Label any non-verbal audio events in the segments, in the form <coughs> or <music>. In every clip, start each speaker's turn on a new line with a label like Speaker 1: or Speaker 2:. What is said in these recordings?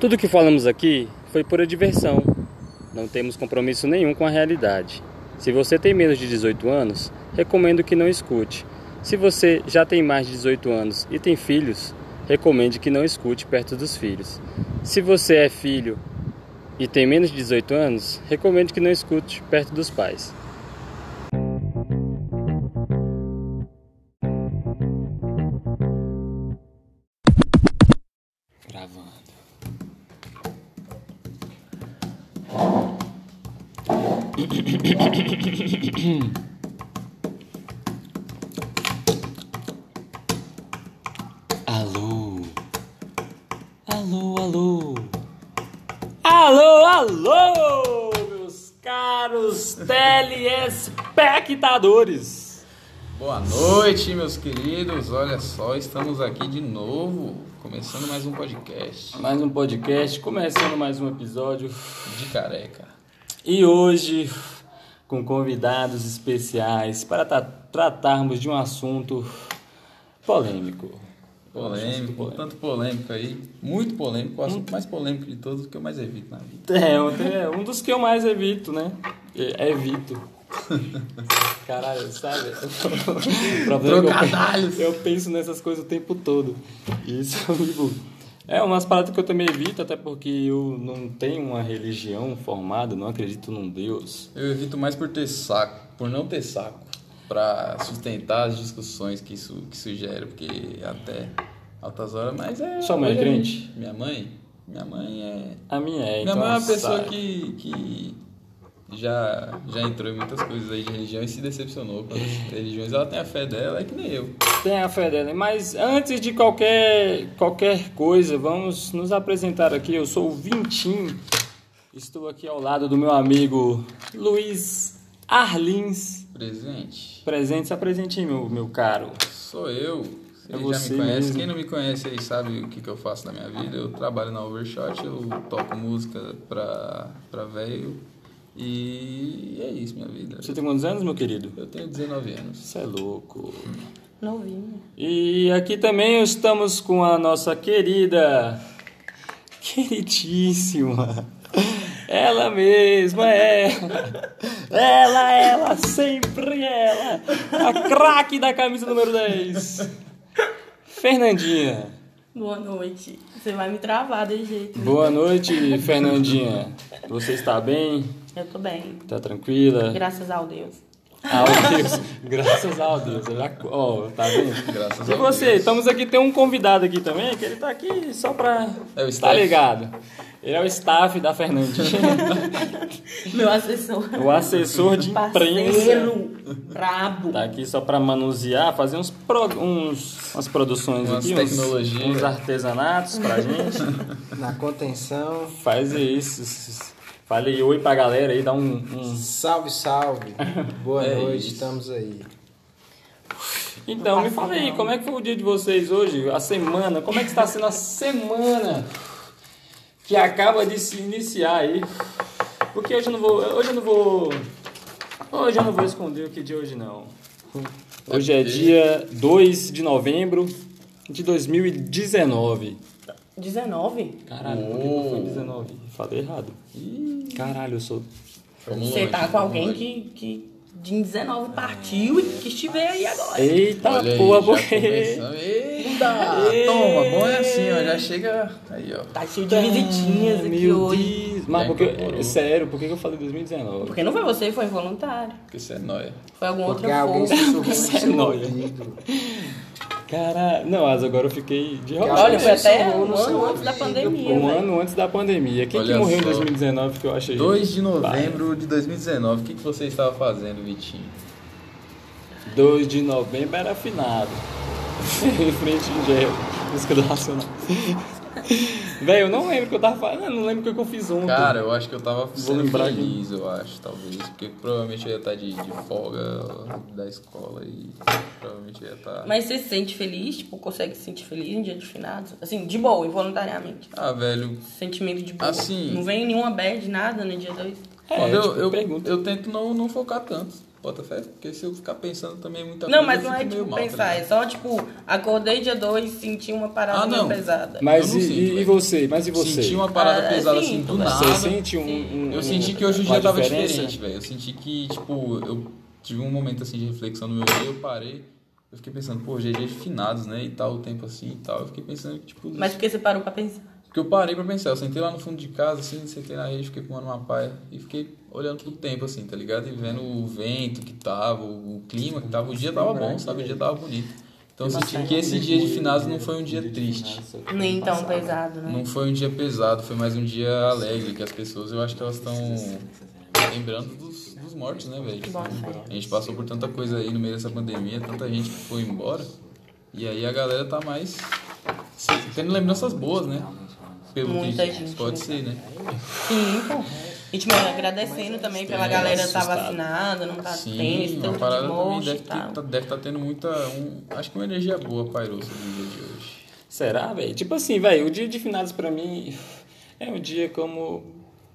Speaker 1: Tudo o que falamos aqui foi pura diversão. Não temos compromisso nenhum com a realidade. Se você tem menos de 18 anos, recomendo que não escute. Se você já tem mais de 18 anos e tem filhos, recomendo que não escute perto dos filhos. Se você é filho e tem menos de 18 anos, recomendo que não escute perto dos pais. Gravando. Alô. Alô, alô. Alô, alô, meus caros telespectadores.
Speaker 2: Boa noite, meus queridos. Olha só, estamos aqui de novo, começando mais um podcast
Speaker 1: Mais um podcast, começando mais um episódio.
Speaker 2: de careca.
Speaker 1: E hoje, com convidados especiais para tra- tratarmos de um assunto polêmico.
Speaker 2: Polêmico, tanto polêmico aí, muito polêmico, o assunto mais polêmico de todos, que eu mais evito na vida.
Speaker 1: É, ontem é um dos que eu mais evito, né? É- Evito.
Speaker 2: <laughs>
Speaker 1: Caralho, sabe? <laughs> O problema é que eu-
Speaker 2: Trocadalhos!
Speaker 1: Eu penso nessas coisas o tempo todo. Isso, tipo, é umas paradas que eu também evito, até porque eu não tenho uma religião formada, não acredito num Deus.
Speaker 2: Eu evito mais por ter saco, por não ter saco, pra sustentar as discussões que isso que isso gera, porque até altas horas, mas é.
Speaker 1: Sua mãe é
Speaker 2: hoje
Speaker 1: crente?
Speaker 2: Minha mãe? Minha mãe é.
Speaker 1: A minha é,
Speaker 2: Minha
Speaker 1: então.
Speaker 2: mãe é uma pessoa
Speaker 1: sabe?
Speaker 2: que, que já, já entrou em muitas coisas aí de religião e se decepcionou com as
Speaker 1: É.
Speaker 2: religiões. Ela tem a fé dela, é que nem eu.
Speaker 1: Tem a fé dela. Mas antes de qualquer, qualquer coisa, vamos nos apresentar aqui. Eu sou o Vintim. Estou aqui ao lado do meu amigo Luiz Arlins.
Speaker 2: Presente,
Speaker 1: Presente, se apresente, meu, meu caro.
Speaker 2: sou eu. Você
Speaker 1: É
Speaker 2: já
Speaker 1: você
Speaker 2: me conhece.
Speaker 1: mesmo.
Speaker 2: Quem não me conhece aí sabe o que, que eu faço na minha vida. Eu trabalho na Overshot, eu toco música pra, pra velho. E é isso, minha vida.
Speaker 1: Você tem quantos anos, meu querido?
Speaker 2: Eu tenho 19 anos.
Speaker 1: Você é louco.
Speaker 3: Novinho.
Speaker 1: E aqui também estamos com a nossa querida, queridíssima, ela mesma é, ela, ela, sempre ela, a craque da camisa número 10, Fernandinha.
Speaker 3: Boa noite. Você vai me travar de jeito.
Speaker 1: Boa noite, Fernandinha. Você está bem?
Speaker 3: Eu tô bem.
Speaker 1: Está tranquila?
Speaker 3: Graças ao Deus.
Speaker 1: Ao Ah, Deus. Graças ao Deus. Olha, ó, tá vendo?
Speaker 2: Graças
Speaker 1: E
Speaker 2: a
Speaker 1: você,
Speaker 2: Deus.
Speaker 1: estamos aqui, tem um convidado aqui também, que ele tá aqui só pra.
Speaker 2: É o
Speaker 1: tá
Speaker 2: staff.
Speaker 1: ligado? Ele é o staff da
Speaker 2: <laughs>
Speaker 1: Fernandinha,
Speaker 3: <laughs> Meu assessor.
Speaker 1: o assessor de imprensa.
Speaker 3: Parceiro. Brabo.
Speaker 1: Tá aqui só pra manusear, fazer uns, pro, uns umas produções
Speaker 2: Umas
Speaker 1: aqui, uns-
Speaker 2: tecnologias.
Speaker 1: uns artesanatos pra gente.
Speaker 4: Na contenção.
Speaker 1: Faz isso. Fale oi pra galera aí, dá um. um-
Speaker 4: Salve, salve. Boa
Speaker 2: É
Speaker 4: noite,
Speaker 2: isso.
Speaker 4: estamos aí.
Speaker 1: Então,
Speaker 3: Não
Speaker 1: me
Speaker 3: passa
Speaker 1: fala aí,
Speaker 3: não.
Speaker 1: como é que foi o dia de vocês hoje? A semana? Como é que está sendo a semana que acaba de se iniciar aí? Porque hoje eu não vou. Hoje eu não vou. Hoje eu não vou esconder o que é de hoje não. Hoje é dia 2 de novembro de 2019.
Speaker 3: 19?
Speaker 1: Caralho, por que que foi 19? Falei errado. Caralho, eu sou.
Speaker 2: Vamos
Speaker 3: Você
Speaker 2: longe,
Speaker 3: tá com
Speaker 2: vamos
Speaker 3: alguém
Speaker 2: longe.
Speaker 3: que, que de 19 partiu
Speaker 1: Ah,
Speaker 3: e que estiver aí agora.
Speaker 1: Eita
Speaker 2: Olha aí,
Speaker 1: porra,
Speaker 2: já
Speaker 1: porque.
Speaker 2: começamos. Eita! Toma, bom é assim, ó, já chega aí, ó.
Speaker 3: Tá cheio de visitinhas
Speaker 1: Ah,
Speaker 3: aqui
Speaker 1: meu
Speaker 3: hoje.
Speaker 1: Deus. Mas
Speaker 2: Já
Speaker 1: porque,
Speaker 2: incorporou.
Speaker 1: sério, por que que eu falei 2019?
Speaker 3: Porque não foi você, foi voluntário.
Speaker 2: Porque isso é nóia.
Speaker 3: Foi algum outro
Speaker 4: Porque alguém
Speaker 3: fofo.
Speaker 4: sussurrou
Speaker 3: <laughs>
Speaker 4: no
Speaker 1: Você é
Speaker 4: seu
Speaker 1: nóia.
Speaker 4: ouvido.
Speaker 1: Caralho, não, mas agora eu fiquei de rolar.
Speaker 4: Alguém
Speaker 3: Olha, foi até
Speaker 4: sussurrou
Speaker 3: um
Speaker 4: no seu
Speaker 3: ano antes da
Speaker 4: ouvido.
Speaker 3: pandemia. né?
Speaker 1: Um
Speaker 3: velho.
Speaker 1: ano antes da pandemia. Quem que
Speaker 2: Olha
Speaker 1: morreu em
Speaker 2: só.
Speaker 1: 2019 que eu achei?
Speaker 2: 2 de novembro de 2019, o que, que você estava fazendo, Vitinho?
Speaker 1: 2 de novembro era afinado. <laughs> em frente de gelo. Música do Racionais. <laughs> Velho, eu não lembro o que eu tava falando, não lembro o que que eu fiz ontem.
Speaker 2: Cara, eu acho que eu tava sendo
Speaker 1: lembrar aqui.
Speaker 2: feliz, eu acho, talvez. Porque provavelmente eu ia estar de, de folga da escola e provavelmente eu ia tá. estar.
Speaker 3: Mas você se sente feliz? Tipo, consegue se sentir feliz em dia de finados? Assim, de boa, involuntariamente.
Speaker 2: Ah, velho.
Speaker 3: Sentimento de tipo, boa.
Speaker 2: Assim-
Speaker 3: Não vem nenhuma bad, nada no dia 2.
Speaker 1: é,
Speaker 2: quando eu,
Speaker 1: tipo,
Speaker 2: eu,
Speaker 1: pergunta.
Speaker 2: eu tento não, não focar tanto. Bota fé, porque se eu ficar pensando também muita
Speaker 3: Não,
Speaker 2: coisa,
Speaker 3: mas
Speaker 2: eu
Speaker 3: não é
Speaker 2: fico meio
Speaker 3: tipo
Speaker 2: mal, tá
Speaker 3: pensar, é
Speaker 2: ligado?
Speaker 3: só tipo, acordei dia 2 e senti uma parada
Speaker 2: Ah,
Speaker 3: meio
Speaker 2: não.
Speaker 3: pesada.
Speaker 2: Eu
Speaker 1: Mas
Speaker 2: não
Speaker 1: e,
Speaker 2: sinto,
Speaker 1: e- e
Speaker 2: velho.
Speaker 1: você? Mas e você?
Speaker 2: Senti uma parada
Speaker 3: é Ah,
Speaker 2: pesada
Speaker 3: sim,
Speaker 2: assim do
Speaker 3: velho.
Speaker 2: nada.
Speaker 1: Você sente um, um- um-
Speaker 2: Eu senti que hoje o
Speaker 1: uma
Speaker 2: dia tava
Speaker 1: diferença?
Speaker 2: diferente, velho. Eu senti que, tipo, eu tive um momento assim de reflexão no meu dia, eu parei, eu fiquei pensando, pô, hoje é dia de finados, né? E tal, o tempo assim e tal. Eu fiquei pensando que, tipo,
Speaker 3: Mas porque você parou pra pensar?
Speaker 2: porque eu parei pra pensar, eu sentei lá no fundo de casa, assim, sentei na rede, fiquei fumando uma paia e fiquei olhando pro tempo, assim, tá ligado? E vendo o vento que tava, o clima que tava, o dia tava bom, sabe? O dia tava bonito. Então eu senti que esse dia de finados não foi um dia triste.
Speaker 3: Nem tão pesado, né?
Speaker 2: Não foi um dia pesado, foi mais um dia alegre, que as pessoas, eu acho que elas estão lembrando dos, dos mortos, né, velho? Tipo, A gente passou por tanta coisa aí no meio dessa pandemia, tanta gente que foi embora, e aí a galera tá mais tendo lembranças boas, né? Pelo
Speaker 3: Muita
Speaker 2: que
Speaker 3: gente,
Speaker 2: pode
Speaker 3: né?
Speaker 2: ser, né?
Speaker 3: Sim, pô. E tipo, agradecendo também pela galera tá vacinada, não tá tendo esse
Speaker 2: Sim, uma
Speaker 3: tanto
Speaker 2: parada
Speaker 3: de
Speaker 2: também
Speaker 3: morte
Speaker 2: deve
Speaker 3: e
Speaker 2: estar
Speaker 3: tal.
Speaker 2: deve tá tendo muita. um- acho que uma energia boa pairou sobre o dia de hoje.
Speaker 1: Será, velho? Tipo assim, velho, o dia de finados pra mim é um dia como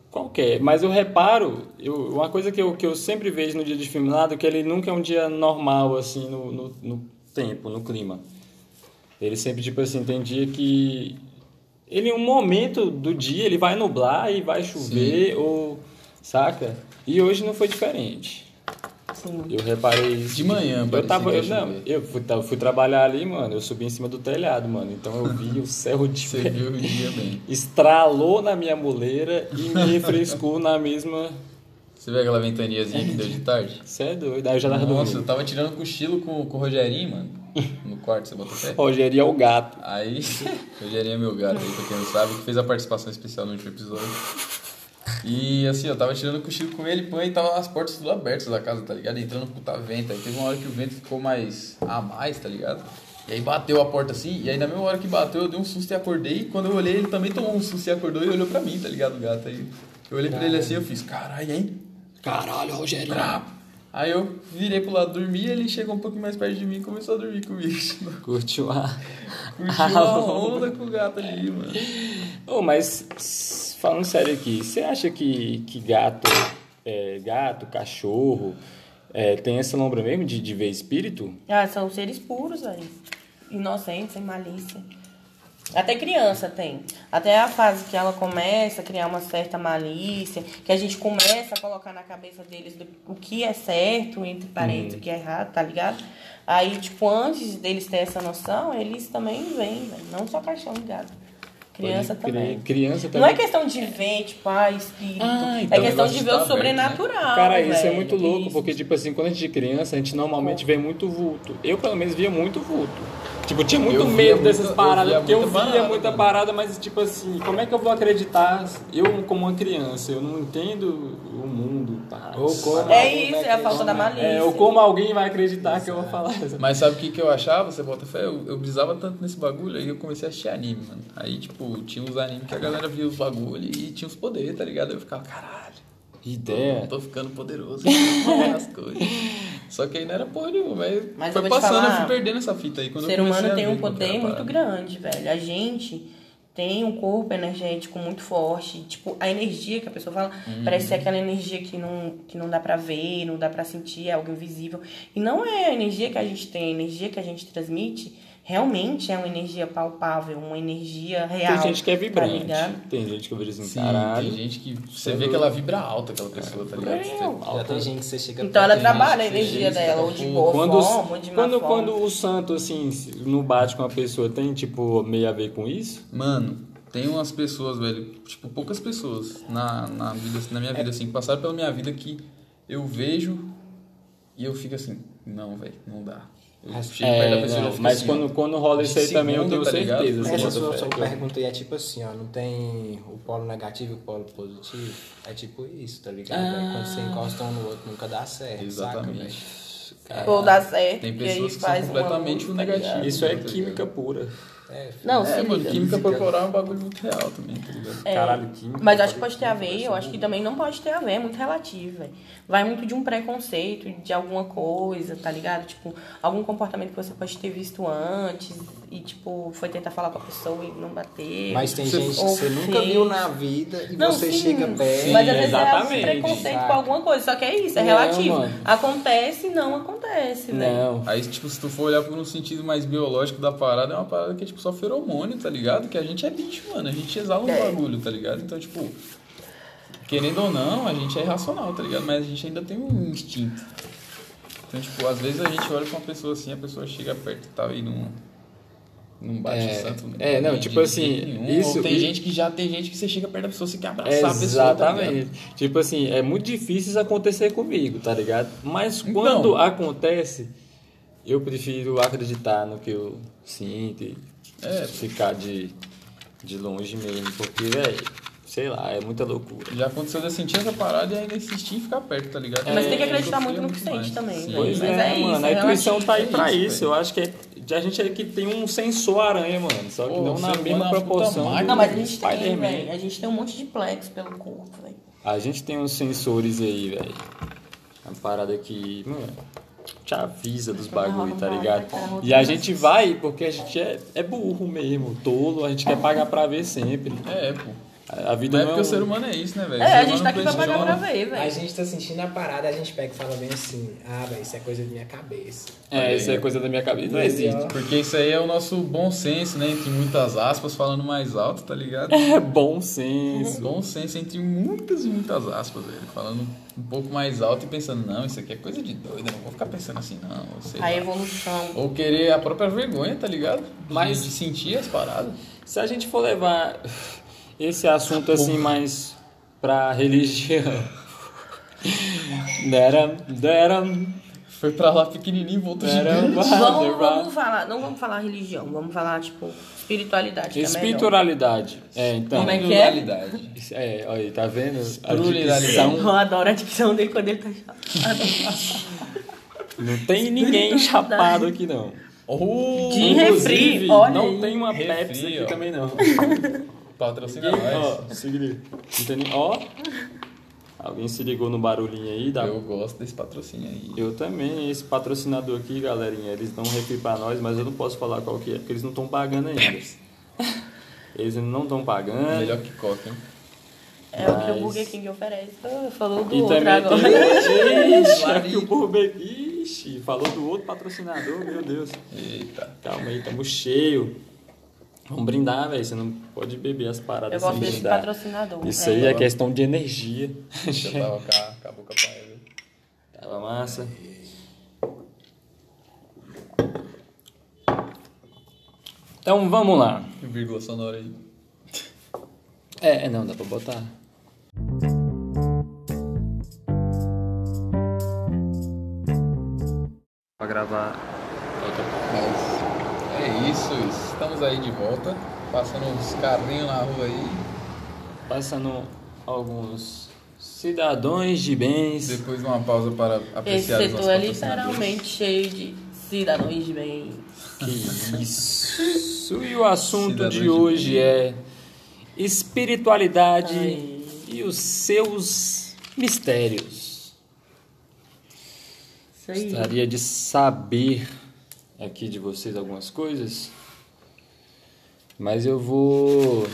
Speaker 1: qualquer. Mas eu reparo, eu- uma coisa que eu, que eu sempre vejo no dia de finados é que ele nunca é um dia normal, assim, no, no, no tempo, no clima. Ele sempre, tipo assim, tem dia que. Ele, em um momento do dia, ele vai nublar e vai chover, ou. Saca? E hoje não foi diferente.
Speaker 3: Sim.
Speaker 1: Eu reparei isso.
Speaker 2: De manhã, né?
Speaker 1: eu
Speaker 2: parecia
Speaker 1: tava,
Speaker 2: que
Speaker 1: eu,
Speaker 2: ia
Speaker 1: não,
Speaker 2: chover.
Speaker 1: eu fui, tava- fui trabalhar ali, mano. Eu subi em cima do telhado, mano. Então eu vi o céu de <laughs>
Speaker 2: Você viu o dia bem.
Speaker 1: estralou na minha moleira e me refrescou na mesma.
Speaker 2: Você viu aquela ventaniazinha que deu de tarde?
Speaker 1: Você é doido. Aí eu já tava
Speaker 2: Nossa,
Speaker 1: dormindo.
Speaker 2: eu tava tirando cochilo com, com o Rogerinho, mano. No quarto, você
Speaker 1: <laughs>
Speaker 2: botou fé?
Speaker 1: Rogério é o gato.
Speaker 2: Aí, <laughs> o Rogerinho é meu gato aí, pra quem não sabe, que fez a participação especial no último episódio. E assim, eu tava tirando cochilo com ele, pô, e tava as portas tudo abertas da casa, tá ligado? Entrando puta vento. Aí teve uma hora que o vento ficou mais a mais, tá ligado? E aí bateu a porta assim, e aí na mesma hora que bateu, eu dei um susto e acordei. E quando eu olhei, ele também tomou um susto e acordou e olhou pra mim, tá ligado, o gato? Aí eu olhei pra ele assim, eu fiz, caralho, hein?
Speaker 1: Caralho, Rogério.
Speaker 2: Brabo. Aí eu virei pro lado dormir, ele chegou um pouco mais perto de mim e começou a dormir comigo. <laughs>
Speaker 1: Curtiu a.
Speaker 2: Curtiu a onda com o gato ali, mano.
Speaker 1: Ô, mas s- falando sério aqui, você acha que, que gato, é, gato, cachorro, é, tem essa lombra mesmo de, de ver espírito?
Speaker 3: Ah, são seres puros aí. Inocentes, sem malícia. Até criança tem. Até a fase que ela começa a criar uma certa malícia, que a gente começa a colocar na cabeça deles do- o que é certo, entre parênteses, o que é errado, tá ligado? Aí, tipo, antes deles ter essa noção, eles também veem, velho. Não só cachorro e gato. Criança
Speaker 1: Pode crer.
Speaker 3: também.
Speaker 1: Criança também.
Speaker 3: Não é questão de ver, tipo, ah, espírito.
Speaker 1: Ah,
Speaker 3: é
Speaker 1: então
Speaker 3: questão
Speaker 2: o negócio
Speaker 3: de ver
Speaker 2: tá
Speaker 3: o
Speaker 2: aberto, né?
Speaker 3: sobrenatural.
Speaker 1: Cara, isso é
Speaker 3: velho.
Speaker 1: muito louco,
Speaker 3: Isso.
Speaker 1: porque, tipo assim, quando a gente é criança, a gente normalmente vê muito vulto. Eu, pelo menos, via muito vulto. Tipo, tinha muito
Speaker 2: Eu via
Speaker 1: medo
Speaker 2: muita-
Speaker 1: dessas
Speaker 2: eu
Speaker 1: paradas,
Speaker 2: via
Speaker 1: porque eu via
Speaker 2: muita parada,
Speaker 1: muita
Speaker 2: mano.
Speaker 1: parada, mas, tipo assim, como é que eu vou acreditar? Eu, como uma criança, eu não entendo o mundo, pá.
Speaker 4: Ou como
Speaker 3: É
Speaker 4: alguém
Speaker 3: isso,
Speaker 4: vai
Speaker 3: é a falta da
Speaker 4: acreditar.
Speaker 3: malícia.
Speaker 1: É, ou como alguém vai acreditar que eu vou falar isso.
Speaker 2: Mas sabe o que, que eu achava? Você bota fé? Eu, eu brisava tanto nesse bagulho, aí eu comecei a assistir anime, mano. Aí, tipo, tinha uns animes que a galera via os bagulho e tinha os poderes, tá ligado? Eu ficava, caralho,
Speaker 5: É.
Speaker 1: Ideia.
Speaker 2: tô ficando poderoso, tô fazendo as coisas. Só que aí não era porra nenhuma, mas,
Speaker 3: Mas eu
Speaker 2: foi
Speaker 3: vou te
Speaker 2: passando, eu
Speaker 3: falar,
Speaker 2: fui perdendo essa fita aí.
Speaker 3: O
Speaker 2: Quando
Speaker 3: ser
Speaker 2: eu comecei
Speaker 3: humano
Speaker 2: a
Speaker 3: tem
Speaker 2: ver
Speaker 3: um
Speaker 2: qual que era
Speaker 3: poder
Speaker 2: a
Speaker 3: muito
Speaker 2: parada.
Speaker 3: grande, velho. A gente tem um corpo energético muito forte. Tipo, a energia que a pessoa fala
Speaker 2: Uhum.
Speaker 3: parece ser aquela energia que não, que não dá pra ver, não dá pra sentir, é algo invisível. E não é a energia que a gente tem, a energia que a gente transmite realmente é uma energia palpável, uma energia real.
Speaker 1: Tem gente que é
Speaker 3: tá
Speaker 1: vibrante.
Speaker 3: ligado?
Speaker 1: tem gente que eu vejo assim,
Speaker 2: Sim,
Speaker 1: caralho.
Speaker 2: tem gente que você vê que ela vibra alta, aquela pessoa, tá ligado? Você-
Speaker 4: Já tem gente que você chega
Speaker 3: Então ela
Speaker 4: perto,
Speaker 3: trabalha a
Speaker 2: gente que
Speaker 3: energia
Speaker 2: tem
Speaker 3: dela,
Speaker 2: isso,
Speaker 3: ou de
Speaker 2: tá
Speaker 3: boa
Speaker 1: Quando,
Speaker 3: forma, ou de má
Speaker 1: quando,
Speaker 3: forma.
Speaker 1: quando o santo, assim, não bate com a pessoa, tem, tipo, meio a ver com isso?
Speaker 2: Mano, tem umas pessoas, velho, tipo, poucas pessoas na, na, vida, assim, na minha vida, assim, que passaram pela minha vida que eu vejo e eu fico assim, não, velho, não dá. Eu chego perto da
Speaker 1: É,
Speaker 2: pessoa e já
Speaker 1: não,
Speaker 2: fico
Speaker 1: mas
Speaker 2: assim, ó.
Speaker 1: quando, quando rola isso aí
Speaker 2: de
Speaker 1: também eu tenho
Speaker 2: segunda, tá ligado?
Speaker 1: certeza.
Speaker 4: Mas
Speaker 1: assim,
Speaker 4: Essa
Speaker 2: Bota
Speaker 4: sua,
Speaker 2: fé.
Speaker 4: sua pergunta aí é tipo assim, ó, não tem o polo negativo e o polo positivo? É tipo isso, tá ligado? velho? Quando
Speaker 3: Ah.
Speaker 4: você encosta um no outro, nunca dá certo,
Speaker 2: Exatamente.
Speaker 4: saca, velho?
Speaker 3: Ou dá certo,
Speaker 2: Tem
Speaker 3: e aí
Speaker 2: pessoas que são
Speaker 3: faz uma
Speaker 2: completamente
Speaker 3: luta,
Speaker 2: o
Speaker 3: tá ligado?
Speaker 2: negativo.
Speaker 1: Isso é
Speaker 2: tá ligado?
Speaker 1: química né? pura.
Speaker 4: É,
Speaker 3: Não,
Speaker 2: É,
Speaker 3: se
Speaker 2: mano,
Speaker 3: liga.
Speaker 2: química corporal é um bagulho muito real também, tá ligado?
Speaker 3: É.
Speaker 1: Caralho, química.
Speaker 3: Mas eu acho que pode ter a ver, eu acho que também não pode ter a ver, é muito relativo, velho. Vai muito de um preconceito, de alguma coisa, tá ligado? Tipo, algum comportamento que você pode ter visto antes, e, tipo, foi tentar falar com a pessoa e não bateu.
Speaker 4: Mas tem
Speaker 2: Você-
Speaker 4: gente que você nunca
Speaker 3: Ofensa.
Speaker 4: viu na vida e
Speaker 3: Não,
Speaker 4: você
Speaker 3: sim,
Speaker 4: chega perto.
Speaker 3: Mas às vezes
Speaker 1: exatamente.
Speaker 3: é preconceito
Speaker 4: Exato.
Speaker 3: com alguma coisa, só que é isso, é
Speaker 1: Não,
Speaker 3: relativo.
Speaker 1: mano.
Speaker 3: Acontece e não acontece, velho.
Speaker 1: Não.
Speaker 2: Aí, tipo, se tu for olhar por um sentido mais biológico da parada, é uma parada que é, tipo, só feromônio, tá ligado? Que a gente é bicho, mano. A gente exala
Speaker 3: É.
Speaker 2: um bagulho, tá ligado? Então, tipo, querendo ou não, a gente é irracional, tá ligado? Mas a gente ainda tem um instinto. Então, tipo, às vezes a gente olha pra uma pessoa assim, a pessoa chega perto e tal, e não. Não bate
Speaker 1: É,
Speaker 2: o santo.
Speaker 1: é, não,
Speaker 2: de
Speaker 1: tipo
Speaker 2: jeito
Speaker 1: assim,
Speaker 2: nenhum.
Speaker 1: isso-
Speaker 2: Ou tem
Speaker 1: e-
Speaker 2: gente que já tem gente que você chega perto da pessoa, você quer abraçar a pessoa. tá ligado?
Speaker 1: Exatamente. tipo assim, é muito difícil isso acontecer comigo, tá ligado? Mas
Speaker 2: Então.
Speaker 1: quando acontece, eu prefiro acreditar no que eu sinto e
Speaker 2: É.
Speaker 1: ficar de, de longe mesmo, porque, velho, sei lá, é muita loucura.
Speaker 2: Já aconteceu de eu sentir essa parada e ainda insistir em ficar perto, tá ligado?
Speaker 3: Mas
Speaker 2: É,
Speaker 3: tem que acreditar
Speaker 2: sofria
Speaker 3: muito no que sente
Speaker 2: mais.
Speaker 3: também,
Speaker 2: Sim.
Speaker 3: né?
Speaker 1: Pois
Speaker 3: Mas
Speaker 1: é,
Speaker 3: é isso,
Speaker 1: mano,
Speaker 3: é
Speaker 1: a intuição
Speaker 3: relativo,
Speaker 1: tá aí
Speaker 2: é
Speaker 1: pra
Speaker 2: isso,
Speaker 1: isso.
Speaker 2: velho.
Speaker 1: Eu acho que é- a gente aqui tem um sensor aranha, mano, só que
Speaker 2: Pô,
Speaker 1: não na
Speaker 2: o ser humano é
Speaker 1: mesma
Speaker 2: uma puta
Speaker 1: proporção.
Speaker 2: máquina.
Speaker 1: do
Speaker 3: Não, mas a gente tem,
Speaker 1: Spider-Man.
Speaker 3: velho. A gente tem um monte de plex pelo corpo, velho.
Speaker 1: A gente tem uns sensores aí, velho. Uma parada que, mano, te avisa dos bagulho, tá ligado? E a gente vai porque a gente é, é burro mesmo, tolo, a gente quer pagar pra ver sempre.
Speaker 2: É, pô.
Speaker 1: A a vida
Speaker 2: Não é
Speaker 1: não
Speaker 2: porque
Speaker 1: é
Speaker 2: o ser
Speaker 1: um...
Speaker 2: humano é isso, né, velho?
Speaker 3: É,
Speaker 2: O ser
Speaker 3: a
Speaker 2: humano
Speaker 3: gente tá aqui pra
Speaker 2: questiona.
Speaker 3: pagar pra ver,
Speaker 4: A
Speaker 3: velho.
Speaker 4: gente tá sentindo a parada, a gente pega e fala bem assim, ah, velho, isso é coisa da minha cabeça.
Speaker 1: É, isso é coisa da minha cabeça, não existe.
Speaker 2: Porque isso aí é o nosso bom senso, né? Entre muitas aspas, falando mais alto, tá ligado?
Speaker 1: <laughs> É bom senso.
Speaker 2: Bom senso entre muitas e muitas aspas, velho. Falando um pouco mais alto e pensando, não, isso aqui é coisa de doido, eu não vou ficar pensando assim, não. Ou, sei lá.
Speaker 3: A evolução.
Speaker 2: Ou querer a própria vergonha, tá ligado? De-
Speaker 1: Mas-
Speaker 2: de sentir as paradas.
Speaker 1: Se a gente for levar esse assunto assim mais pra religião. <laughs> Deram, deram,
Speaker 2: Foi pra lá pequenininho, voltou
Speaker 1: deram.
Speaker 2: gigante.
Speaker 3: Vamos, vamos falar, não vamos falar religião, vamos falar, tipo, espiritualidade. que é melhor.
Speaker 1: Espiritualidade. É, então.
Speaker 3: Como é que é?
Speaker 2: Pluralidade.
Speaker 1: É, olha aí, tá vendo? A
Speaker 2: Pluralidade.
Speaker 1: dicção,
Speaker 3: Eu adoro a dicção dele quando ele tá chapado.
Speaker 1: não tem ninguém chapado aqui, não.
Speaker 2: Oh,
Speaker 3: De
Speaker 1: Inclusive,
Speaker 3: Um refri, olha
Speaker 1: não
Speaker 3: aí.
Speaker 1: tem uma
Speaker 2: Refri,
Speaker 1: Pepsi aqui
Speaker 2: ó.
Speaker 1: também,
Speaker 2: <laughs>
Speaker 1: não.
Speaker 2: patrocina nós.
Speaker 1: Ó, se liga. Não tem nem- Ó, alguém se ligou no barulhinho aí? Da...
Speaker 2: Eu gosto desse patrocínio aí.
Speaker 1: Eu também, esse patrocinador aqui, galerinha, eles dão um refri pra nós, mas eu não posso falar qual que é, porque eles não estão pagando ainda. Eles não estão pagando.
Speaker 2: Melhor que coca, hein?
Speaker 3: É o que o
Speaker 1: Mas-
Speaker 3: Burger King oferece. Ah, Falou do
Speaker 1: E
Speaker 3: outro
Speaker 1: também
Speaker 3: agora.
Speaker 1: tem. Ixi, é que o Burger- Ixi, falou do outro patrocinador, meu Deus.
Speaker 2: Eita.
Speaker 1: Calma aí, tamo cheio. Vamos brindar, velho. Você não pode beber as paradas
Speaker 3: Eu gosto
Speaker 1: sem
Speaker 3: desse
Speaker 1: brindar.
Speaker 3: patrocinador.
Speaker 1: Isso
Speaker 3: é.
Speaker 1: aí é questão de energia.
Speaker 2: Já tava cá, acabou com a praia, viu?
Speaker 1: Tava massa. Então vamos lá.
Speaker 2: Vírgula sonora aí.
Speaker 1: É, não, dá pra botar. Pra gravar outra.
Speaker 2: Mas é isso, estamos aí de volta. Passando uns carrinhos na rua aí.
Speaker 1: Passando alguns cidadãos de bens.
Speaker 2: Depois uma pausa para
Speaker 3: Esse
Speaker 2: apreciar os
Speaker 3: setor
Speaker 2: nossos
Speaker 3: é
Speaker 2: patrocinadores.
Speaker 3: literalmente cheio de cidadãos de bem.
Speaker 1: Que isso! E o assunto
Speaker 2: Cidadão de
Speaker 1: de hoje é espiritualidade
Speaker 3: Ai.
Speaker 1: e os seus mistérios.
Speaker 3: Isso aí.
Speaker 1: Gostaria de saber aqui de vocês algumas coisas, mas eu vou.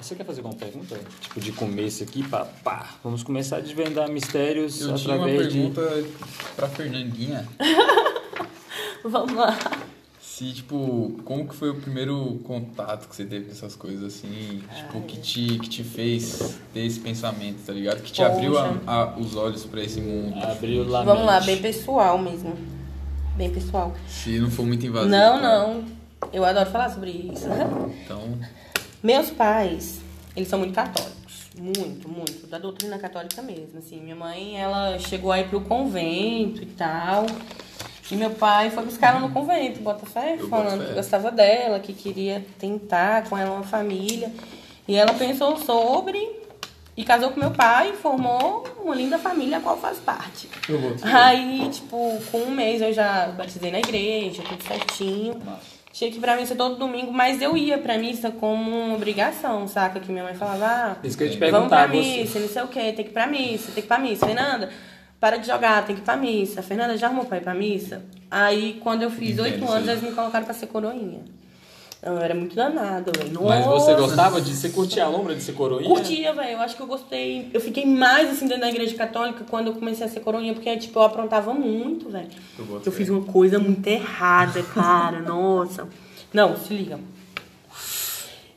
Speaker 1: Você quer fazer alguma pergunta? Tipo, de começo aqui, pá, pá. Vamos começar a desvendar mistérios
Speaker 2: Eu tinha uma
Speaker 1: através de.
Speaker 2: pergunta pra Fernandinha.
Speaker 3: Vamos lá.
Speaker 2: Se, tipo, como que foi o primeiro contato que você teve com essas coisas, assim, tipo, que te, que te fez ter esse pensamento, tá ligado? Que te
Speaker 3: Poxa.
Speaker 2: abriu a- a- os olhos pra esse mundo.
Speaker 1: Abriu lá.
Speaker 3: Vamos lá, bem pessoal mesmo. Bem pessoal.
Speaker 2: Se não for muito invasivo.
Speaker 1: um
Speaker 3: Não,
Speaker 2: cara.
Speaker 3: não. Eu adoro falar sobre isso. né?
Speaker 2: Então,
Speaker 3: Meus pais, eles são muito católicos. Muito, muito. Da doutrina católica mesmo, assim. Minha mãe, ela chegou aí pro convento e tal. E meu pai foi buscar ela no convento, Botafé,
Speaker 2: Eu boto
Speaker 3: falando
Speaker 2: fé.
Speaker 3: que gostava dela, que queria tentar com ela uma família. E ela pensou sobre e casou com meu pai e formou uma linda família a qual faz parte.
Speaker 2: eu vou.
Speaker 3: Aí, tipo, com um mês eu já batizei na igreja, tudo certinho. Tinha que ir pra missa todo domingo, mas eu ia pra missa como uma obrigação, saca? Que minha mãe falava, ah,
Speaker 1: Isso que eu ia te
Speaker 3: vamos pra
Speaker 1: perguntar, você.
Speaker 3: missa, não sei o quê, tem que ir pra missa, tem que ir pra missa. Fernanda, para de jogar, tem que ir pra missa. Fernanda, já arrumou pra ir pra missa? Aí, quando eu fiz
Speaker 2: Entendo
Speaker 3: oito
Speaker 2: isso
Speaker 3: anos,
Speaker 2: aí.
Speaker 3: eles me colocaram pra ser coroinha. Então, Eu era muito danada, velho.
Speaker 5: Mas você
Speaker 3: Nossa.
Speaker 5: gostava de. Você curtia a lombra de ser coroinha?
Speaker 3: Curtia, velho. Eu acho que eu gostei. Eu fiquei mais assim dentro da igreja católica quando eu comecei a ser coroinha, porque tipo, eu aprontava muito, velho.
Speaker 2: Eu
Speaker 3: Eu,
Speaker 2: gosto,
Speaker 3: fiz uma coisa muito errada, cara. Nossa. Não, se liga.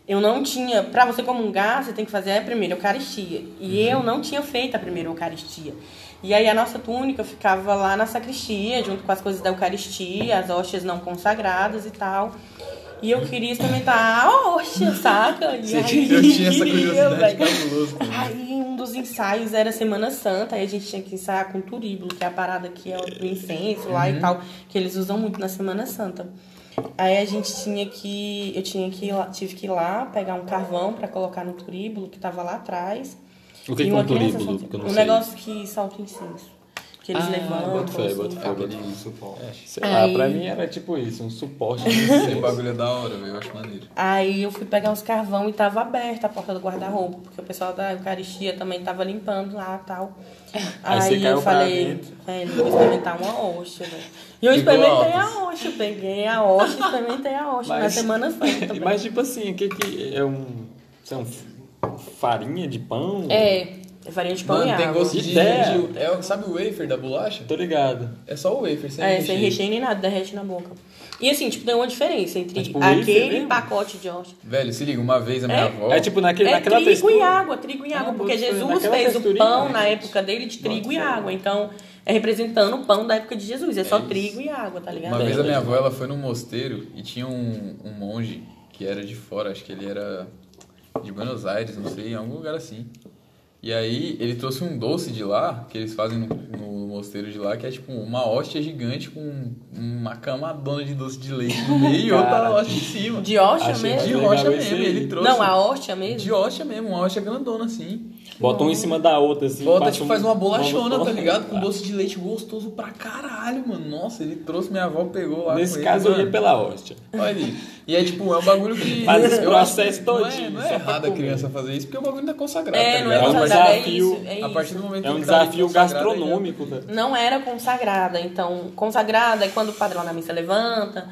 Speaker 3: Eu não tinha. Pra você comungar, você tem que fazer a primeira Eucaristia.
Speaker 2: Uhum.
Speaker 3: E eu não tinha feito a primeira Eucaristia. E aí a nossa túnica ficava lá na sacristia, junto com as coisas da Eucaristia, as hóstias não consagradas e tal. E eu queria experimentar a hóstia, saca? E
Speaker 5: Você
Speaker 3: aí,
Speaker 5: tinha-
Speaker 2: Eu tinha essa
Speaker 3: eu,
Speaker 2: curiosidade
Speaker 3: velho.
Speaker 2: cabulosa.
Speaker 3: Aí um dos ensaios era Semana Santa, aí a gente tinha que ensaiar com turíbulo, que é a parada que é o incenso lá
Speaker 5: Uhum.
Speaker 3: e tal, que eles usam muito na Semana Santa. Aí a gente tinha que. Eu tinha que ir lá, tive que ir lá pegar um carvão pra colocar no turíbulo que tava lá atrás.
Speaker 5: O que
Speaker 3: E
Speaker 5: que é
Speaker 3: uma
Speaker 5: um
Speaker 3: criança
Speaker 5: turíbulo?
Speaker 3: solta-
Speaker 5: Que eu não
Speaker 3: um
Speaker 5: sei.
Speaker 3: negócio que solta o incenso. Que eles
Speaker 5: Ah,
Speaker 3: levantam.
Speaker 5: boto fé,
Speaker 3: assim.
Speaker 5: boto fé.
Speaker 2: É Aquele
Speaker 4: Suporte.
Speaker 5: Sei lá,
Speaker 3: Aí-
Speaker 5: pra mim É. era tipo isso, um suporte.
Speaker 2: <laughs> aquele bagulho é da hora, velho. Eu acho maneiro.
Speaker 3: Aí eu fui pegar uns carvão e tava aberta a porta do guarda-roupa, porque o pessoal da Eucaristia também tava limpando lá e tal.
Speaker 5: <laughs> Aí você
Speaker 3: Aí,
Speaker 5: caiu
Speaker 3: eu
Speaker 5: pra
Speaker 3: falei,
Speaker 5: dentro.
Speaker 3: velho, vou experimentar uma hoxa, velho. E eu
Speaker 2: Pegou
Speaker 3: experimentei
Speaker 2: altas.
Speaker 3: a hoxa, peguei a hoxa, experimentei a hoxa na
Speaker 5: Mas-
Speaker 3: semana
Speaker 5: <laughs>
Speaker 3: santa. velho.
Speaker 5: Mas tipo assim, o que que é um. São farinha de pão?
Speaker 3: É, farinha de pão e
Speaker 2: Mano, tem
Speaker 3: água.
Speaker 2: gosto de.
Speaker 5: Ideia.
Speaker 2: de- é, sabe o wafer da bolacha?
Speaker 5: Tô ligado.
Speaker 2: É só o wafer, sem
Speaker 3: É,
Speaker 2: recheio.
Speaker 3: sem recheio nem nada, derrete na boca. E assim, tipo, tem uma diferença entre
Speaker 5: É tipo um wafer
Speaker 3: aquele
Speaker 5: mesmo?
Speaker 3: pacote de hoxa.
Speaker 2: Velho, se liga, uma vez a minha
Speaker 3: É?
Speaker 2: avó.
Speaker 5: É tipo naquele,
Speaker 3: É
Speaker 5: naquela
Speaker 3: trigo
Speaker 5: textura.
Speaker 3: e água, trigo e água,
Speaker 5: Ah,
Speaker 3: porque
Speaker 5: boto fé,
Speaker 3: Jesus
Speaker 5: naquela
Speaker 3: fez o
Speaker 5: texturinha,
Speaker 3: pão
Speaker 5: né?
Speaker 3: na época dele de trigo e água. Então, é representando o pão da época de Jesus. É só trigo e água, tá ligado?
Speaker 2: Uma vez a minha avó ela foi num mosteiro e tinha um, um monge que era de fora, acho que ele era de Buenos Aires, não sei, em algum lugar assim. E aí ele trouxe um doce de lá, que eles fazem no, no mosteiro de lá, que é tipo uma hóstia gigante com uma camadona de doce de leite no meio e outra
Speaker 5: Cara.
Speaker 2: hóstia em cima.
Speaker 3: De hóstia
Speaker 5: Achei
Speaker 3: mesmo?
Speaker 2: De
Speaker 5: legal
Speaker 2: hóstia
Speaker 5: esse
Speaker 2: mesmo,
Speaker 5: aí.
Speaker 2: ele trouxe.
Speaker 3: Não, a hóstia
Speaker 2: De
Speaker 3: mesmo?
Speaker 2: hóstia mesmo, uma hóstia grandona assim.
Speaker 5: Bota um em cima da outra, assim.
Speaker 2: Bota,
Speaker 5: passa
Speaker 2: tipo,
Speaker 5: um-
Speaker 2: faz uma bolachona,
Speaker 5: uma- Ah,
Speaker 2: tá ligado? Com doce de leite gostoso pra caralho, mano. Nossa, ele trouxe, minha avó pegou lá com
Speaker 5: Nesse
Speaker 2: ele,
Speaker 5: caso eu
Speaker 2: mano.
Speaker 5: ia pela hóstia.
Speaker 2: Olha aí. E é tipo, é um bagulho que.
Speaker 5: Faz esse
Speaker 2: eu acho que
Speaker 5: processo todinho,
Speaker 2: Não é, não
Speaker 5: só
Speaker 2: é
Speaker 5: pra
Speaker 2: errado a
Speaker 5: comer.
Speaker 2: criança fazer isso, porque o bagulho não é consagrado.
Speaker 3: É,
Speaker 2: tá
Speaker 3: não é
Speaker 2: ligado?
Speaker 5: um
Speaker 3: consagrado, é
Speaker 5: desafio.
Speaker 3: isso. É
Speaker 2: a partir
Speaker 3: isso.
Speaker 2: do momento
Speaker 5: É um
Speaker 2: que tá ali
Speaker 5: desafio
Speaker 2: consagrado, ele já-
Speaker 5: gastronômico. né?
Speaker 3: Não era consagrada, então. Consagrada é quando o padrão da missa levanta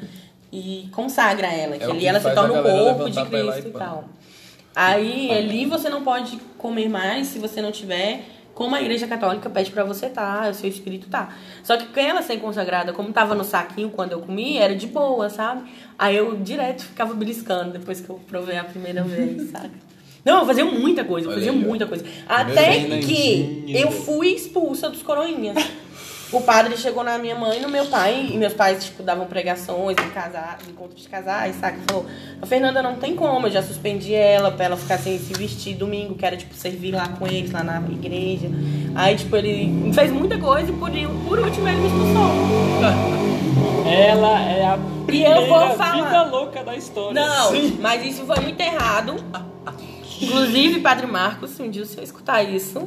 Speaker 3: e consagra ela, que
Speaker 2: É o
Speaker 3: ali
Speaker 2: que
Speaker 3: ela se
Speaker 2: faz a
Speaker 3: torna o
Speaker 2: galera
Speaker 3: corpo de
Speaker 2: levantar pra ir lá e
Speaker 3: Cristo
Speaker 2: pá.
Speaker 3: e
Speaker 2: Hum.
Speaker 3: tal. Aí ali você não pode comer mais se você não tiver, como a igreja católica pede pra você tá, o seu espírito tá. Só que com ela sem consagrada, como tava no saquinho quando eu comi, era de boa, sabe? Aí eu direto ficava beliscando depois que eu provei a primeira vez, saca? Não, eu fazia muita coisa, eu
Speaker 2: Olha
Speaker 3: fazia
Speaker 2: aí, ó.
Speaker 3: muita coisa. Até
Speaker 5: Bem
Speaker 3: que
Speaker 5: lentinha.
Speaker 3: eu fui expulsa dos coroinhas. O padre chegou na minha mãe e no meu pai, e meus pais, tipo, davam pregações em casa- em encontros de casais, saca? E Falou, a Fernanda não tem como, eu já suspendi ela pra ela ficar sem se vestir domingo, que era, tipo, servir lá com eles, lá na igreja. Aí, tipo, ele fez muita coisa e por, por último ele me expulsou.
Speaker 5: Ela é a primeira
Speaker 3: falar.
Speaker 5: vida louca da história.
Speaker 3: Não, mas isso foi muito errado. Inclusive, Padre Marcos, se um dia o senhor escutar isso,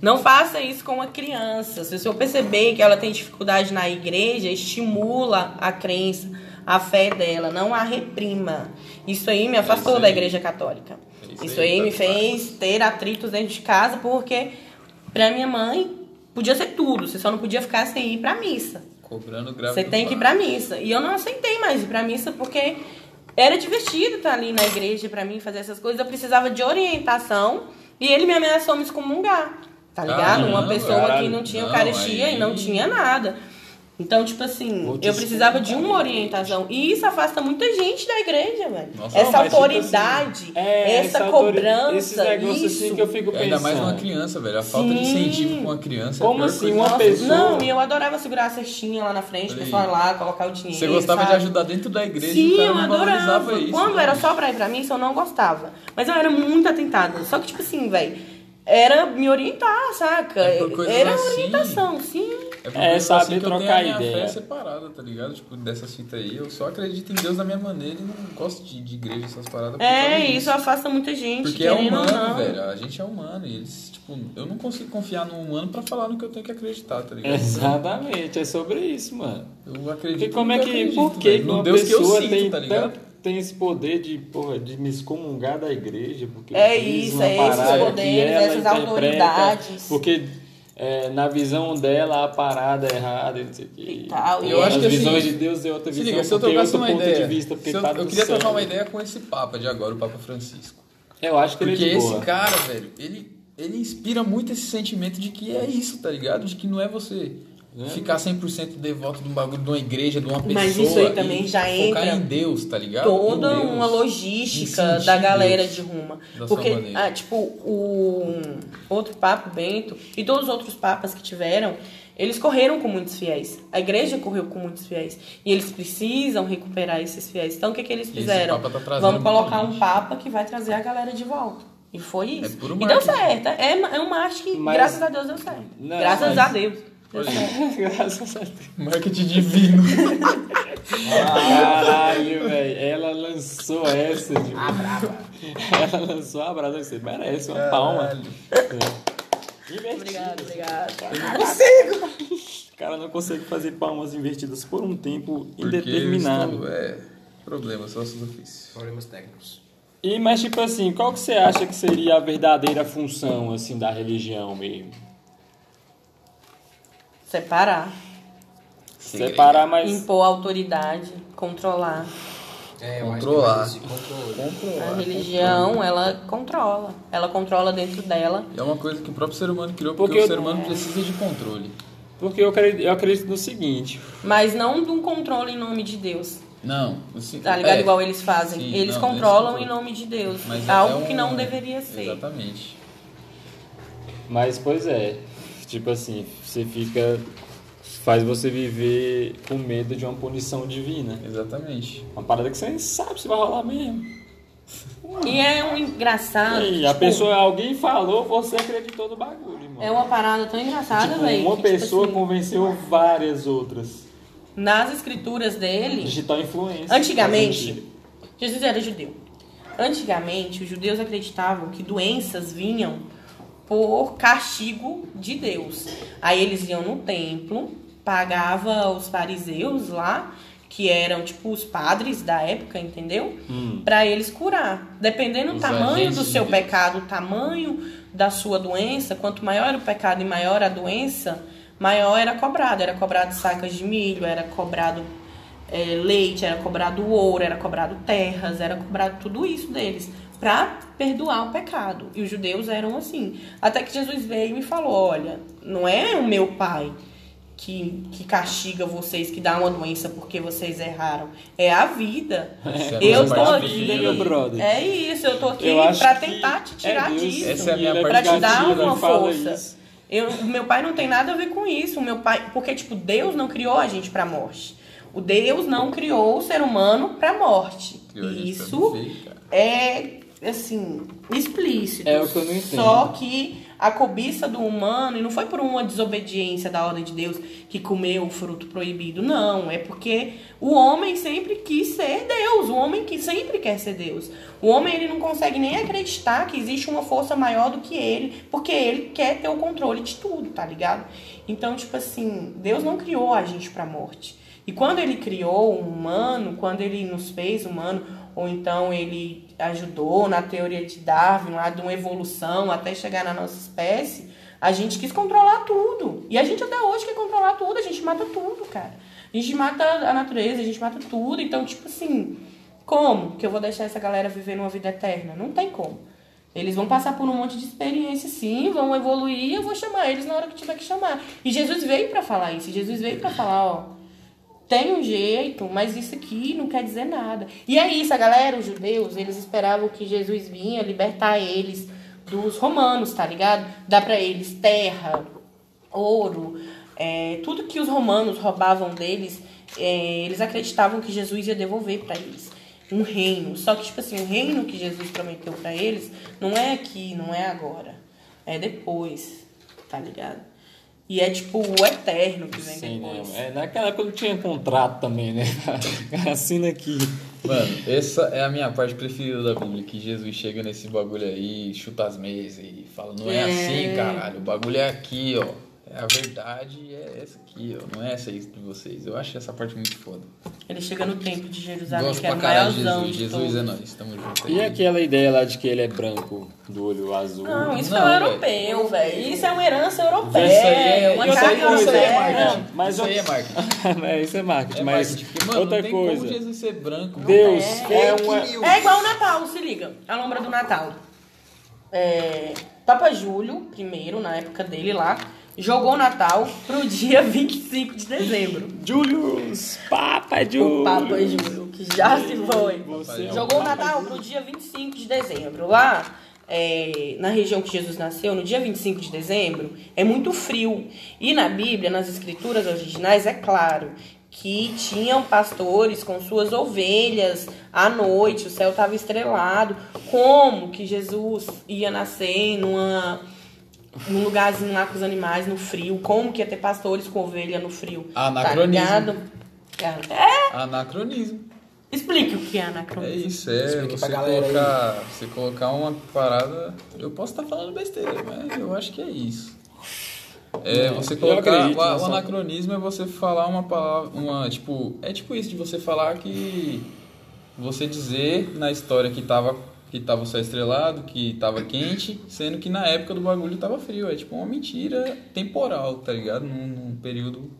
Speaker 3: não faça isso com uma criança. Se o senhor perceber que ela tem dificuldade na igreja, estimula a crença, a fé dela, não a reprima. Isso aí me afastou
Speaker 2: É isso aí.
Speaker 3: da igreja católica.
Speaker 2: É
Speaker 3: Isso,
Speaker 2: isso
Speaker 3: aí,
Speaker 2: aí,
Speaker 3: me
Speaker 2: Padre
Speaker 3: fez ter atritos dentro de casa, porque pra minha mãe podia ser tudo, você só não podia ficar sem ir pra missa.
Speaker 2: Cobrando grave.
Speaker 3: Você tem que ir pra missa. E eu não aceitei mais ir pra missa porque era divertido estar ali na igreja pra mim fazer essas coisas. Eu precisava de orientação e ele me ameaçou me excomungar. Tá ligado? Uma
Speaker 2: Caramba,
Speaker 3: pessoa que
Speaker 5: Ah, caralho.
Speaker 3: não tinha
Speaker 2: Não,
Speaker 3: Eucaristia
Speaker 2: aí-
Speaker 3: e não tinha nada. Então, tipo assim,
Speaker 5: Vou te
Speaker 3: eu precisava de uma orientação. E isso afasta muita gente da igreja, velho.
Speaker 2: Nossa,
Speaker 3: Essa
Speaker 5: Não, mas, tipo
Speaker 3: autoridade,
Speaker 5: assim, é,
Speaker 3: essa,
Speaker 5: autori-
Speaker 3: cobrança,
Speaker 5: Esses negócios
Speaker 3: isso.
Speaker 5: assim que eu fico pensando.
Speaker 2: Ainda mais uma criança, velho. A falta de
Speaker 3: Sim.
Speaker 2: incentivo com a criança. é a
Speaker 5: Como
Speaker 2: pior
Speaker 5: assim?
Speaker 2: coisa.
Speaker 5: Uma
Speaker 2: Nossa,
Speaker 5: pessoa-
Speaker 3: Não, e eu adorava segurar a cestinha lá na frente, o
Speaker 2: Olha aí.
Speaker 3: pessoal lá, colocar o dinheiro.
Speaker 2: Você gostava de
Speaker 3: sabe?
Speaker 2: ajudar dentro da igreja e o
Speaker 3: Sim,
Speaker 2: cara
Speaker 3: eu
Speaker 2: não valorizava
Speaker 3: adorava.
Speaker 2: isso.
Speaker 3: Quando
Speaker 2: né?
Speaker 3: era só pra ir pra missa, eu não gostava. Mas eu era muito atentada. Só que, tipo assim, velho, era me orientar, saca?
Speaker 2: É por coisas
Speaker 3: era
Speaker 2: assim.
Speaker 3: orientação, sim.
Speaker 2: É,
Speaker 5: É, saber
Speaker 2: que eu tenho
Speaker 5: trocar
Speaker 2: a minha
Speaker 5: ideia.
Speaker 2: fé separada, tá ligado? Tipo, dessas fitas aí. Eu só acredito em Deus da minha maneira e não gosto de, de igreja, essas paradas. por causa
Speaker 3: É,
Speaker 2: disso.
Speaker 3: isso afasta muita gente.
Speaker 2: Porque é
Speaker 3: querendo ou
Speaker 2: humano,
Speaker 3: não.
Speaker 2: velho. A gente é humano. E eles, tipo, eu não consigo confiar no humano pra falar no que eu tenho que acreditar, tá ligado?
Speaker 5: Exatamente, é sobre isso, mano.
Speaker 2: Eu acredito.
Speaker 5: Porque como
Speaker 2: no
Speaker 5: é
Speaker 2: eu
Speaker 5: que.
Speaker 2: acredito,
Speaker 5: Por que
Speaker 2: velho.
Speaker 5: que
Speaker 2: No
Speaker 5: uma
Speaker 2: Deus que eu
Speaker 5: pessoa
Speaker 2: sinto,
Speaker 5: tem,
Speaker 2: tá ligado?
Speaker 5: tanto- tem esse poder de, porra, de me excomungar da igreja? Porque
Speaker 3: É
Speaker 5: eu fiz
Speaker 3: isso,
Speaker 5: uma
Speaker 3: é esses
Speaker 5: parada que ela
Speaker 3: poderes, essas
Speaker 5: interpreta,
Speaker 3: autoridades.
Speaker 5: Porque é, na visão dela a parada é errada e não sei o quê.
Speaker 3: E tal,
Speaker 5: E
Speaker 3: e Eu
Speaker 5: as
Speaker 3: acho
Speaker 2: que, assim,
Speaker 5: visões de Deus é outra
Speaker 2: Se
Speaker 5: visão,
Speaker 2: liga, se eu
Speaker 5: porque é
Speaker 2: trocasse
Speaker 5: outro
Speaker 2: uma
Speaker 5: ponto
Speaker 2: ideia.
Speaker 5: de vista, porque
Speaker 2: se eu,
Speaker 5: tá
Speaker 2: eu
Speaker 5: do
Speaker 2: queria
Speaker 5: céu.
Speaker 2: trocar uma ideia com esse Papa de agora, o Papa Francisco.
Speaker 5: Eu acho que ele é
Speaker 2: Porque
Speaker 5: de
Speaker 2: esse
Speaker 5: boa.
Speaker 2: cara, velho, ele, ele inspira muito esse sentimento de que é isso, tá ligado? De que não é você ficar 100% devoto de um bagulho, de uma igreja, de uma pessoa.
Speaker 3: Mas isso aí também
Speaker 2: e
Speaker 3: já
Speaker 2: focar
Speaker 3: entra
Speaker 2: em Deus, tá ligado?
Speaker 3: toda
Speaker 2: Em Deus.
Speaker 3: uma logística
Speaker 2: Em
Speaker 3: da
Speaker 2: sentir
Speaker 3: galera
Speaker 2: Deus
Speaker 3: de Roma.
Speaker 2: da
Speaker 3: Porque,
Speaker 2: sua maneira.
Speaker 3: ah, tipo, o outro Papa, o Bento, e todos os outros papas que tiveram, eles correram com muitos fiéis. A igreja correu com muitos fiéis. E eles precisam recuperar esses fiéis. Então, o que, que eles
Speaker 2: esse
Speaker 3: fizeram?
Speaker 2: Papa tá trazendo
Speaker 3: Vamos
Speaker 2: muita
Speaker 3: colocar
Speaker 2: gente. É
Speaker 3: um Papa que vai trazer a galera de volta. E foi isso.
Speaker 2: puro
Speaker 3: e deu
Speaker 2: marketing.
Speaker 3: certo. É, ma- é um marketing que,
Speaker 5: Mas-
Speaker 3: graças a Deus, deu certo.
Speaker 5: Não,
Speaker 3: graças
Speaker 5: mas-
Speaker 3: a Deus. Deu
Speaker 2: Olha.
Speaker 3: certo.
Speaker 5: Graças a Deus.
Speaker 2: Marketing
Speaker 3: <laughs>
Speaker 2: divino.
Speaker 5: Caralho, velho. Ela lançou essa de.
Speaker 2: Ah,
Speaker 5: <laughs> Ela lançou a brasa. Você merece uma palma.
Speaker 2: Caralho.
Speaker 3: Obrigado, obrigado.
Speaker 5: O cara não consegue fazer palmas invertidas por um tempo
Speaker 2: Porque eu
Speaker 5: indeterminado.
Speaker 2: estou, é, problema, só do ofício.
Speaker 4: Problemas técnicos.
Speaker 5: E mas tipo assim, qual que você acha que seria a verdadeira função assim da religião mesmo?
Speaker 3: Separar.
Speaker 5: Separar mais
Speaker 3: Impor autoridade, controlar.
Speaker 4: É, eu acho que
Speaker 2: Controlar.
Speaker 4: vai esse controle.
Speaker 3: A religião, ela controla. Ela controla dentro dela.
Speaker 2: E é uma coisa que o próprio ser humano criou, porque,
Speaker 5: Porque
Speaker 2: o
Speaker 5: eu-
Speaker 2: ser humano precisa de controle.
Speaker 5: porque eu acredito, eu acredito no seguinte.
Speaker 3: Mas não de um controle em nome de Deus.
Speaker 2: Não, assim,
Speaker 3: Tá ligado?
Speaker 2: é,
Speaker 3: Igual eles fazem.
Speaker 2: Sim,
Speaker 3: eles
Speaker 2: não,
Speaker 3: controlam
Speaker 2: eles
Speaker 3: em nome de Deus.
Speaker 2: mas é
Speaker 3: algo
Speaker 2: um-
Speaker 3: que não deveria ser.
Speaker 2: Exatamente.
Speaker 5: Mas pois é, tipo assim, você fica faz você viver com medo de uma punição divina.
Speaker 2: Exatamente.
Speaker 5: Uma parada que você nem sabe se vai rolar mesmo.
Speaker 3: E é um engraçado.
Speaker 5: E a
Speaker 3: tipo,
Speaker 5: pessoa, alguém falou, você acreditou no bagulho, irmão.
Speaker 3: É uma parada tão engraçada,
Speaker 5: tipo,
Speaker 3: velho.
Speaker 5: uma
Speaker 3: que, tipo
Speaker 5: pessoa
Speaker 3: assim,
Speaker 5: convenceu várias outras.
Speaker 3: Nas escrituras dele,
Speaker 5: Digital influência.
Speaker 3: Antigamente, Jesus era judeu. Antigamente, os judeus acreditavam que doenças vinham por castigo de Deus. Aí eles iam no templo, pagava os fariseus lá, que eram tipo os padres da época, entendeu?
Speaker 5: Hum.
Speaker 3: Pra eles curar. Dependendo do
Speaker 2: Os
Speaker 3: tamanho
Speaker 2: agentes
Speaker 3: do
Speaker 2: de
Speaker 3: seu
Speaker 2: Deus.
Speaker 3: pecado, o tamanho da sua doença, quanto maior o pecado e maior a doença, maior era cobrado. Era cobrado sacas de milho, era cobrado é, leite, era cobrado ouro, era cobrado terras, era cobrado tudo isso deles pra perdoar o pecado. E os judeus eram assim. Até que Jesus veio e falou: olha, não é o meu pai que, que castiga vocês, que dá uma doença porque vocês erraram. É
Speaker 2: <laughs>
Speaker 3: a vida.
Speaker 2: Essa é a
Speaker 3: Eu
Speaker 2: nossa
Speaker 3: tô
Speaker 2: parte
Speaker 3: aqui.
Speaker 2: divina.
Speaker 5: meu brother.
Speaker 3: É isso, eu tô aqui
Speaker 5: Eu acho
Speaker 3: pra
Speaker 5: que
Speaker 3: tentar te
Speaker 5: é
Speaker 3: tirar
Speaker 5: Deus.
Speaker 3: disso.
Speaker 2: Essa é a minha
Speaker 5: Ele
Speaker 2: parte
Speaker 3: Pra te dar
Speaker 5: castiga,
Speaker 3: uma
Speaker 5: ele fala
Speaker 3: força.
Speaker 5: isso.
Speaker 3: Eu, o meu pai não tem nada a ver com isso. O meu pai, porque tipo, Deus não criou a gente pra morte. O Deus não criou o ser humano pra morte.
Speaker 2: Criou a gente pra
Speaker 3: isso
Speaker 2: viver, cara.
Speaker 3: é assim, explícito.
Speaker 5: É o que eu não entendo.
Speaker 3: Só que a cobiça do humano, e não foi por uma desobediência da ordem de Deus que comeu o fruto proibido, não. É porque o homem sempre quis ser Deus, o homem que sempre quer ser Deus. O homem ele não consegue nem acreditar que existe uma força maior do que ele, porque ele quer ter o controle de tudo, tá ligado? Então, tipo assim, Deus não criou a gente pra morte. E quando ele criou o humano, quando ele nos fez humano, ou então ele ajudou na teoria de Darwin, lá de uma evolução até chegar na nossa espécie, a gente quis controlar tudo. E a gente até hoje quer controlar tudo, a gente mata tudo, cara. A gente mata a natureza, a gente mata tudo. Então, tipo assim, como que eu vou deixar essa galera viver numa vida eterna? Não tem como. Eles vão passar por um monte de experiência, sim, vão evoluir, eu vou chamar eles na hora que tiver que chamar. E Jesus veio pra falar isso, Jesus veio pra falar, ó, tem um jeito, mas isso aqui não quer dizer nada. E é isso, a galera, os judeus, eles esperavam que Jesus vinha libertar eles dos romanos, tá ligado? Dar pra eles terra, ouro, é, tudo que os romanos roubavam deles, é, eles acreditavam que Jesus ia devolver pra eles um reino. Só que, tipo assim, o reino que Jesus prometeu pra eles não é aqui, não é agora. É depois, tá ligado? E é tipo o eterno que vem
Speaker 5: Sim, né?
Speaker 3: depois.
Speaker 5: É, naquela época não tinha contrato também, né? Assina aqui.
Speaker 2: Mano, essa é a minha parte preferida da Bíblia, que Jesus chega nesse bagulho aí, chuta as meias e fala, não é, assim, caralho, o bagulho é aqui, ó. É, a verdade é essa aqui, ó. Não é essa aí de vocês. Eu acho essa parte muito foda.
Speaker 3: Ele chega no templo de Jerusalém,
Speaker 2: Gosto
Speaker 3: que é
Speaker 2: pra
Speaker 3: o
Speaker 2: caralho de
Speaker 3: maiorzão
Speaker 2: Jesus.
Speaker 3: de
Speaker 2: Jesus é
Speaker 3: todos.
Speaker 2: nóis. Tamo junto aí.
Speaker 5: E aquela ideia lá de que ele é branco, do olho azul.
Speaker 3: Não, isso
Speaker 2: Não,
Speaker 3: é
Speaker 2: velho.
Speaker 3: europeu, velho. Isso é uma herança europeia.
Speaker 5: Isso aí é-
Speaker 3: uma
Speaker 5: isso
Speaker 3: carga
Speaker 5: aí- isso aí é
Speaker 3: europeia.
Speaker 5: marketing. Mas
Speaker 2: isso aí é marketing.
Speaker 5: <laughs> É, isso é marketing,
Speaker 2: É
Speaker 5: mas
Speaker 2: marketing, porque, mano,
Speaker 5: outra
Speaker 2: não tem
Speaker 5: coisa.
Speaker 2: como Jesus ser branco.
Speaker 5: Deus
Speaker 3: Não
Speaker 5: é,
Speaker 4: Fake
Speaker 5: uma.
Speaker 4: news.
Speaker 3: É igual o Natal, se liga. A lombra do Natal. É, Papa Júlio, primeiro, na época dele lá, jogou o Natal pro dia <laughs> 25 de dezembro.
Speaker 5: Julius! Papa é Julius!
Speaker 3: O Papa é Júlio, que já se foi.
Speaker 5: Você
Speaker 2: um
Speaker 5: é o
Speaker 3: Jogou o
Speaker 5: Papa
Speaker 3: Natal pro dia 25 de dezembro. Lá, é, na região que Jesus nasceu, no dia 25 de dezembro, é muito frio. E na Bíblia, nas escrituras originais, é claro que tinham pastores com suas ovelhas à noite, o céu estava estrelado. Como que Jesus ia nascer numa, num lugarzinho lá com os animais no frio? Como que ia ter pastores com ovelha no frio?
Speaker 2: Anacronismo.
Speaker 3: Tá ligado? É,
Speaker 2: um Anacronismo.
Speaker 3: explique o que é
Speaker 2: É
Speaker 3: anacronismo.
Speaker 2: isso, é.
Speaker 4: Explica pra
Speaker 2: Você
Speaker 4: galera aí.
Speaker 2: colocar, você colocar uma parada. Eu posso estar falando besteira, mas eu acho que é isso. É, você colocar.
Speaker 5: acredito
Speaker 2: o, o
Speaker 5: nessa-
Speaker 2: anacronismo é você falar uma palavra. Uma, tipo, é tipo isso, de você falar que. Você dizer na história que tava, que tava só estrelado, que tava quente, sendo que na época do bagulho tava frio. É tipo uma mentira temporal, tá ligado? Num, num período.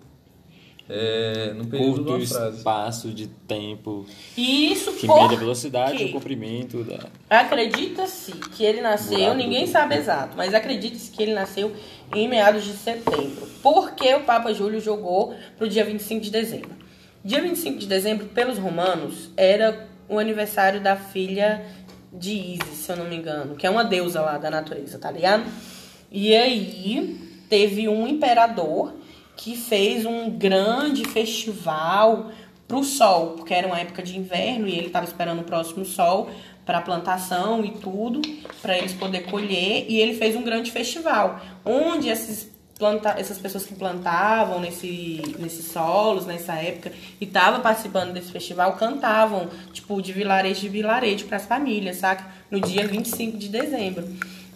Speaker 2: É, num período de
Speaker 5: curto
Speaker 2: uma frase.
Speaker 5: espaço de tempo
Speaker 3: E isso
Speaker 5: que
Speaker 3: por
Speaker 5: mede a velocidade
Speaker 3: quê?
Speaker 5: e o comprimento da.
Speaker 3: Acredita-se que ele nasceu,
Speaker 5: Buraco
Speaker 3: ninguém
Speaker 5: do-
Speaker 3: sabe exato, mas acredita-se que ele nasceu em meados de setembro. Porque o Papa Júlio jogou pro dia 25 de dezembro. Dia 25 de dezembro, pelos romanos, era o aniversário da filha de Isis, se eu não me engano, que é uma deusa lá da natureza, tá ligado? E aí teve um imperador que fez um grande festival pro sol, porque era uma época de inverno e ele estava esperando o próximo sol para plantação e tudo, para eles poder colher, e ele fez um grande festival, onde esses planta essas pessoas que plantavam nesse, nesses solos, nessa época, e estavam participando desse festival, cantavam, tipo, de vilarejo de vilarejo para as famílias, saca? No dia 25 de dezembro.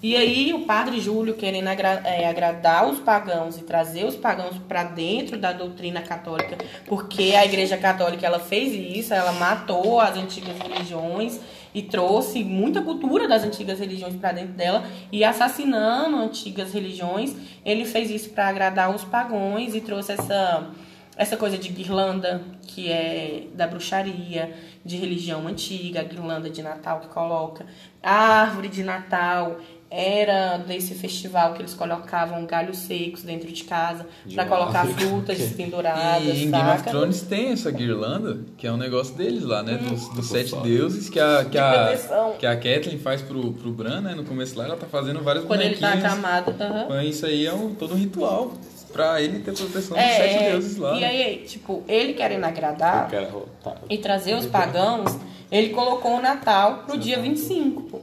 Speaker 3: E aí o padre Júlio querendo agra- eh, agradar os pagãos e trazer os pagãos para dentro da doutrina católica, porque a Igreja Católica ela fez isso, ela matou as antigas religiões e trouxe muita cultura das antigas religiões para dentro dela e assassinando antigas religiões, ele fez isso para agradar os pagões e trouxe essa essa coisa de guirlanda que é da bruxaria, de religião antiga, a guirlanda de Natal que coloca, a árvore de Natal era desse festival que eles colocavam galhos secos dentro de casa
Speaker 5: De
Speaker 3: pra
Speaker 5: uma
Speaker 3: colocar
Speaker 5: árvore.
Speaker 3: frutas penduradas,
Speaker 2: E em Game of
Speaker 3: saca?
Speaker 2: Thrones tem essa guirlanda, que é um negócio deles lá, né? Dos, dos sete
Speaker 5: foda.
Speaker 2: deuses que a, que, a,
Speaker 3: proteção.
Speaker 2: que a Kathleen faz pro, pro Bran, né? No começo lá, ela tá fazendo vários
Speaker 3: Quando ele tá
Speaker 2: bonequinhos.
Speaker 3: acamado. aham.
Speaker 2: Mas isso aí é um, todo um ritual pra ele ter proteção dos
Speaker 3: É,
Speaker 2: sete
Speaker 3: é.
Speaker 2: deuses lá.
Speaker 3: E
Speaker 2: né?
Speaker 3: aí, tipo, ele querendo agradar
Speaker 5: O cara ro- tá.
Speaker 3: e trazer os pagãos, ele colocou o Natal pro
Speaker 2: tá.
Speaker 3: dia 25, pô.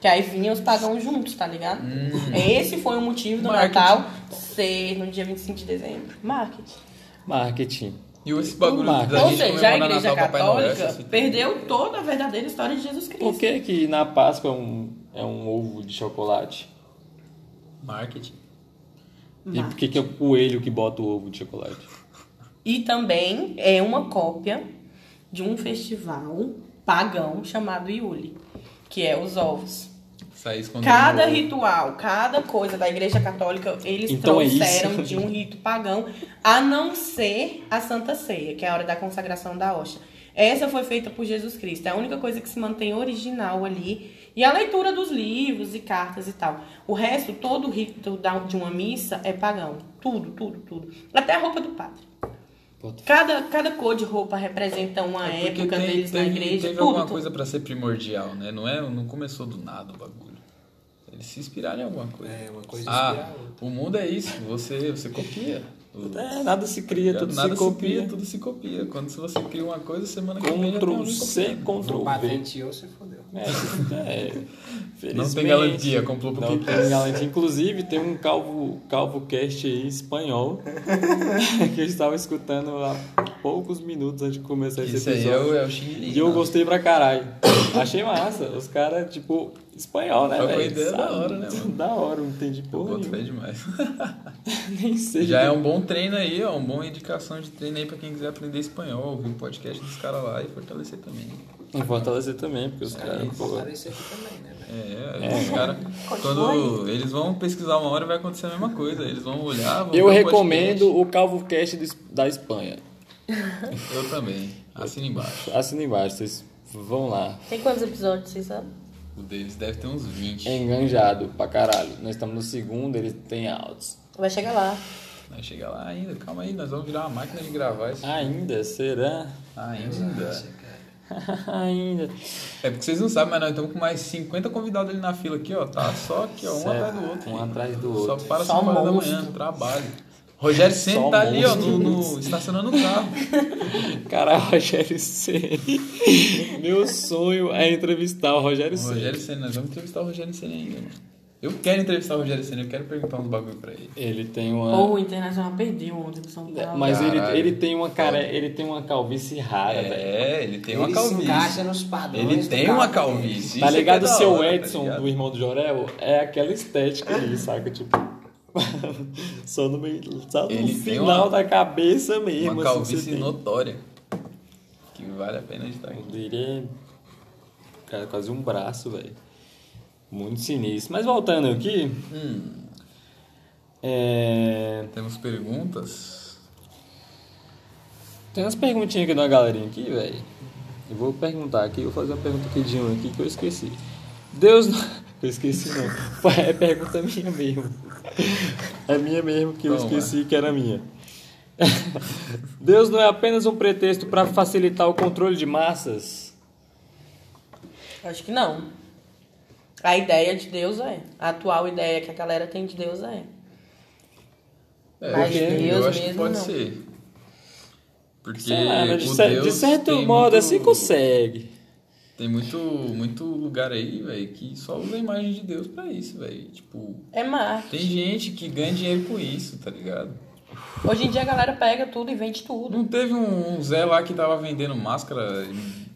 Speaker 3: Que aí vinham os pagãos juntos, tá ligado?
Speaker 2: Hum.
Speaker 3: Esse foi o motivo do
Speaker 2: Marketing.
Speaker 3: Natal ser no dia 25 de dezembro. Marketing.
Speaker 5: Marketing.
Speaker 2: E esse bagulho
Speaker 5: Marca.
Speaker 2: da
Speaker 3: Ou
Speaker 2: gente
Speaker 3: seja, a
Speaker 2: comemorar
Speaker 3: Igreja
Speaker 2: Natal, Papai Noel,
Speaker 3: Católica
Speaker 2: essas fitas.
Speaker 3: perdeu toda a verdadeira história de Jesus Cristo.
Speaker 5: Por que que na Páscoa é um, é um ovo de chocolate?
Speaker 2: Marketing.
Speaker 5: E por que que é o coelho que bota o ovo de chocolate?
Speaker 3: E também é uma cópia de um festival pagão chamado Yule, que é os ovos.
Speaker 2: Sair escondendo.
Speaker 3: Cada
Speaker 2: o-
Speaker 3: ritual, cada coisa da Igreja Católica, eles
Speaker 5: Então é isso.
Speaker 3: trouxeram de um rito pagão, a não ser a Santa Ceia, que é a hora da consagração da hosta. Essa foi feita por Jesus Cristo, é a única coisa que se mantém original ali. E a leitura dos livros e cartas e tal. O resto, todo o rito da- de uma missa é pagão. Tudo, tudo, tudo. Até a roupa do padre. Cada, cada cor de roupa representa uma
Speaker 2: É porque
Speaker 3: época
Speaker 2: tem-
Speaker 3: deles
Speaker 2: teve,
Speaker 3: na igreja.
Speaker 2: Teve
Speaker 3: tudo,
Speaker 2: alguma
Speaker 3: tudo.
Speaker 2: coisa pra ser primordial, né? Não, é, não começou do nada o bagulho. Eles se inspiraram em alguma coisa.
Speaker 4: É, uma coisa
Speaker 2: Ah,
Speaker 4: inspiral.
Speaker 2: o mundo é isso, você, você copia. O-
Speaker 5: É, nada se cria, tudo
Speaker 2: Nada
Speaker 5: se copia.
Speaker 2: tudo se copia. Quando se você cria uma coisa, semana que vem já tem
Speaker 5: Ctrl
Speaker 2: alguém
Speaker 5: C,
Speaker 2: copiando.
Speaker 5: Ctrl
Speaker 4: Não
Speaker 5: V.
Speaker 4: patenteou, você fodeu.
Speaker 5: É, é,
Speaker 2: Não tem
Speaker 5: felizmente,
Speaker 2: garantia, comprou pro
Speaker 5: Não
Speaker 2: Pipica.
Speaker 5: tem garantia. Inclusive, tem um calvo, calvo cast aí, espanhol <laughs> que eu estava escutando há poucos minutos antes de começar esse
Speaker 2: Isso aí é
Speaker 5: episódio.
Speaker 2: o, é o xing-ling,
Speaker 5: E eu
Speaker 2: mano.
Speaker 5: gostei pra caralho. Achei massa. Os caras, tipo, espanhol, né,
Speaker 2: Trocou
Speaker 5: velho?
Speaker 2: ideia da
Speaker 5: Sabe?
Speaker 2: hora, né, mano?
Speaker 5: Da hora, não entendi
Speaker 2: Eu
Speaker 5: porra
Speaker 2: boto fé
Speaker 5: nenhuma. <laughs>
Speaker 2: demais.
Speaker 5: Nem sei.
Speaker 2: Já é um bom treino aí, ó. Uma boa indicação de treino aí pra quem quiser aprender espanhol, ouvir o podcast dos caras lá e fortalecer também.
Speaker 5: Em Fortaleza também, porque os
Speaker 2: um
Speaker 5: caras, pô...
Speaker 4: Apareceu aqui também, né? velho?
Speaker 2: É, é, os caras, quando eles vão pesquisar uma hora, vai acontecer a mesma coisa. Eles vão olhar, vão
Speaker 5: Eu
Speaker 2: ver um o
Speaker 5: recomendo o calvo cast do es- da Espanha.
Speaker 2: podcast. Eu também. Assina embaixo.
Speaker 5: Assina embaixo, vocês vão lá.
Speaker 3: Tem quantos episódios, vocês sabem?
Speaker 2: O Davis deve ter uns 20.
Speaker 5: É enganjado pra caralho. Nós estamos no segundo, ele tem altos.
Speaker 3: Vai chegar lá.
Speaker 2: Nós chega lá ainda, calma aí, nós vamos virar uma máquina de gravar isso.
Speaker 5: Ainda? Será? <laughs>
Speaker 2: Ainda.
Speaker 5: Ainda.
Speaker 2: É porque vocês não sabem, mas nós estamos com mais 50 convidados ali na fila aqui, ó. Tá só aqui, ó, um
Speaker 5: Certo.
Speaker 2: atrás do outro.
Speaker 5: Um
Speaker 2: aqui.
Speaker 5: atrás do outro.
Speaker 2: Só para
Speaker 3: Só
Speaker 2: 5 horas da
Speaker 3: monstro.
Speaker 2: manhã, trabalho. Rogério sempre
Speaker 5: Só
Speaker 2: tá ali, ó, no,
Speaker 5: monstro.
Speaker 2: no- estacionando o carro.
Speaker 5: Cara, Rogério Senna. Meu sonho é entrevistar o Rogério
Speaker 2: O
Speaker 5: Senna.
Speaker 2: Rogério Senna, nós vamos entrevistar o Rogério Senna ainda, mano. Eu quero entrevistar o Rogério Senna, eu quero perguntar uns bagulho pra ele.
Speaker 5: Ele tem
Speaker 2: Ah.
Speaker 5: uma.
Speaker 3: Ou o Internacional perdeu ontem pro São
Speaker 2: É,
Speaker 3: Paulo.
Speaker 5: Mas ele,
Speaker 2: Caralho.
Speaker 5: ele tem uma cara. Ele tem uma calvície rara, velho.
Speaker 2: É, ele tem uma
Speaker 4: Ele se
Speaker 2: calvície.
Speaker 4: encaixa nos padrões.
Speaker 2: Ele
Speaker 4: do
Speaker 2: tem
Speaker 4: carro
Speaker 2: uma
Speaker 4: dele.
Speaker 2: calvície.
Speaker 5: Tá
Speaker 2: isso é que é
Speaker 5: ligado o
Speaker 2: da
Speaker 5: seu
Speaker 2: hora, tá
Speaker 5: Edson
Speaker 2: ligado?
Speaker 5: do irmão do Jorel? É aquela estética ali, saca? Tipo. <laughs> só no meio. Só no
Speaker 2: Ele tem
Speaker 5: final
Speaker 2: uma-
Speaker 5: da cabeça mesmo. assim, você
Speaker 2: Uma calvície
Speaker 5: tem.
Speaker 2: notória. Que vale a pena de estar aqui.
Speaker 5: O dele é. Cara, quase um braço, velho. Muito sinistro. Mas voltando aqui.
Speaker 2: Hum.
Speaker 5: É...
Speaker 2: Temos perguntas?
Speaker 5: Tem umas perguntinhas aqui da galerinha aqui, velho. Eu vou perguntar aqui, eu vou fazer uma pergunta aqui de um aqui que eu esqueci. Deus não. <laughs> Eu esqueci não. Foi- É pergunta minha mesmo. É minha mesmo que eu
Speaker 2: Toma.
Speaker 5: esqueci que era minha. Deus não é apenas um pretexto para facilitar o controle de massas?
Speaker 3: Acho que não. A ideia de Deus é. A atual ideia que a galera tem de Deus é.
Speaker 2: É,
Speaker 3: Mas
Speaker 2: eu acho que- eu
Speaker 3: Deus
Speaker 2: acho que
Speaker 3: mesmo
Speaker 2: pode
Speaker 3: não.
Speaker 2: ser. Porque
Speaker 5: Sei lá, mas de,
Speaker 2: É, o
Speaker 5: cer- de
Speaker 2: Deus
Speaker 5: certo
Speaker 2: tem
Speaker 5: modo
Speaker 2: muito-
Speaker 5: assim consegue. <laughs>
Speaker 2: Tem muito, muito lugar aí, velho, que só usa a imagem de Deus pra isso, velho. Tipo,
Speaker 3: É mar.
Speaker 2: tem gente que ganha dinheiro com isso, tá ligado?
Speaker 3: Hoje em dia a galera pega tudo e vende tudo.
Speaker 2: Não teve um, um Zé lá que tava vendendo máscara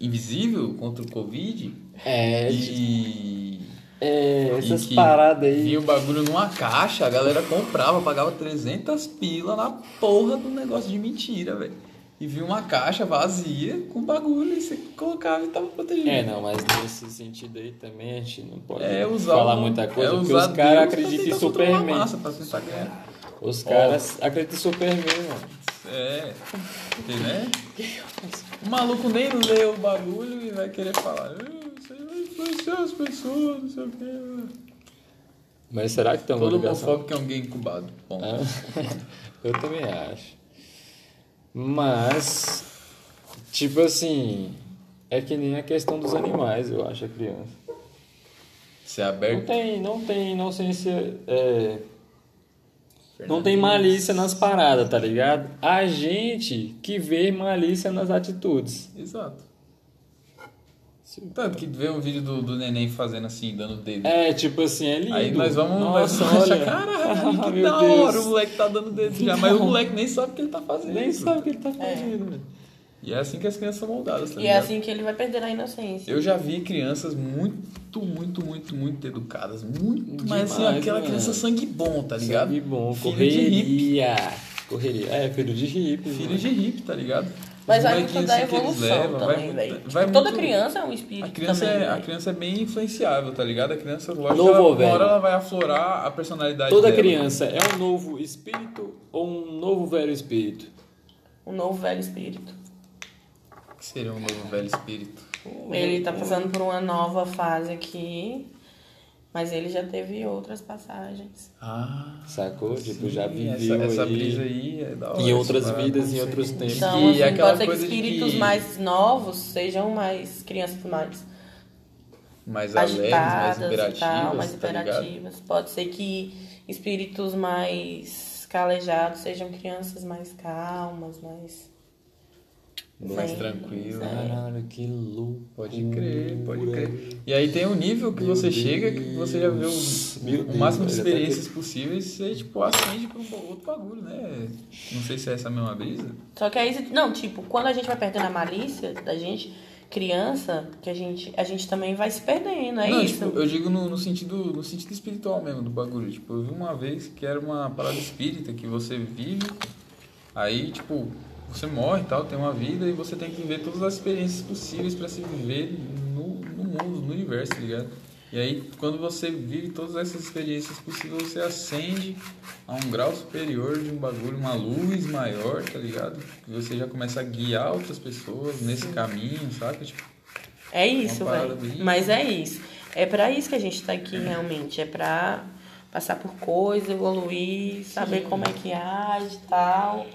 Speaker 2: invisível contra o Covid?
Speaker 5: É,
Speaker 2: E.
Speaker 5: é
Speaker 2: e
Speaker 5: essas
Speaker 2: que
Speaker 5: paradas aí.
Speaker 2: Vinha o bagulho numa caixa, a galera comprava, pagava 300 pila na porra do negócio de mentira, velho. E vinha uma caixa vazia com bagulho e você colocava e tava protegido.
Speaker 5: É, não, mas nesse sentido aí também a gente não pode
Speaker 2: É usar
Speaker 5: falar
Speaker 2: o-
Speaker 5: muita coisa,
Speaker 2: é
Speaker 5: porque
Speaker 2: usar
Speaker 5: os caras
Speaker 2: Deus pra
Speaker 5: acreditam em
Speaker 2: tentar controlar a
Speaker 5: Superman.
Speaker 2: Massa, pra tentar ganhar.
Speaker 5: Os caras acreditam em Superman, mano.
Speaker 2: É, tem, né? O maluco nem lê o bagulho e vai querer falar. "Ah, Isso aí vai influenciar as pessoas, não sei o que.
Speaker 5: Mas será que tem uma
Speaker 2: Todo
Speaker 5: Tá ligação?
Speaker 2: homofóbico é um gay incubado. Ponto.
Speaker 5: Ah, <laughs> Eu também acho. Mas, tipo assim, é que nem a questão dos animais, eu acho, a criança.
Speaker 2: Você é
Speaker 5: Não
Speaker 2: aberto.
Speaker 5: tem, não tem inocência. é, Não tem malícia nas paradas, tá ligado? A gente que vê malícia nas atitudes.
Speaker 2: Exato.
Speaker 5: Sim.
Speaker 2: Tanto que vê um vídeo do, do neném fazendo assim, dando dedo.
Speaker 5: É, tipo assim, é lindo.
Speaker 2: Aí nós vamos,
Speaker 5: Nossa,
Speaker 2: nós vamos
Speaker 5: olha. <laughs>
Speaker 2: achar, caralho, que
Speaker 5: Meu
Speaker 2: da
Speaker 5: Deus.
Speaker 2: hora, o moleque tá dando dedo já, mas o moleque nem sabe o que ele tá fazendo.
Speaker 5: Nem sabe o que ele tá fazendo, velho.
Speaker 2: E é assim que as crianças são moldadas, tá
Speaker 3: E é
Speaker 2: ligado?
Speaker 3: assim que ele vai perder a inocência.
Speaker 2: Eu já vi crianças muito, muito, muito, muito educadas. Muito, mas assim,
Speaker 5: Demais,
Speaker 2: aquela
Speaker 5: né?
Speaker 2: criança sangue bom, tá ligado?
Speaker 3: né?
Speaker 5: Sangue bom,
Speaker 2: Filho de hippie.
Speaker 5: correria. Correria. É, filho de hippie.
Speaker 2: Filho de hippie, tá ligado?
Speaker 3: Mas
Speaker 2: Os
Speaker 3: vai muito
Speaker 2: molequinhos,
Speaker 3: da
Speaker 2: assim, que eles
Speaker 3: evolução
Speaker 2: levam,
Speaker 3: também,
Speaker 2: vai muito-
Speaker 3: velho.
Speaker 2: vai
Speaker 3: Tipo, Toda
Speaker 2: muito-
Speaker 3: criança é um
Speaker 2: A
Speaker 3: espírito
Speaker 2: criança,
Speaker 3: também,
Speaker 2: é, a
Speaker 3: véi.
Speaker 2: criança é bem influenciável, tá ligado? A criança, lógico,
Speaker 5: Novo
Speaker 2: ela, uma
Speaker 5: velho.
Speaker 2: hora ela vai aflorar a personalidade
Speaker 5: Toda
Speaker 2: dela.
Speaker 5: criança é um novo espírito ou um novo velho espírito?
Speaker 3: Um novo velho espírito.
Speaker 2: O que seria um novo velho espírito?
Speaker 3: Ele tá passando por uma nova fase aqui, mas ele já teve outras passagens.
Speaker 2: Ah,
Speaker 5: Sacou? Tipo, já
Speaker 2: sim,
Speaker 5: viveu
Speaker 2: essa, essa
Speaker 5: aí
Speaker 2: brisa aí é da hora. né?
Speaker 5: em outras
Speaker 2: essa parada.
Speaker 5: vidas, em outros tempos.
Speaker 3: Então,
Speaker 2: E
Speaker 3: assim,
Speaker 2: aquela
Speaker 3: pode ser que
Speaker 2: coisa de
Speaker 3: espíritos
Speaker 2: que-
Speaker 3: mais novos sejam mais crianças mais
Speaker 2: Mais alegres, mais
Speaker 3: agitadas e
Speaker 2: imperativas,
Speaker 3: tal, mais
Speaker 2: tá ligado?
Speaker 3: imperativas. pode ser que espíritos mais calejados sejam crianças mais calmas, mais
Speaker 2: mais tranquilo. né?
Speaker 3: né?
Speaker 4: Caralho, que louco.
Speaker 2: Pode crer, pode crer. E aí tem um nível que você chega, que você já vê
Speaker 4: Meu
Speaker 2: o, o
Speaker 4: Deus,
Speaker 2: máximo de
Speaker 4: eu já tô aqui.
Speaker 2: experiências possíveis e tipo acende pra um outro bagulho, né? Não sei se é essa a mesma brisa.
Speaker 3: Só que aí, se- não, tipo, quando a gente vai perdendo a malícia da gente, criança, que a gente, a gente também vai se perdendo, é
Speaker 2: não,
Speaker 3: isso.
Speaker 2: tipo, eu digo no, no sentido, no sentido espiritual mesmo do bagulho. Tipo, eu vi uma vez que era uma parada espírita que você vive, aí, tipo, você morre e tal, tem uma vida e você tem que viver todas as experiências possíveis pra se viver no, no mundo, no universo, tá ligado? E aí, quando você vive todas essas experiências possíveis, você ascende a um grau superior de um bagulho, uma luz maior, tá ligado? E você já começa a guiar outras pessoas nesse caminho, saca? Tipo,
Speaker 3: É isso,
Speaker 2: Uma parada
Speaker 3: velho.
Speaker 2: bem-
Speaker 3: Mas é isso. É pra isso que a gente tá aqui realmente. É pra passar por coisa, evoluir, saber como é que age e tal.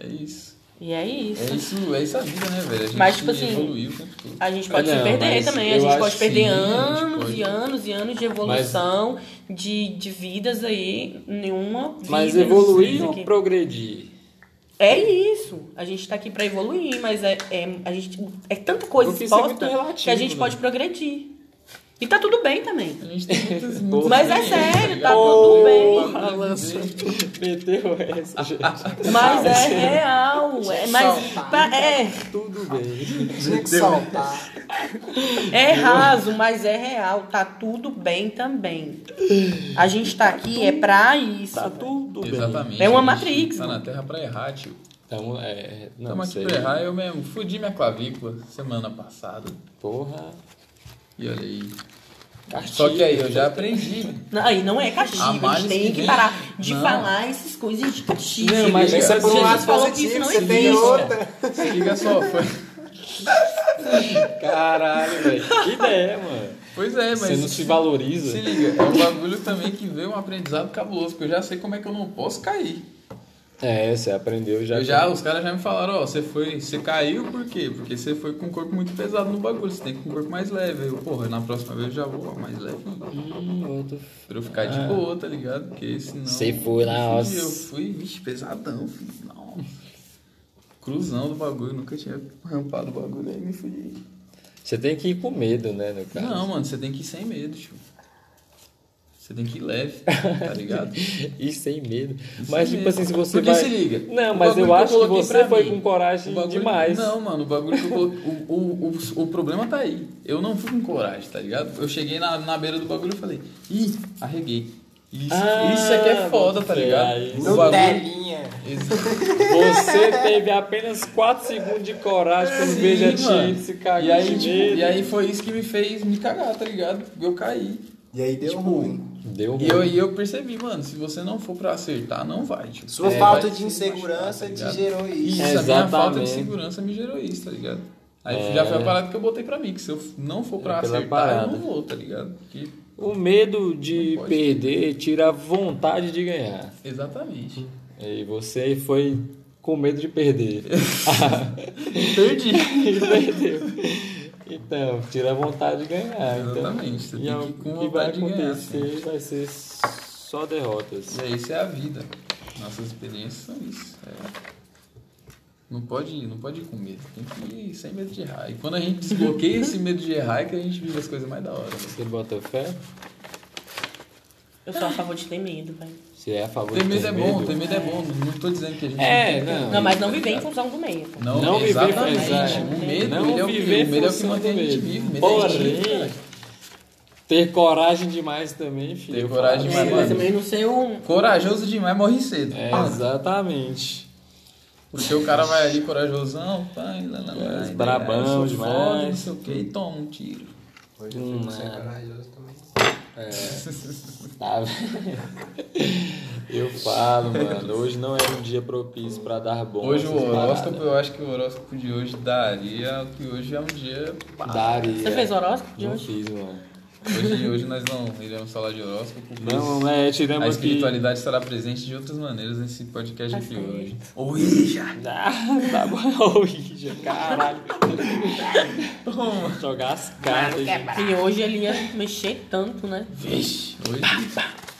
Speaker 2: é isso.
Speaker 3: E é isso.
Speaker 2: É isso, é isso a vida, né, velho? A gente
Speaker 3: Mas, tipo assim,
Speaker 2: evoluiu o tempo todo.
Speaker 3: A gente pode
Speaker 5: Não,
Speaker 3: se perder
Speaker 5: mas
Speaker 3: também. A
Speaker 5: eu
Speaker 3: gente
Speaker 5: acho
Speaker 3: pode perder
Speaker 2: sim, a gente
Speaker 3: anos
Speaker 2: pode.
Speaker 3: e anos e anos de evolução, de, de vidas aí, nenhuma vida.
Speaker 5: Mas evoluir
Speaker 3: isso
Speaker 5: ou
Speaker 3: aqui.
Speaker 5: progredir?
Speaker 3: É isso. A gente tá aqui pra evoluir, mas é, é- a gente, é tanta coisa
Speaker 5: Porque isso é muito
Speaker 3: exposta que a
Speaker 5: relativo,
Speaker 3: gente
Speaker 5: né?
Speaker 3: pode progredir. E tá tudo bem também.
Speaker 2: A gente tem muitas,
Speaker 5: Porra.
Speaker 3: Mas é
Speaker 2: muitas
Speaker 3: sério, tá
Speaker 5: Ô,
Speaker 3: tudo bem.
Speaker 5: Porra, lançou. Meteu essa, gente.
Speaker 3: Mas é real. É, mas pa- é,
Speaker 5: Tudo
Speaker 2: Ah,
Speaker 5: bem.
Speaker 4: Tinha que saltar.
Speaker 3: é raso, mas é real. Tá tudo bem também. A gente tá aqui é pra isso.
Speaker 5: Tá tudo bem.
Speaker 2: Exatamente.
Speaker 3: É uma
Speaker 2: a gente
Speaker 3: Matrix,
Speaker 2: Tá na
Speaker 3: mano.
Speaker 2: terra pra errar, tio.
Speaker 5: Então, é... Não,
Speaker 2: Tamo aqui
Speaker 5: sei.
Speaker 2: pra errar, eu mesmo fudi minha clavícula semana passada.
Speaker 5: Porra.
Speaker 2: E olha aí.
Speaker 5: Castigo.
Speaker 2: Só que aí eu já aprendi.
Speaker 3: Não, Aí não é
Speaker 2: A
Speaker 3: castigo, a
Speaker 2: males
Speaker 3: gente tem
Speaker 2: que
Speaker 3: que
Speaker 2: vem.
Speaker 3: parar de
Speaker 2: Não.
Speaker 3: falar essas coisas de castigo.
Speaker 5: Não, mas
Speaker 2: isso é
Speaker 4: por um
Speaker 3: Jesus
Speaker 4: lado
Speaker 3: falou que isso
Speaker 4: positivo,
Speaker 3: não é
Speaker 4: você tem
Speaker 3: existe.
Speaker 4: outra.
Speaker 2: Se liga só, foi.
Speaker 5: Caralho, velho. Que ideia, mano.
Speaker 2: Pois <laughs> é,
Speaker 5: Você não se
Speaker 2: mas. Se
Speaker 5: valoriza.
Speaker 2: liga, é um bagulho também que veio um aprendizado cabuloso, porque eu já sei como é que eu não posso cair.
Speaker 5: É, você aprendeu já.
Speaker 2: Eu já, os caras já me falaram, ó, você foi. Você caiu por quê? Porque você foi com o corpo muito pesado no bagulho, você tem que ir com o corpo mais leve. Eu, porra, na próxima vez eu já vou ó, mais leve.
Speaker 5: Hum, outro...
Speaker 2: Pra eu ficar de boa, tá ligado? Porque senão.
Speaker 5: É. Você foi lá,
Speaker 2: Fui,
Speaker 5: ó.
Speaker 2: Eu fui, vixe, pesadão, filho. Não. Cruzão do bagulho, nunca tinha rampado o bagulho aí, me fudi.
Speaker 5: Você tem que ir com medo, né, no caso.
Speaker 2: Não, mano, você tem que ir sem medo, tio. Você tem que ir leve,
Speaker 5: <laughs>
Speaker 2: tá ligado?
Speaker 5: <laughs> E sem medo. mas,
Speaker 2: sem
Speaker 5: tipo
Speaker 2: medo.
Speaker 5: assim, se você
Speaker 2: Porque
Speaker 5: vai...
Speaker 2: se liga,
Speaker 5: Não,
Speaker 2: o
Speaker 5: mas
Speaker 2: bagulho
Speaker 5: eu
Speaker 2: que eu
Speaker 5: acho que
Speaker 2: coloquei
Speaker 5: você
Speaker 2: pra
Speaker 5: foi
Speaker 2: mim,
Speaker 5: com
Speaker 2: O
Speaker 5: coragem
Speaker 2: bagulho-
Speaker 5: demais.
Speaker 2: Não, mano, o bagulho que eu coloquei. o, o, o, o problema tá aí. Eu não fui com coragem, tá ligado? Eu cheguei na, na beira do bagulho e falei, ih, arreguei. Isso,
Speaker 5: Ah,
Speaker 2: isso aqui é foda, tá
Speaker 5: você-
Speaker 2: ligado?
Speaker 5: aí.
Speaker 2: <laughs> O bagulho.
Speaker 4: Nutelinha.
Speaker 2: Ex-
Speaker 5: <laughs> Você teve apenas 4 segundos de coragem quando
Speaker 2: Sim,
Speaker 5: veja a tia
Speaker 2: mano.
Speaker 5: se cagar
Speaker 2: E aí,
Speaker 5: de
Speaker 2: tipo,
Speaker 5: medo.
Speaker 2: e aí foi isso que me fez me cagar, tá ligado? Eu caí.
Speaker 4: E aí deu
Speaker 2: Tipo,
Speaker 4: ruim.
Speaker 5: Deu
Speaker 2: E eu, e eu percebi, mano, se você não for pra acertar, não vai. Tipo,
Speaker 4: Sua
Speaker 2: É,
Speaker 4: falta
Speaker 2: vai
Speaker 4: de
Speaker 2: se
Speaker 4: insegurança
Speaker 2: machucar, tá
Speaker 4: te
Speaker 2: ligado?
Speaker 4: gerou
Speaker 2: Isso,
Speaker 4: isso.
Speaker 2: a minha falta de
Speaker 5: Exatamente.
Speaker 2: segurança me gerou isso, tá ligado? Aí
Speaker 5: É.
Speaker 2: já foi a parada que eu botei pra mim, que se eu não for pra
Speaker 5: É pela
Speaker 2: acertar, eu
Speaker 5: parada.
Speaker 2: não vou, tá ligado? Porque-
Speaker 5: O medo de
Speaker 2: Não pode.
Speaker 5: perder tira a vontade de ganhar. <laughs>
Speaker 2: Exatamente.
Speaker 5: E você foi com medo de perder. <laughs>
Speaker 2: Perdi.
Speaker 5: e perdeu. Então, tira a vontade de ganhar. Então,
Speaker 2: Exatamente, você
Speaker 5: e
Speaker 2: tem
Speaker 5: é o
Speaker 2: que ir com
Speaker 5: que vai
Speaker 2: vontade de ganhar, né?
Speaker 5: acontecer vai ser só derrotas.
Speaker 2: E aí, isso é a vida. Nossas experiências são isso. é. Não pode, não pode ir com medo, tem que ir sem medo de errar. E quando a gente desbloqueia esse medo de errar, é que a gente vive as coisas mais da hora. né?
Speaker 5: Você bota fé?
Speaker 3: Eu sou a favor de ter medo, velho.
Speaker 5: Você é a favor
Speaker 2: Ter
Speaker 5: de
Speaker 2: medo
Speaker 5: ter
Speaker 2: é bom, ter medo é bom. Não tô dizendo que a gente
Speaker 5: É,
Speaker 2: não tem que ter
Speaker 5: não.
Speaker 3: Não, mas não viver em função do meio. pô.
Speaker 2: Não,
Speaker 5: Não viver
Speaker 2: exatamente.
Speaker 5: função.
Speaker 2: O medo,
Speaker 5: Não
Speaker 2: ele é o que,
Speaker 5: viver
Speaker 2: o medo é o que
Speaker 5: função
Speaker 2: mantém a
Speaker 5: do
Speaker 2: gente
Speaker 5: medo.
Speaker 2: vivo. o medo é a gente
Speaker 5: Porém,
Speaker 2: vivo, cara.
Speaker 5: Ter coragem demais também, filho.
Speaker 2: Ter
Speaker 5: Eu
Speaker 2: coragem
Speaker 5: falo.
Speaker 3: É,
Speaker 2: demais.
Speaker 3: mas também não ser um.
Speaker 2: Corajoso demais, morre cedo.
Speaker 5: É,
Speaker 2: Pá.
Speaker 5: exatamente.
Speaker 2: Porque o cara vai ali corajosão, pai, lá, lá,
Speaker 5: É,
Speaker 2: lá, e
Speaker 5: brabão
Speaker 2: daí, eu sou
Speaker 5: demais.
Speaker 2: foda, Não sei o que, e toma um tiro.
Speaker 4: Hoje eu fui
Speaker 2: é
Speaker 4: sem corajoso também.
Speaker 5: Tá vendo? Eu falo, mano. Hoje não é um dia propício pra dar bom.
Speaker 2: hoje o
Speaker 5: essas
Speaker 2: horóscopo,
Speaker 5: paradas.
Speaker 2: eu acho que o horóscopo de hoje daria que hoje é um dia. pá.
Speaker 5: Daria.
Speaker 3: Você fez horóscopo de
Speaker 5: Não
Speaker 3: hoje?
Speaker 5: fiz, mano.
Speaker 2: Hoje, hoje nós não iremos falar de horóscopo. pois
Speaker 5: Não, é, tiramos
Speaker 2: A
Speaker 5: aqui.
Speaker 2: espiritualidade estará presente de outras maneiras nesse podcast aqui hoje. Ouija!
Speaker 5: Ah, tá bom. Ouija, caralho.
Speaker 2: <laughs>
Speaker 5: Jogar as cartas. gente.
Speaker 3: E hoje ele ia mexer tanto, né?
Speaker 2: Vixe! Hoje.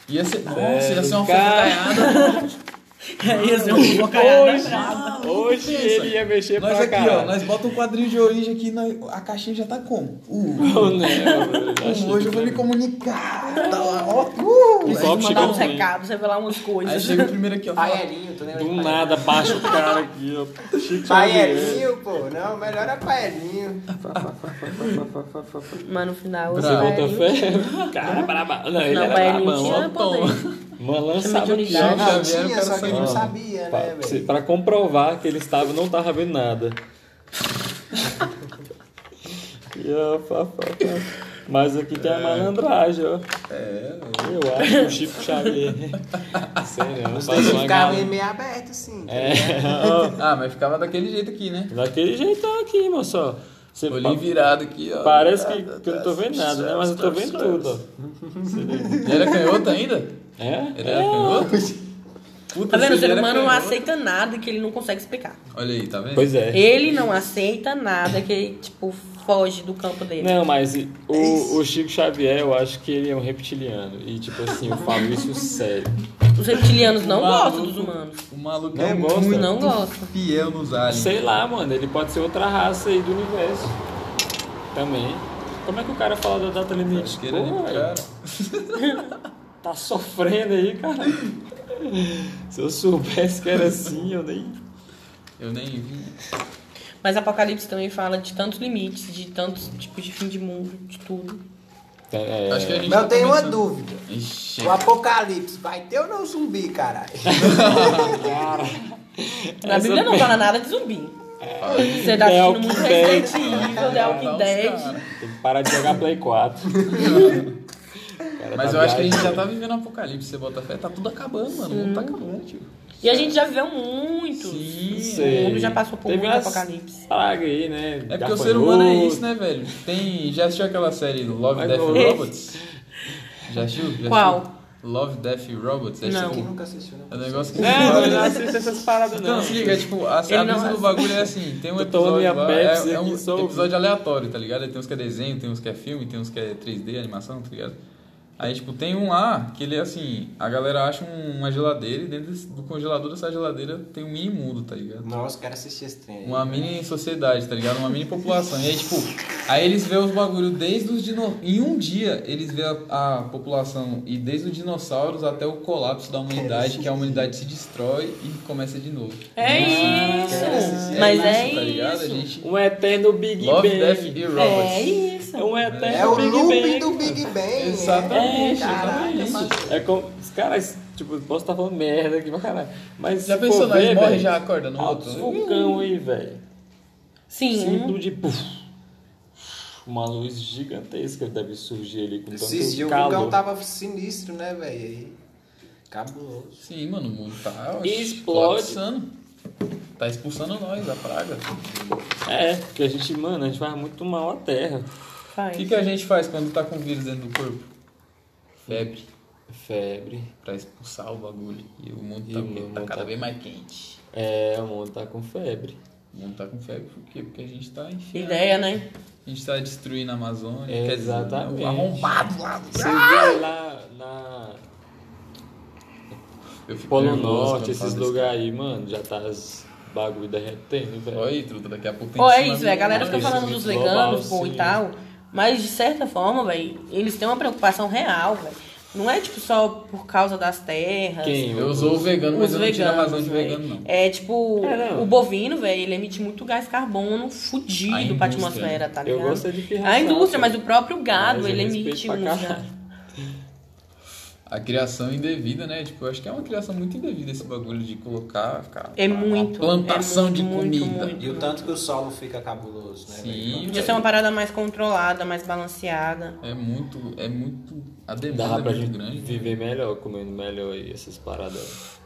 Speaker 2: Ia ser. Nossa,
Speaker 5: É,
Speaker 2: ia ser uma
Speaker 5: cara.
Speaker 2: fofocaiada.
Speaker 6: É isso, eu vou cair.
Speaker 5: Hoje ele ia mexer
Speaker 2: Nós
Speaker 5: pra
Speaker 2: aqui, ó,
Speaker 5: caralho.
Speaker 2: nós bota um quadrinho de origem aqui, na... a caixinha já tá como? Uh,
Speaker 5: <laughs> Não, não, eu acho
Speaker 2: como hoje eu vou me comunicar. Tá lá, ó, uh,
Speaker 5: Um
Speaker 2: aí
Speaker 5: copo
Speaker 3: Mandar
Speaker 5: chegou
Speaker 3: uns
Speaker 5: ruim.
Speaker 3: recados, revelar umas
Speaker 2: Aí
Speaker 3: coisas.
Speaker 2: chega o primeiro aqui, ó. fala,
Speaker 4: Paelinho, tu lembra?
Speaker 5: Do
Speaker 4: de
Speaker 5: nada baixa o cara aqui, ó.
Speaker 2: é
Speaker 5: Chico Xavier.
Speaker 4: Paelinho, pô. Não, melhor é Paelinho.
Speaker 3: Mas no final, é
Speaker 5: Você bota fé?
Speaker 3: velho,
Speaker 5: Cara, braba. Não, ele
Speaker 3: Não,
Speaker 5: era
Speaker 3: Paelinho
Speaker 5: brabão,
Speaker 3: tinha
Speaker 5: ó.
Speaker 3: poder.
Speaker 5: Uma lançada
Speaker 3: Tinha
Speaker 5: aqui,
Speaker 3: maturidade.
Speaker 5: ó.
Speaker 4: Não,
Speaker 2: Xavier, o
Speaker 4: tinha,
Speaker 2: cara
Speaker 4: só que ele
Speaker 2: saiu.
Speaker 4: não sabia, né,
Speaker 5: Pra, se-
Speaker 4: velho?
Speaker 5: pra comprovar que ele estava não estava vendo nada. E, ó, pá, pá, pá. Mas aqui tem a malandragem, ó. É, eu acho que o Chico Xavier. Sei não,
Speaker 4: Os
Speaker 5: faz
Speaker 4: dentes
Speaker 5: uma
Speaker 4: ficavam
Speaker 5: gala-
Speaker 4: meio assim, abertos, sim.
Speaker 5: É, ó,
Speaker 2: Ah, mas ficava daquele jeito aqui, né?
Speaker 5: daquele jeitão aqui, moço. ó. Você
Speaker 2: Olhinho
Speaker 5: pa-
Speaker 2: virado aqui, ó. Tá,
Speaker 5: Parece que, que eu não tô vendo nada, né? Mas eu tô vendo tudo, ó.
Speaker 2: Era canhoto ainda?
Speaker 5: É?
Speaker 2: Ele era canhoto? Puta,
Speaker 3: Tá vendo? O
Speaker 2: se ele
Speaker 3: ser
Speaker 2: era
Speaker 3: humano não
Speaker 2: canhoto-
Speaker 3: aceita nada que ele não consegue explicar.
Speaker 2: Olha aí, tá vendo?
Speaker 5: Pois é.
Speaker 3: Ele não aceita nada que, tipo, foge do campo dele.
Speaker 5: Não, mas e- o, o Chico Xavier, eu acho que ele é um reptiliano. E, tipo assim, eu falo isso sério.
Speaker 3: Os reptilianos não gostam dos
Speaker 2: Maluco.
Speaker 3: humanos.
Speaker 2: O maluco
Speaker 5: Não
Speaker 2: é
Speaker 5: gosta.
Speaker 2: muito
Speaker 3: Não gosta.
Speaker 2: fiel nos aliens.
Speaker 5: Sei lá, mano, ele pode ser outra raça aí do universo. Também. Como é que o cara fala da data limite?
Speaker 2: Acho que era
Speaker 5: Pô,
Speaker 2: ali pro
Speaker 5: velho,
Speaker 2: cara.
Speaker 5: tá sofrendo aí, cara. <laughs> Se eu soubesse que era assim, eu nem.
Speaker 2: Eu nem vi.
Speaker 3: Mas Apocalipse também fala de tantos limites, de tantos tipos de fim de mundo, de tudo.
Speaker 5: É,
Speaker 2: Acho que a gente
Speaker 4: Mas eu
Speaker 2: tá
Speaker 4: tenho uma
Speaker 2: começando.
Speaker 4: dúvida.
Speaker 2: Ixi,
Speaker 4: O apocalipse vai ter ou não zumbi, caralho?
Speaker 3: Na
Speaker 5: Essa-
Speaker 3: Bíblia não fala nada de zumbi. Você tá
Speaker 5: É o
Speaker 3: assistindo muito
Speaker 5: que deve.
Speaker 3: Resident Evil, é The Walking Dead.
Speaker 5: Tem que parar de jogar Play
Speaker 2: <laughs>
Speaker 5: 4. Cara,
Speaker 2: Mas
Speaker 5: tá
Speaker 2: eu acho que a gente já
Speaker 5: viajando.
Speaker 2: tá vivendo um apocalipse, você bota fé, tá tudo acabando, mano. O mundo tá acabando, tio.
Speaker 3: E a gente já viveu muito.
Speaker 2: Sim,
Speaker 5: Sei.
Speaker 3: O mundo já passou por
Speaker 5: Teve
Speaker 3: muito
Speaker 5: umas
Speaker 3: apocalipse.
Speaker 5: praga aí, né?
Speaker 2: É porque o ser humano é isso, né, velho? Tem. Já assistiu aquela série Love,
Speaker 5: Mas
Speaker 2: Death
Speaker 5: não-
Speaker 2: and Robots? Já assistiu? Já assistiu?
Speaker 3: Qual?
Speaker 2: Love, Death e Robots? É
Speaker 3: Não.
Speaker 2: tipo-
Speaker 4: Quem nunca assistiu, né?
Speaker 2: É um negócio que.
Speaker 5: É,
Speaker 2: <laughs>
Speaker 5: mas não assista essas paradas, não.
Speaker 2: Não, se liga, é tipo, a, a
Speaker 3: Ele
Speaker 2: brisa
Speaker 3: não
Speaker 2: do
Speaker 3: assiste.
Speaker 2: bagulho é assim, tem um
Speaker 5: Tô tomando
Speaker 2: episódio
Speaker 5: minha
Speaker 2: lá,
Speaker 5: Pepsi
Speaker 2: é, é um
Speaker 5: aqui, só ouvindo.
Speaker 2: episódio aleatório, tá ligado? Aí Tem uns que é desenho, tem uns que é filme, tem uns que é 3D, animação, tá ligado? Aí, tipo, tem um lá que ele é assim, a galera acha um- uma geladeira e dentro desse- do congelador dessa geladeira tem um mini mundo, tá ligado?
Speaker 4: Nossa, quero assistir esse trem. aí.
Speaker 2: Uma mini sociedade, tá ligado? Uma mini população. E aí, tipo, aí eles vê os bagulho desde os dinossauros. Em um dia, eles vê a, a população e desde os dinossauros até o colapso da humanidade, que a humanidade se destrói e começa de novo.
Speaker 3: É isso. Mas é
Speaker 2: Tá ligado? A
Speaker 3: isso.
Speaker 2: gente.
Speaker 5: Um eterno Big
Speaker 2: Love,
Speaker 5: Bang.
Speaker 2: Death e
Speaker 3: É
Speaker 2: Robots.
Speaker 3: isso.
Speaker 5: É um eterno
Speaker 4: É o
Speaker 5: Big
Speaker 4: looping
Speaker 5: Bang.
Speaker 4: do Big Bang.
Speaker 2: Exatamente,
Speaker 4: É, caralho,
Speaker 2: exatamente.
Speaker 4: mano.
Speaker 5: É como. Os caras, tipo, posso estar falando merda aqui pra caralho. Mas.
Speaker 2: Já
Speaker 5: se
Speaker 2: pensou,
Speaker 5: for
Speaker 2: nós
Speaker 5: ver,
Speaker 2: morre
Speaker 5: velho,
Speaker 2: já né? acorda no
Speaker 5: Altos
Speaker 2: outro?
Speaker 5: vulcão aí, velho.
Speaker 3: Sim.
Speaker 5: Cinto de. Puf. Uma luz gigantesca deve surgir ali com tanto
Speaker 4: Esses dias o
Speaker 5: calor.
Speaker 4: vulcão tava sinistro, né, velho? Aí, Cabuloso.
Speaker 2: Sim, mano, o mundo tá. ó,
Speaker 5: Explode.
Speaker 2: colapsando. Tá expulsando nós, a praga.
Speaker 4: tá-
Speaker 5: É, porque a gente, mano, a gente faz muito mal à terra.
Speaker 2: O
Speaker 3: Faz.
Speaker 2: que, que a gente faz quando tá com vírus dentro do corpo? Febre.
Speaker 5: Febre.
Speaker 2: Pra expulsar o bagulho. E o mundo
Speaker 5: E
Speaker 2: tá,
Speaker 5: o
Speaker 2: o quê?
Speaker 5: mundo
Speaker 2: tá cada
Speaker 5: tá-
Speaker 2: vez mais quente.
Speaker 5: É, o mundo tá com febre.
Speaker 2: O mundo tá com febre por quê? Porque a gente tá enfiando.
Speaker 3: Ideia, né?
Speaker 2: A gente tá destruindo a Amazônia.
Speaker 5: É,
Speaker 2: quer dizer,
Speaker 5: exatamente.
Speaker 2: o arrombado lá. do-
Speaker 5: Você
Speaker 3: Ah!
Speaker 5: vê lá na
Speaker 2: Eu fico
Speaker 5: Polo
Speaker 2: nervoso quando
Speaker 5: Norte,
Speaker 2: falo
Speaker 5: esses
Speaker 2: desse
Speaker 5: lugares aí, mano, já tá as bagulho derretendo, velho.
Speaker 2: Olha aí, truta, daqui a pouco tem
Speaker 3: Pô, é
Speaker 2: tsunami
Speaker 3: isso, velho. A galera
Speaker 2: no
Speaker 3: fica
Speaker 2: mar.
Speaker 3: falando dos
Speaker 5: global,
Speaker 3: veganos, pô,
Speaker 5: sim.
Speaker 3: e tal. Mas, de certa forma, velho, eles têm uma preocupação real, velho. Não é, tipo, só por causa das terras.
Speaker 5: Quem?
Speaker 2: Eu sou o vegano, mas
Speaker 3: Os
Speaker 2: eu não tiro a
Speaker 3: veganos,
Speaker 2: Amazônia de
Speaker 3: véi.
Speaker 2: vegano, não.
Speaker 3: É tipo,
Speaker 5: É, não.
Speaker 3: o bovino, velho, ele emite muito gás carbono
Speaker 2: A
Speaker 3: fudido
Speaker 2: indústria.
Speaker 3: pra atmosfera, tá
Speaker 5: Eu
Speaker 3: ligado?
Speaker 5: gosto é de pirração.
Speaker 3: A indústria, mas
Speaker 5: pô.
Speaker 3: o próprio gado,
Speaker 5: Mas eu
Speaker 3: ele
Speaker 5: respeito
Speaker 3: emite
Speaker 5: pra
Speaker 3: um
Speaker 5: caralho.
Speaker 2: A criação indevida, né? Tipo, eu acho que é uma criação muito indevida esse bagulho de colocar, cara.
Speaker 3: É
Speaker 2: uma
Speaker 3: muito,
Speaker 2: plantação
Speaker 3: é
Speaker 2: de
Speaker 3: muito,
Speaker 2: comida.
Speaker 3: muito,
Speaker 4: E o tanto que o solo fica cabuloso, né,
Speaker 2: Sim.
Speaker 4: velho?
Speaker 3: Podia ser uma parada mais controlada, mais balanceada.
Speaker 2: É muito, é muito. A demanda
Speaker 5: Dá
Speaker 2: é
Speaker 5: pra
Speaker 2: muito
Speaker 5: gente
Speaker 2: grande. né?
Speaker 5: viver melhor, comendo melhor aí, essas paradas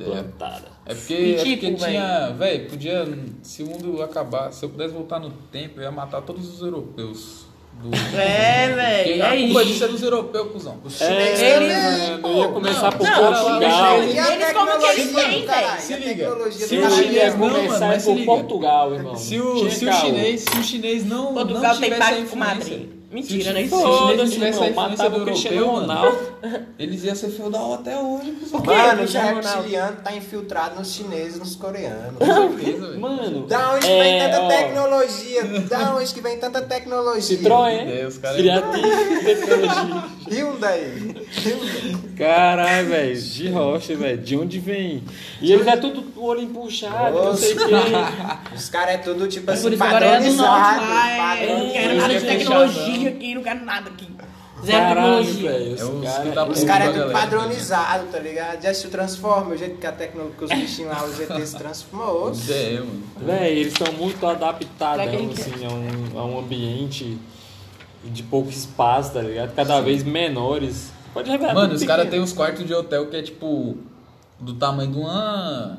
Speaker 2: É.
Speaker 5: plantadas.
Speaker 2: É porque,
Speaker 3: E
Speaker 2: é
Speaker 3: tipo,
Speaker 2: porque tinha. Véi, podia. Se o mundo acabar, se eu pudesse voltar no tempo, eu ia matar todos os europeus.
Speaker 3: <laughs>
Speaker 2: Do...
Speaker 3: É,
Speaker 2: Porque
Speaker 3: velho,
Speaker 2: a
Speaker 3: é
Speaker 2: culpa
Speaker 3: isso.
Speaker 2: disso é dos europeus, cuzão.
Speaker 4: Os
Speaker 5: É,
Speaker 4: chineses também,
Speaker 5: mano, ia
Speaker 4: pô.
Speaker 5: começar
Speaker 2: não,
Speaker 5: por
Speaker 3: não,
Speaker 5: Portugal.
Speaker 3: não, não, não. Eles como que eles têm, velho?
Speaker 4: Se
Speaker 2: Se liga.
Speaker 4: tecnologia
Speaker 5: Se
Speaker 4: do
Speaker 5: o
Speaker 4: caralho
Speaker 2: chinês
Speaker 5: chinês
Speaker 4: mesmo.
Speaker 2: não, mano,
Speaker 5: começar é
Speaker 2: mas se
Speaker 5: por
Speaker 2: liga.
Speaker 5: Portugal, irmão.
Speaker 2: Se o,
Speaker 5: Tinha
Speaker 2: se o
Speaker 5: caô.
Speaker 2: chinês, se o chinês não, não
Speaker 3: Portugal tem
Speaker 2: tivesse a
Speaker 3: pacto com
Speaker 2: influência,
Speaker 3: Madrid. Mentira,
Speaker 2: Se
Speaker 3: né?
Speaker 2: eu
Speaker 3: Isso.
Speaker 2: tivesse-
Speaker 5: Foda-se,
Speaker 2: tivesse a
Speaker 5: irmão.
Speaker 2: influência
Speaker 5: Matava
Speaker 2: do
Speaker 5: o Cristiano
Speaker 2: europeu, mano.
Speaker 5: Ronaldo.
Speaker 2: Eles iam ser feudal até hoje, pessoal.
Speaker 3: Por quê?
Speaker 4: Mano, os
Speaker 3: Cristiano Ronaldo?
Speaker 4: reptilianos tá infiltrado nos chineses e nos coreanos.
Speaker 2: Com certeza,
Speaker 5: <laughs>
Speaker 2: velho.
Speaker 5: Mano,
Speaker 4: Da onde que vem
Speaker 5: é,
Speaker 4: tanta
Speaker 5: ó,
Speaker 4: tecnologia? Da onde que vem tanta tecnologia?
Speaker 5: Citroën,
Speaker 2: É, os caras-
Speaker 5: criativo, tecnologia.
Speaker 4: Hyundai. Hyundai.
Speaker 5: Caralho, velho, de rocha, velho, de onde vem? E eles é tudo o olho empuxado, não sei o quê.
Speaker 2: <laughs>
Speaker 4: Os caras é tudo tipo
Speaker 6: Por
Speaker 4: assim,
Speaker 6: isso agora é do norte
Speaker 4: padronizado.
Speaker 3: Ah,
Speaker 6: lá, é, Não
Speaker 4: padronizado.
Speaker 6: quero nada de
Speaker 5: Fechado. né?
Speaker 6: tecnologia aqui, não quero nada aqui. Zero
Speaker 5: Caralho,
Speaker 6: tecnologia.
Speaker 5: velho,
Speaker 2: É os
Speaker 5: os
Speaker 2: que dá pra-
Speaker 5: caras...
Speaker 4: Os caras é
Speaker 2: Pra
Speaker 4: tudo
Speaker 2: galera.
Speaker 4: padronizado, tá ligado? Já se transforma, o jeito que a tecnologia, que os bichinhos lá, o GT se transformou.
Speaker 2: É, mano.
Speaker 5: Velho, eles são muito adaptados
Speaker 3: Pra quem quer.
Speaker 5: assim, a, um, a um ambiente de pouco espaço, tá ligado? Cada vez menores. Pode
Speaker 3: Tá
Speaker 5: revelar.
Speaker 2: Mano,
Speaker 5: tudo
Speaker 2: os caras
Speaker 5: pequeno.
Speaker 2: têm uns quartos de hotel que é tipo. Do tamanho de uma.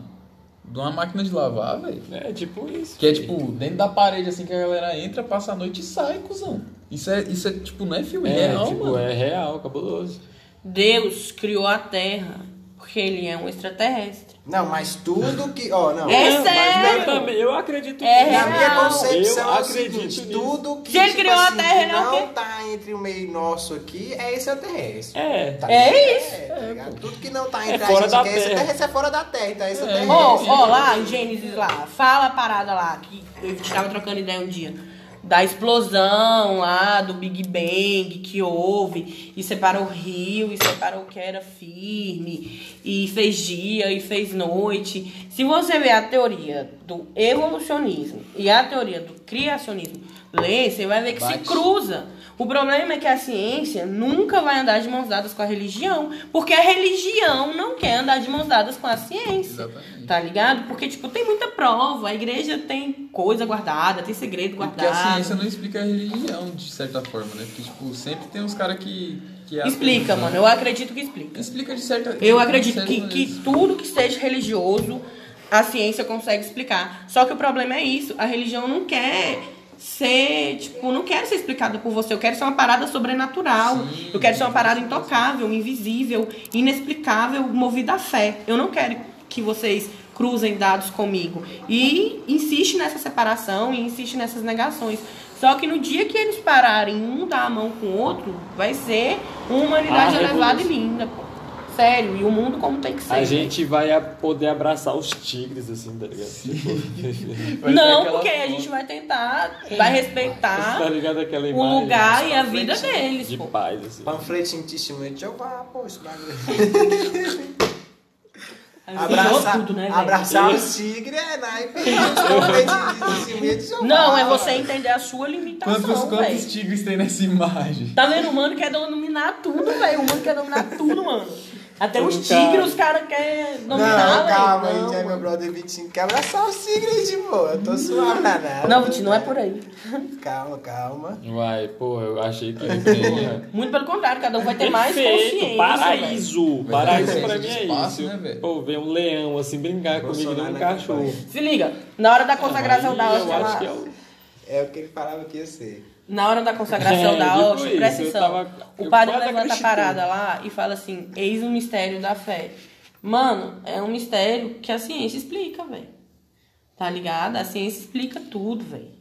Speaker 2: De uma máquina de lavar, velho.
Speaker 5: É tipo isso.
Speaker 2: Que é
Speaker 5: velho.
Speaker 2: tipo, dentro da parede, assim, que a galera entra, passa a noite e sai, cuzão. Isso é, isso é tipo, não é filme, é,
Speaker 5: É,
Speaker 2: real,
Speaker 5: tipo,
Speaker 2: mano.
Speaker 5: é real, cabuloso.
Speaker 3: Deus criou a Terra porque ele é um extraterrestre.
Speaker 4: Não, mas tudo que. Ó, não.
Speaker 3: É
Speaker 5: Não, Mas
Speaker 3: sério?
Speaker 5: eu, também, eu acredito
Speaker 3: É
Speaker 5: nisso.
Speaker 4: Na minha
Speaker 3: real.
Speaker 4: concepção
Speaker 5: eu
Speaker 4: é o
Speaker 5: acredito
Speaker 4: seguinte,
Speaker 5: nisso.
Speaker 4: tudo que,
Speaker 3: Se ele criou a Terra,
Speaker 4: que
Speaker 3: ele é o
Speaker 4: não
Speaker 3: quê?
Speaker 4: tá entre o meio nosso aqui é extraterrestre.
Speaker 5: É.
Speaker 4: Tá
Speaker 3: É
Speaker 4: ligado?
Speaker 3: isso.
Speaker 4: É, tá ligado? Tudo que não tá entre
Speaker 5: fora
Speaker 4: a gente
Speaker 5: da
Speaker 4: aqui é
Speaker 5: Terra.
Speaker 4: extraterrestre, é fora da Terra, então é extraterrestre.
Speaker 3: Ó, ó lá, em Gênesis lá, fala a parada lá, que eu tava trocando ideia um dia. Da explosão lá, do Big Bang que houve, e separou o rio, e separou o que era firme, e fez dia, e fez noite. Se você ver a teoria do evolucionismo e a teoria do criacionismo, lê, você vai ver que se
Speaker 2: Bate.
Speaker 3: cruza. O problema é que a ciência nunca vai andar de mãos dadas com a religião, porque a religião não quer andar de mãos dadas com a ciência.
Speaker 2: Exatamente.
Speaker 3: Tá ligado? Porque, tipo, tem muita prova. A igreja tem coisa guardada, tem segredo
Speaker 2: Porque a
Speaker 3: guardado.
Speaker 2: ciência não explica a religião, de certa forma, né? Porque, tipo, sempre tem uns caras que, que. é
Speaker 3: Explica,
Speaker 2: ateu,
Speaker 3: mano.
Speaker 2: né?
Speaker 3: Eu acredito que explica.
Speaker 2: Explica de certa
Speaker 3: Eu
Speaker 2: de
Speaker 3: acredito
Speaker 2: certa
Speaker 3: que,
Speaker 2: maneira.
Speaker 3: que tudo que seja religioso, a ciência consegue explicar. Só que o problema é isso. A religião não quer ser, tipo, não quero ser explicada por você. Eu quero ser uma parada sobrenatural.
Speaker 2: Sim.
Speaker 3: eu quero ser uma parada intocável, invisível, inexplicável, movida à fé. Eu não quero que vocês cruzem dados comigo. E insiste nessa separação e insiste nessas negações. Só que no dia que eles pararem um dar a mão com o outro, vai ser uma humanidade
Speaker 5: Ah,
Speaker 3: elevada e
Speaker 5: revolução.
Speaker 3: linda, pô. Sério, e o mundo como tem que ser.
Speaker 5: A gente vai a- poder abraçar os tigres, assim, tá ligado? Tipo,
Speaker 2: Vai ter
Speaker 3: Não,
Speaker 2: aquela
Speaker 3: porque a gente vai tentar, vai
Speaker 5: tá
Speaker 3: respeitar
Speaker 5: ligado aquela
Speaker 3: o
Speaker 5: imagem
Speaker 3: Ah? Um lugar tipo- e a vida deles,
Speaker 5: de
Speaker 3: pô.
Speaker 5: paz, assim.
Speaker 4: Panfleto em testemunho de Jeová, pô, esse bagulho.
Speaker 3: Abraçar
Speaker 4: Abraçar,
Speaker 3: tudo, né, velho?
Speaker 4: abraçar os tigres é naipe. Panfleto em testemunho de Jeová.
Speaker 3: Não, é você entender a sua limitação,
Speaker 2: Quantos, quantos
Speaker 3: velho.
Speaker 2: tigres tem nessa imagem?
Speaker 3: Tá vendo? O humano quer dominar tudo, velho. O humano quer dominar tudo, mano. Até os
Speaker 5: Cara.
Speaker 3: tigres, os caras querem
Speaker 4: Não,
Speaker 3: dominar,
Speaker 4: calma,
Speaker 3: velho.
Speaker 4: gente, é
Speaker 3: Não,
Speaker 4: meu brother 25 que abraçar os tigres de boa. Eu tô suave na nada.
Speaker 3: Não, Vitinho, não é por aí.
Speaker 4: Calma, calma.
Speaker 5: Vai, pô, eu achei que. né?
Speaker 2: Porra.
Speaker 3: Muito pelo contrário, cada um vai ter mais consciência.
Speaker 5: Perfeito, paraíso.
Speaker 2: Vai ter
Speaker 5: Paraíso
Speaker 2: consciência
Speaker 5: pra
Speaker 2: de
Speaker 5: mim é
Speaker 2: espaço,
Speaker 5: isso.
Speaker 2: né, velho?
Speaker 5: Pô, ver um leão assim brincar comigo e não
Speaker 4: Bolsonaro
Speaker 5: um
Speaker 4: é
Speaker 5: cachorro.
Speaker 4: capaz.
Speaker 3: velho. Se liga, na hora da consagração
Speaker 5: Aí
Speaker 3: da
Speaker 5: eu
Speaker 3: hóstia
Speaker 5: acho
Speaker 3: lá.
Speaker 5: que é o-
Speaker 4: É o que ele falava que ia ser.
Speaker 3: Na hora da consagração
Speaker 5: É,
Speaker 3: da
Speaker 5: digo
Speaker 3: hóstia,
Speaker 5: isso,
Speaker 3: presta
Speaker 5: eu
Speaker 3: atenção.
Speaker 5: tava-
Speaker 3: o
Speaker 5: eu
Speaker 3: padre
Speaker 5: quase
Speaker 3: levanta a
Speaker 5: acreditei.
Speaker 3: parada lá e fala assim: eis o mistério da fé. Mano, é um mistério que a ciência explica, velho. Tá ligado? A ciência explica tudo, velho.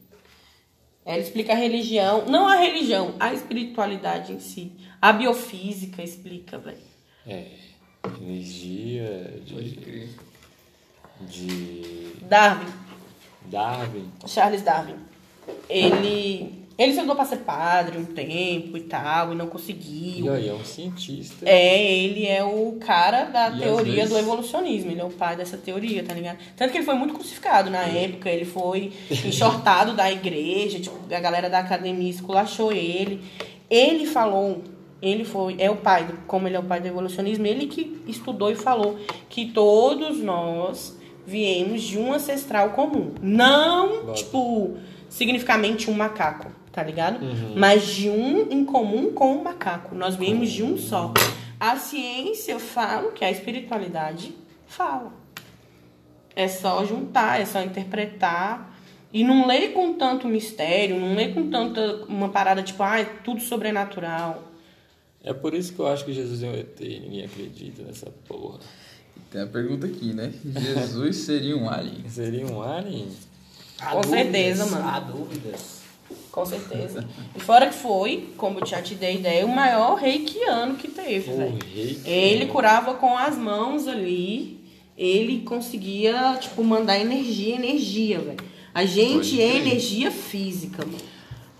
Speaker 3: Ela explica a religião, não a religião, a espiritualidade em si. A biofísica explica, velho.
Speaker 5: É. Energia
Speaker 2: Pode
Speaker 5: de.
Speaker 2: crer.
Speaker 5: de
Speaker 3: Darwin,
Speaker 5: Darwin.
Speaker 3: Charles Darwin. Ele. Ele se andou pra ser padre um tempo e tal, e não conseguiu.
Speaker 5: E aí, é um cientista.
Speaker 3: É, ele é o cara da
Speaker 2: E às
Speaker 3: teoria
Speaker 2: vezes-
Speaker 3: do evolucionismo, ele é o pai dessa teoria, tá ligado? Tanto que ele foi muito crucificado na época, ele foi enxortado da igreja, tipo, a galera da academia esculachou ele. Ele falou, ele foi, é o pai, do- como ele é o pai do evolucionismo, ele que estudou e falou que todos nós viemos de um ancestral comum. Não,
Speaker 5: Bota.
Speaker 3: tipo, significamente um macaco, tá ligado? Mas de um em comum com o macaco. Nós viemos de um só. A ciência fala o que a espiritualidade fala. É só juntar, é só interpretar. E não lê com tanto mistério, não lê com tanta uma parada tipo, ah, é tudo sobrenatural.
Speaker 5: É por isso que eu acho que Jesus é um ET. Ninguém acredita nessa porra.
Speaker 2: Tem a pergunta aqui, né? Jesus seria um alien?
Speaker 5: Seria um alien?
Speaker 4: Há
Speaker 3: Com certeza,
Speaker 4: dúvidas,
Speaker 3: mano.
Speaker 4: Há dúvidas.
Speaker 3: Com <laughs> certeza. E fora que foi, como eu já te dei ideia, o maior reikiano que teve, velho. Ele curava com as mãos ali, ele conseguia, tipo, mandar energia, energia, velho. A gente
Speaker 2: Pode
Speaker 3: é
Speaker 2: crer.
Speaker 3: energia física, mano.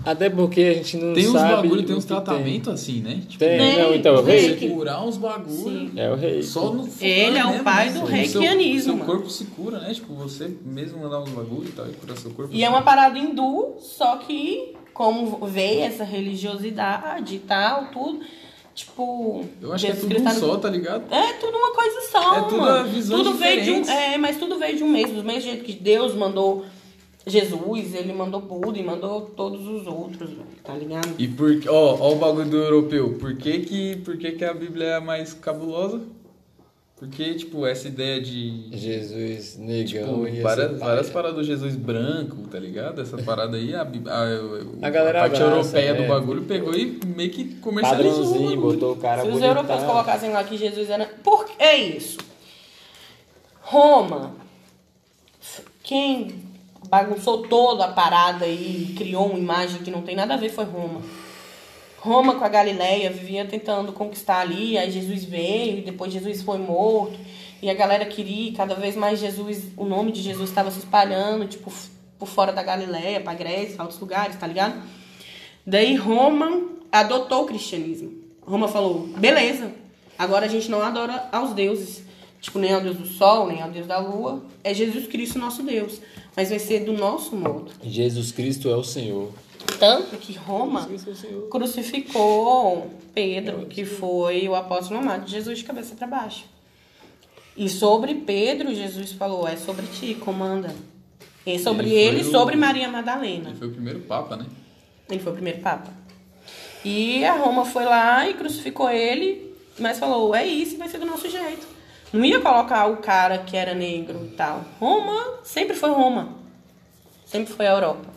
Speaker 5: Até porque a gente não
Speaker 2: Tem uns
Speaker 5: sabe.
Speaker 2: bagulho, tem
Speaker 5: o
Speaker 2: uns
Speaker 5: que
Speaker 2: tratamentos assim, né? Tipo,
Speaker 5: Tem,
Speaker 3: Tem,
Speaker 5: não, então, o
Speaker 3: tem
Speaker 5: rei.
Speaker 3: que-
Speaker 2: curar uns bagulho.
Speaker 5: É o rei.
Speaker 2: Só no
Speaker 3: Ele é o
Speaker 2: mesmo,
Speaker 3: pai
Speaker 2: né?
Speaker 3: do
Speaker 2: Seu-
Speaker 3: reikianismo,
Speaker 2: Seu
Speaker 3: mano.
Speaker 2: corpo se cura, né? Tipo, você mesmo mandar uns bagulho e tal, e curar seu corpo. assim.
Speaker 3: E é uma parada hindu, só que como veio essa religiosidade e tal, tudo, tipo.
Speaker 2: Eu acho que é
Speaker 3: Jesus
Speaker 2: tudo
Speaker 3: Cristo
Speaker 2: um
Speaker 3: tá no-
Speaker 2: só, tá ligado?
Speaker 3: É tudo uma coisa só,
Speaker 2: É tudo
Speaker 3: mano.
Speaker 2: visões
Speaker 3: tudo veio de um,
Speaker 2: diferentes.
Speaker 3: é, mas tudo veio de um mesmo, do mesmo jeito que Deus mandou Jesus, ele mandou Buda e mandou todos os outros, velho, tá ligado?
Speaker 2: E por que- ó, ó o bagulho do europeu. Por que que, por que que a Bíblia é a mais cabulosa? Porque, tipo, essa ideia de.
Speaker 5: Jesus, negão
Speaker 2: Tipo,
Speaker 5: e
Speaker 2: várias,
Speaker 5: essa
Speaker 2: várias
Speaker 5: palha.
Speaker 2: paradas do Jesus branco, tá ligado? Essa parada aí, a, Bí- a,
Speaker 5: A galera
Speaker 2: parte
Speaker 5: abraça,
Speaker 2: europeia
Speaker 5: é.
Speaker 2: do bagulho pegou e meio que comercializou. o
Speaker 5: Padrãozinho,
Speaker 2: bagulho.
Speaker 5: botou o cara
Speaker 3: Se os
Speaker 5: bonitão.
Speaker 3: europeus colocassem lá que Jesus era. Por que é isso? Roma, quem bagunçou toda a parada e criou uma imagem que não tem nada a ver foi Roma. Roma com a Galileia vivia tentando conquistar ali, aí Jesus veio, e depois Jesus foi morto, e a galera queria, e cada vez mais Jesus, o nome de Jesus estava se espalhando, tipo, f- por fora da Galileia, pra Grécia, pra outros lugares, tá ligado? Daí Roma adotou o cristianismo. Roma falou, beleza, agora a gente não adora aos deuses, tipo, nem ao Deus do Sol, nem ao Deus da Lua, é Jesus Cristo nosso Deus, mas vai ser do nosso modo.
Speaker 5: Jesus Cristo é o Senhor.
Speaker 3: Tanto que Roma
Speaker 5: Jesus Cristo é o Senhor.
Speaker 3: crucificou Pedro, que foi o apóstolo amado de Jesus de cabeça para baixo. E sobre Pedro, Jesus falou: É sobre ti, comanda. E sobre
Speaker 2: Ele
Speaker 3: ele,
Speaker 2: foi o-
Speaker 3: sobre Maria Madalena.
Speaker 2: Ele foi o primeiro papa, né?
Speaker 3: Ele foi o primeiro papa. E a Roma foi lá e crucificou ele, mas falou: É isso, vai ser do nosso jeito. Não ia colocar o cara que era negro e tal. Roma sempre foi Roma. Sempre foi a Europa.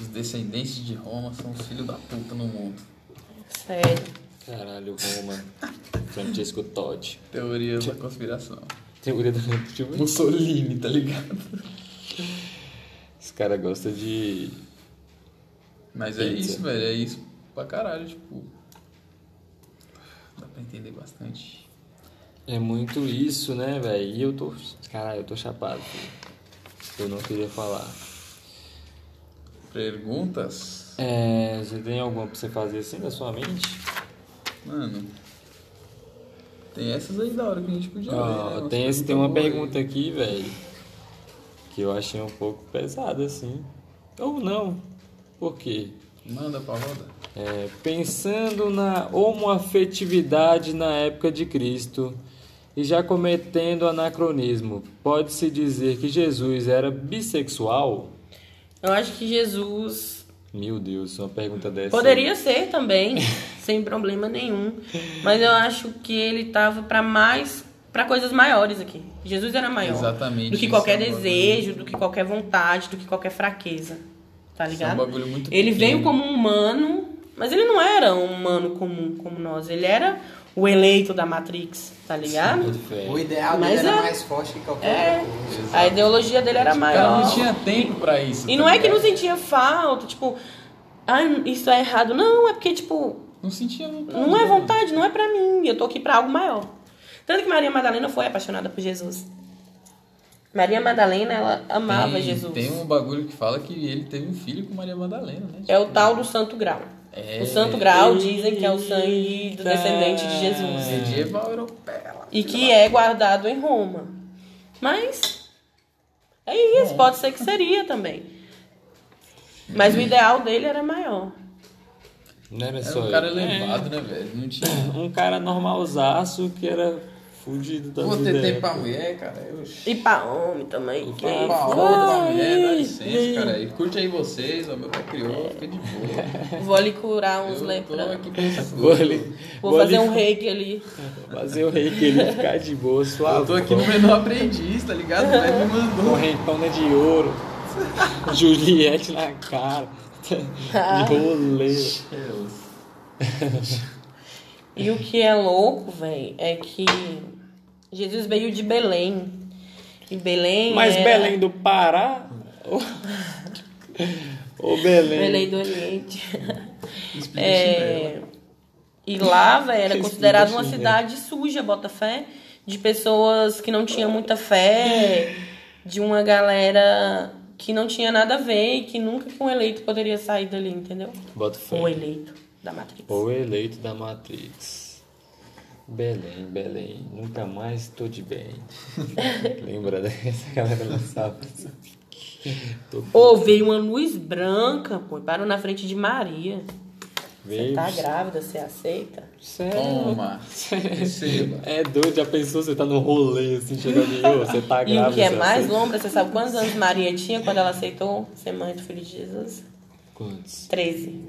Speaker 2: Os descendentes de Roma são os filhos da puta no mundo.
Speaker 3: Sério.
Speaker 5: Caralho, Roma. Francesco Totti.
Speaker 2: Teoria da conspiração.
Speaker 5: Teoria da tipo,
Speaker 2: Mussolini, tá ligado?
Speaker 5: Esse cara gosta de.
Speaker 2: Mas é
Speaker 5: Pizza.
Speaker 2: isso, velho. É isso pra caralho, tipo. Dá pra entender bastante.
Speaker 5: É muito isso, né, velho? E eu tô. Caralho, eu tô chapado. filho. Eu não queria falar.
Speaker 2: Perguntas?
Speaker 5: É, você tem alguma pra você fazer assim na sua mente?
Speaker 2: Mano. Tem essas aí da hora que a gente podia
Speaker 5: Ó,
Speaker 2: ler, né?
Speaker 5: tem,
Speaker 2: Umas
Speaker 5: esse, tem uma
Speaker 2: perguntas
Speaker 5: pergunta aqui, velho, que eu achei um pouco pesada, assim. Ou não. Por quê?
Speaker 2: boas aí. Manda pra roda.
Speaker 5: É, pensando na homoafetividade na época de Cristo e já cometendo anacronismo, pode-se dizer que Jesus era bissexual?
Speaker 3: Eu acho que Jesus
Speaker 5: Meu Deus, uma pergunta dessa.
Speaker 3: poderia ser também, <laughs> sem problema nenhum. Mas eu acho que ele tava pra mais pra coisas maiores aqui. Jesus era maior.
Speaker 2: Exatamente,
Speaker 3: Do que
Speaker 2: isso
Speaker 3: qualquer
Speaker 2: é um bagulho.
Speaker 3: desejo, do que qualquer vontade, do que qualquer fraqueza. Tá
Speaker 2: Isso é um
Speaker 3: ligado?
Speaker 2: bagulho muito
Speaker 3: Ele veio
Speaker 2: pequeno.
Speaker 3: como um humano, mas ele não era um humano comum como nós. Ele era o eleito da Matrix, tá ligado?
Speaker 5: Fé.
Speaker 4: O ideal
Speaker 3: Mas
Speaker 4: dele era
Speaker 3: é-
Speaker 4: mais forte que qualquer
Speaker 3: É.
Speaker 4: outra coisa.
Speaker 3: A ideologia dele era
Speaker 2: O cara
Speaker 3: maior.
Speaker 2: não tinha tempo pra isso.
Speaker 3: E
Speaker 2: tá
Speaker 3: não é que não
Speaker 2: ligado?
Speaker 3: sentia falta, tipo, ah, isso é errado. Não, é porque, tipo,
Speaker 2: Não sentia vontade.
Speaker 3: não é
Speaker 2: né?
Speaker 3: vontade, não é pra mim. Eu tô aqui pra algo maior. Tanto que Maria Madalena foi apaixonada por Jesus. Maria Madalena, ela amava
Speaker 2: Tem-
Speaker 3: Jesus.
Speaker 2: Tem um bagulho que fala que ele teve um filho com Maria Madalena, né?
Speaker 3: É o tal do Santo Grau.
Speaker 2: É.
Speaker 3: O Santo Grau dizem que é o sangue do descendente de Jesus.
Speaker 2: Medieval europeia. lá.
Speaker 3: E que é guardado em Roma. Mas é isso, pode ser que seria também. Mas o ideal dele era maior.
Speaker 5: Não era
Speaker 2: Era
Speaker 5: só
Speaker 2: um cara elevado, né, velho? Não tinha.
Speaker 5: um cara normalzaço que era fudido da
Speaker 2: Vou
Speaker 5: vida.
Speaker 2: ter tempo pra mulher, cara. Eu
Speaker 3: E pra homem também.
Speaker 5: E
Speaker 3: que
Speaker 5: pra
Speaker 3: é
Speaker 2: Pau,
Speaker 3: foda.
Speaker 2: dá mulher, dá
Speaker 5: e aí?
Speaker 2: licença, cara. E curte aí vocês, ó, meu pai criou, fica de
Speaker 3: <laughs>
Speaker 2: boa.
Speaker 3: Vou ali curar uns
Speaker 2: Eu tô
Speaker 3: lepra.
Speaker 5: <laughs>
Speaker 2: aqui com essa
Speaker 5: Vou ali-
Speaker 3: Vou
Speaker 5: vou ali
Speaker 3: fazer um reiki ali.
Speaker 5: Fazer o rei que ele ficar de boa, suave.
Speaker 2: Eu tô aqui no menor aprendiz, tá ligado? O velho me
Speaker 5: Com <laughs>
Speaker 2: mandou.
Speaker 5: rentona né, de <laughs> ouro. Juliette na cara.
Speaker 3: Ah.
Speaker 5: De rolê.
Speaker 3: E o que é louco, velho, é que Jesus veio de Belém. E Belém.
Speaker 5: Mas
Speaker 3: era- <laughs>
Speaker 5: Belém do Pará. Ô, Belém.
Speaker 3: Belém do Oriente.
Speaker 2: Explica
Speaker 3: É, e lá, velho, era
Speaker 5: Explica
Speaker 3: considerada uma
Speaker 5: chinela.
Speaker 3: cidade suja, Botafé, de pessoas que não tinham muita fé, de uma galera que não tinha nada a ver e que nunca que um eleito poderia sair dali, entendeu?
Speaker 5: Bota
Speaker 3: O
Speaker 5: fé.
Speaker 3: eleito da matriz.
Speaker 5: O eleito da Matrix. Belém, Belém, nunca mais tô de
Speaker 3: <laughs>
Speaker 5: bem. Lembra dessa galera lançava? Tô...
Speaker 3: Ou veio uma luz branca, pô, e parou na frente de Maria. Você
Speaker 5: Veio.
Speaker 3: tá grávida, você aceita?
Speaker 5: Cê é
Speaker 2: Toma. Receba.
Speaker 5: É doido, já pensou? Você tá no rolê assim, chegando de ô, você tá
Speaker 3: E o
Speaker 5: grávida.
Speaker 3: que é
Speaker 5: você
Speaker 3: mais
Speaker 5: aceita?"
Speaker 3: lombra, você sabe quantos anos Maria tinha quando ela aceitou ser mãe do filho de Jesus?
Speaker 5: Quantos?
Speaker 3: 13.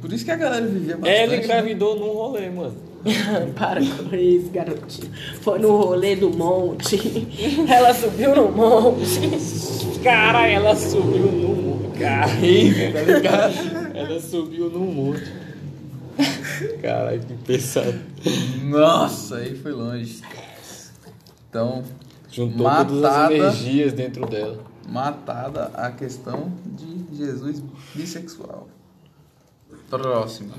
Speaker 2: Por isso que a galera vivia bastante.
Speaker 3: É,
Speaker 5: Ela
Speaker 2: né?
Speaker 5: engravidou num rolê, mano.
Speaker 3: Para com isso, garotinho. Foi no rolê do monte. <laughs> Ela subiu no monte.
Speaker 5: Cara, ela subiu no monte. Carrinho, tá ligado? Ela subiu no monte. Caralho, que pesado.
Speaker 2: Nossa, aí foi longe. Então,
Speaker 5: Juntou todas as
Speaker 2: Matada.
Speaker 5: energias dentro dela.
Speaker 2: matada a questão de Jesus bissexual. Próxima.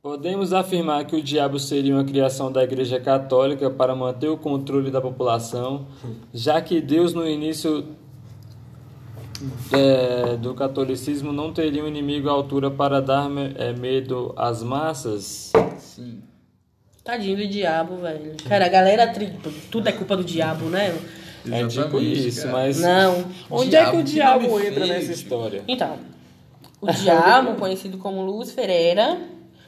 Speaker 5: Podemos afirmar que o diabo seria uma criação da Igreja Católica para manter o controle da população, já que Deus no início é, do catolicismo não teria um inimigo à altura para dar me- é, medo às massas.
Speaker 2: Sim.
Speaker 3: Tadinho do diabo, velho. Cara, a galera tri- tudo é culpa do diabo, né?
Speaker 5: É tipo
Speaker 2: Exatamente,
Speaker 5: isso,
Speaker 2: cara.
Speaker 5: mas
Speaker 3: Não.
Speaker 5: onde é que o
Speaker 2: Diabo,
Speaker 5: diabo
Speaker 2: que
Speaker 5: entra
Speaker 2: nome
Speaker 5: nessa
Speaker 2: feio,
Speaker 5: história?
Speaker 3: Então, o diabo, conhecido como Lúcifer, era.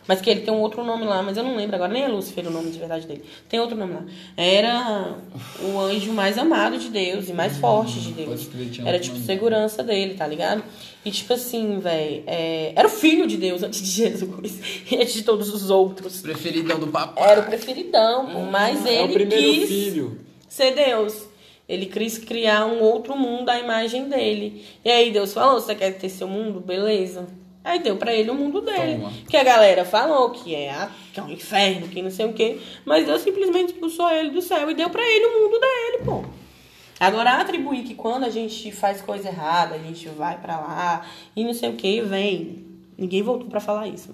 Speaker 3: Mas que ele tem um outro nome lá, mas eu não lembro agora, nem é Lúcifer o nome de verdade dele. Tem outro nome lá. Era o anjo mais amado de Deus e mais forte de Deus.
Speaker 2: pode crer, tinha
Speaker 3: Era
Speaker 2: outro
Speaker 3: tipo
Speaker 2: nome.
Speaker 3: segurança dele, tá ligado? E tipo assim, velho, era o filho de Deus antes de <laughs> Jesus e antes de todos os outros.
Speaker 2: Preferidão do papai.
Speaker 3: Era o preferidão, pô,
Speaker 2: Hum,
Speaker 3: mas ele
Speaker 5: é o primeiro
Speaker 3: quis
Speaker 5: filho.
Speaker 3: ser Deus. Ele quis criar um outro mundo à imagem dele. E aí Deus falou: você quer ter seu mundo? Beleza. Aí deu pra ele o mundo dele.
Speaker 2: Toma.
Speaker 3: Que a galera falou que é, a, que é um inferno, que não sei o quê. Mas Deus simplesmente expulsou ele do céu e deu pra ele o mundo dele, pô. Agora, atribuir que quando a gente faz coisa errada, a gente vai pra lá e não sei o que, vem. Ninguém voltou pra falar isso.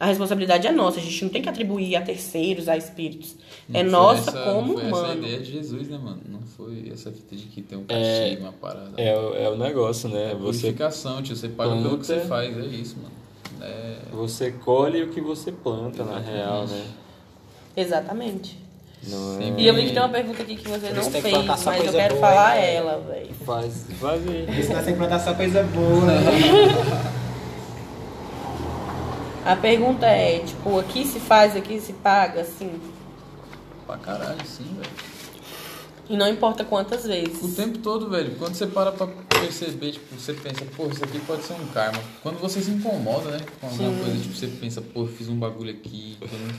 Speaker 3: A responsabilidade é nossa, a gente não tem que atribuir a terceiros, a espíritos. é
Speaker 2: Não foi
Speaker 3: nossa
Speaker 2: essa-
Speaker 3: como
Speaker 2: não foi Essa
Speaker 3: humano.
Speaker 2: ideia de Jesus, né, mano? Não foi essa fita de que tem um castigo, uma parada.
Speaker 5: É, o- é o negócio, né? Você,
Speaker 2: Purificação, tio. Você paga pelo que
Speaker 5: planta.
Speaker 2: você faz, é isso, mano. É,
Speaker 5: você colhe o que você planta, na real, né?
Speaker 3: Exatamente.
Speaker 5: Não é...
Speaker 2: Sim.
Speaker 3: E eu vi que tem uma pergunta aqui que você não
Speaker 4: Eles têm que
Speaker 3: fez,
Speaker 4: plantar
Speaker 3: mas
Speaker 4: só
Speaker 3: eu
Speaker 4: coisa
Speaker 3: quero
Speaker 4: boa,
Speaker 3: falar
Speaker 4: né?
Speaker 3: ela, velho.
Speaker 5: Faz, faz aí.
Speaker 4: Isso nós temos que plantar só coisa boa. né?
Speaker 3: A pergunta é, tipo, aqui se faz, aqui se paga, assim.
Speaker 2: pra caralho, sim, velho.
Speaker 3: E não importa quantas
Speaker 2: O
Speaker 3: vezes.
Speaker 2: tempo todo, velho, quando você para pra perceber, tipo, você pensa, pô, isso aqui pode ser um karma. Quando você se incomoda, né, com alguma coisa, tipo, você pensa, pô, fiz um bagulho aqui, que eu não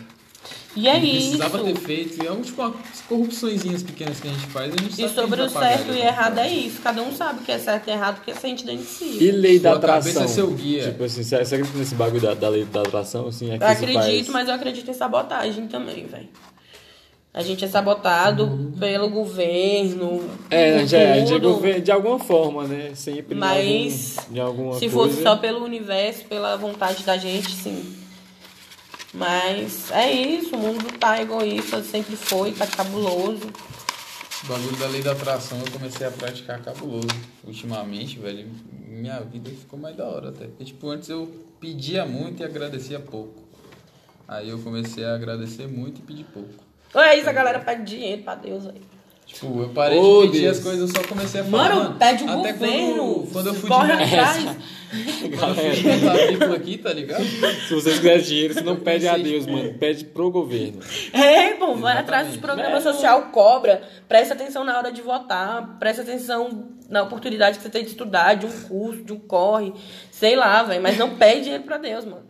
Speaker 3: E é
Speaker 2: não
Speaker 3: isso.
Speaker 2: precisava ter feito. E é um, tipo, as corrupçõezinhas pequenas que a gente faz, a gente tá sabe
Speaker 3: E
Speaker 2: que
Speaker 3: sobre
Speaker 2: a
Speaker 3: o
Speaker 2: gente vai pagar
Speaker 3: certo
Speaker 2: de
Speaker 3: e
Speaker 2: alguma
Speaker 3: errado é
Speaker 2: forma.
Speaker 3: isso. Cada um sabe o que é certo e errado, o que sente dentro de si.
Speaker 5: E lei da
Speaker 2: Sua
Speaker 5: atração.
Speaker 2: cabeça é seu guia.
Speaker 5: Tipo assim, você você acredita nesse bagulho da, da lei da atração? Assim, é que
Speaker 3: Eu
Speaker 5: se faz...
Speaker 3: acredito, mas eu acredito em sabotagem também, velho. A gente é sabotado pelo governo.
Speaker 5: É,
Speaker 3: por
Speaker 5: já, é, de,
Speaker 3: tudo.
Speaker 5: gover- de alguma forma, né? Sempre de
Speaker 3: Mas
Speaker 5: algum- de alguma
Speaker 3: Se
Speaker 5: coisa.
Speaker 3: fosse só pelo universo, pela vontade da gente, sim. Mas é isso, o mundo tá egoísta, sempre foi, tá cabuloso.
Speaker 2: O bagulho da lei da atração eu comecei a praticar cabuloso. Ultimamente, velho, minha vida ficou mais da hora até. Porque, tipo, antes eu pedia muito e agradecia pouco. Aí eu comecei a agradecer muito e pedir pouco.
Speaker 3: Ou é isso, a galera pede dinheiro pra Deus aí.
Speaker 2: Tipo, eu parei
Speaker 5: Ô,
Speaker 2: de pedir
Speaker 5: Deus.
Speaker 2: as coisas, eu só comecei a falar.
Speaker 3: Mano, pede o
Speaker 2: até
Speaker 3: governo.
Speaker 2: Quando, quando eu fui
Speaker 3: corre
Speaker 2: de
Speaker 3: atrás.
Speaker 2: quando eu fui de matrícula aqui, tá ligado?
Speaker 5: Se vocês quiserem dinheiro,
Speaker 3: <laughs>
Speaker 5: você não
Speaker 2: Eu
Speaker 5: pede a
Speaker 2: pensei,
Speaker 5: Deus,
Speaker 2: tipo,
Speaker 5: mano. Pede pro governo.
Speaker 3: É, bom, vai atrás dos
Speaker 2: Exatamente. É.
Speaker 3: programas social, cobra. Presta atenção na hora de votar. Presta atenção na oportunidade que você tem de estudar, de um curso, de um corre. Sei lá, velho. Mas não pede dinheiro pra Deus, mano.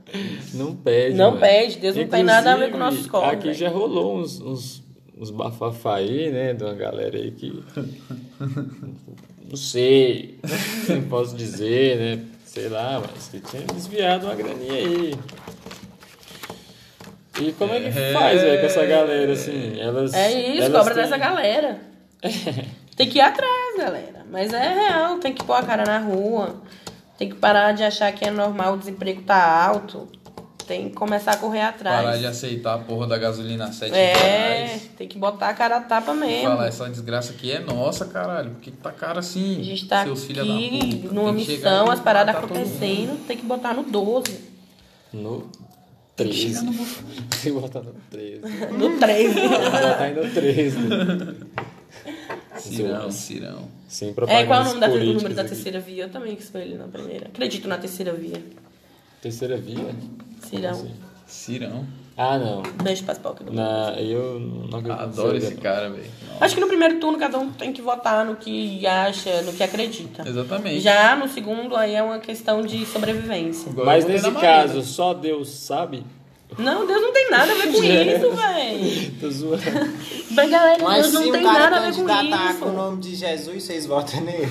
Speaker 5: Não pede.
Speaker 3: Não
Speaker 5: mano.
Speaker 3: pede, Deus não tem nada a ver com
Speaker 5: Inclusive,
Speaker 3: nossos corpos,
Speaker 5: Aqui
Speaker 3: velho.
Speaker 5: já rolou uns, uns, uns bafafá aí, né? De uma galera aí que. não sei. Não posso dizer, né? Sei lá, mas que tinha desviado uma graninha aí. E como
Speaker 2: É.
Speaker 5: é que faz, velho, com essa galera, assim? Elas,
Speaker 3: É isso,
Speaker 5: elas
Speaker 2: <laughs>
Speaker 3: cobra
Speaker 5: têm-
Speaker 3: dessa galera. Tem que ir atrás, galera. Mas é real, tem que pôr a cara na rua. Tem que parar de achar que é normal o desemprego tá alto. Tem que começar a correr atrás.
Speaker 2: Parar de aceitar a porra da gasolina a 7
Speaker 3: É,
Speaker 2: reais.
Speaker 3: tem que botar a cara a tapa
Speaker 2: E
Speaker 3: mesmo.
Speaker 2: falar, assim, essa desgraça aqui é nossa, caralho. Por que que tá cara assim?
Speaker 3: A gente tá
Speaker 2: seus filha da
Speaker 3: aqui
Speaker 2: puta?
Speaker 3: numa
Speaker 2: Tem que chegar
Speaker 3: missão,
Speaker 2: e
Speaker 3: as paradas
Speaker 2: matar todo
Speaker 3: acontecendo, tem que botar no 12.
Speaker 5: No 13. <laughs> Se botar no 13.
Speaker 3: <laughs> No
Speaker 2: <laughs>
Speaker 3: 13.
Speaker 5: botar ainda no 13.
Speaker 2: mundo. Cirão, cirão.
Speaker 5: Sim,
Speaker 3: é,
Speaker 5: propagandas
Speaker 3: qual é o nome da, o número
Speaker 5: políticas
Speaker 3: da
Speaker 5: aqui.
Speaker 3: terceira via? Eu também escolhi na primeira. Acredito na terceira via.
Speaker 5: Terceira via?
Speaker 3: Serão.
Speaker 2: Cirão.
Speaker 5: Ah, não.
Speaker 3: Beijo pras pau que não-
Speaker 5: Na, eu não acredito.
Speaker 2: Adoro esse
Speaker 5: Não.
Speaker 2: cara, velho.
Speaker 3: Acho que no primeiro turno cada um tem que votar no que acha, no que acredita.
Speaker 2: Exatamente.
Speaker 3: Já no segundo aí é uma questão de sobrevivência.
Speaker 2: Igual
Speaker 5: Mas
Speaker 2: eu votei
Speaker 5: nesse
Speaker 2: na Marina.
Speaker 5: caso, só Deus sabe.
Speaker 3: Não, Deus não tem nada
Speaker 5: <laughs>
Speaker 3: a ver com isso, velho.
Speaker 5: Tô zoando.
Speaker 3: <laughs> Mas galera,
Speaker 4: Mas
Speaker 3: Deus
Speaker 4: se
Speaker 3: não
Speaker 4: o
Speaker 3: tem
Speaker 4: cara
Speaker 3: nada a ver com
Speaker 4: candidatar com o
Speaker 3: isso.
Speaker 4: nome de Jesus, vocês votam nele.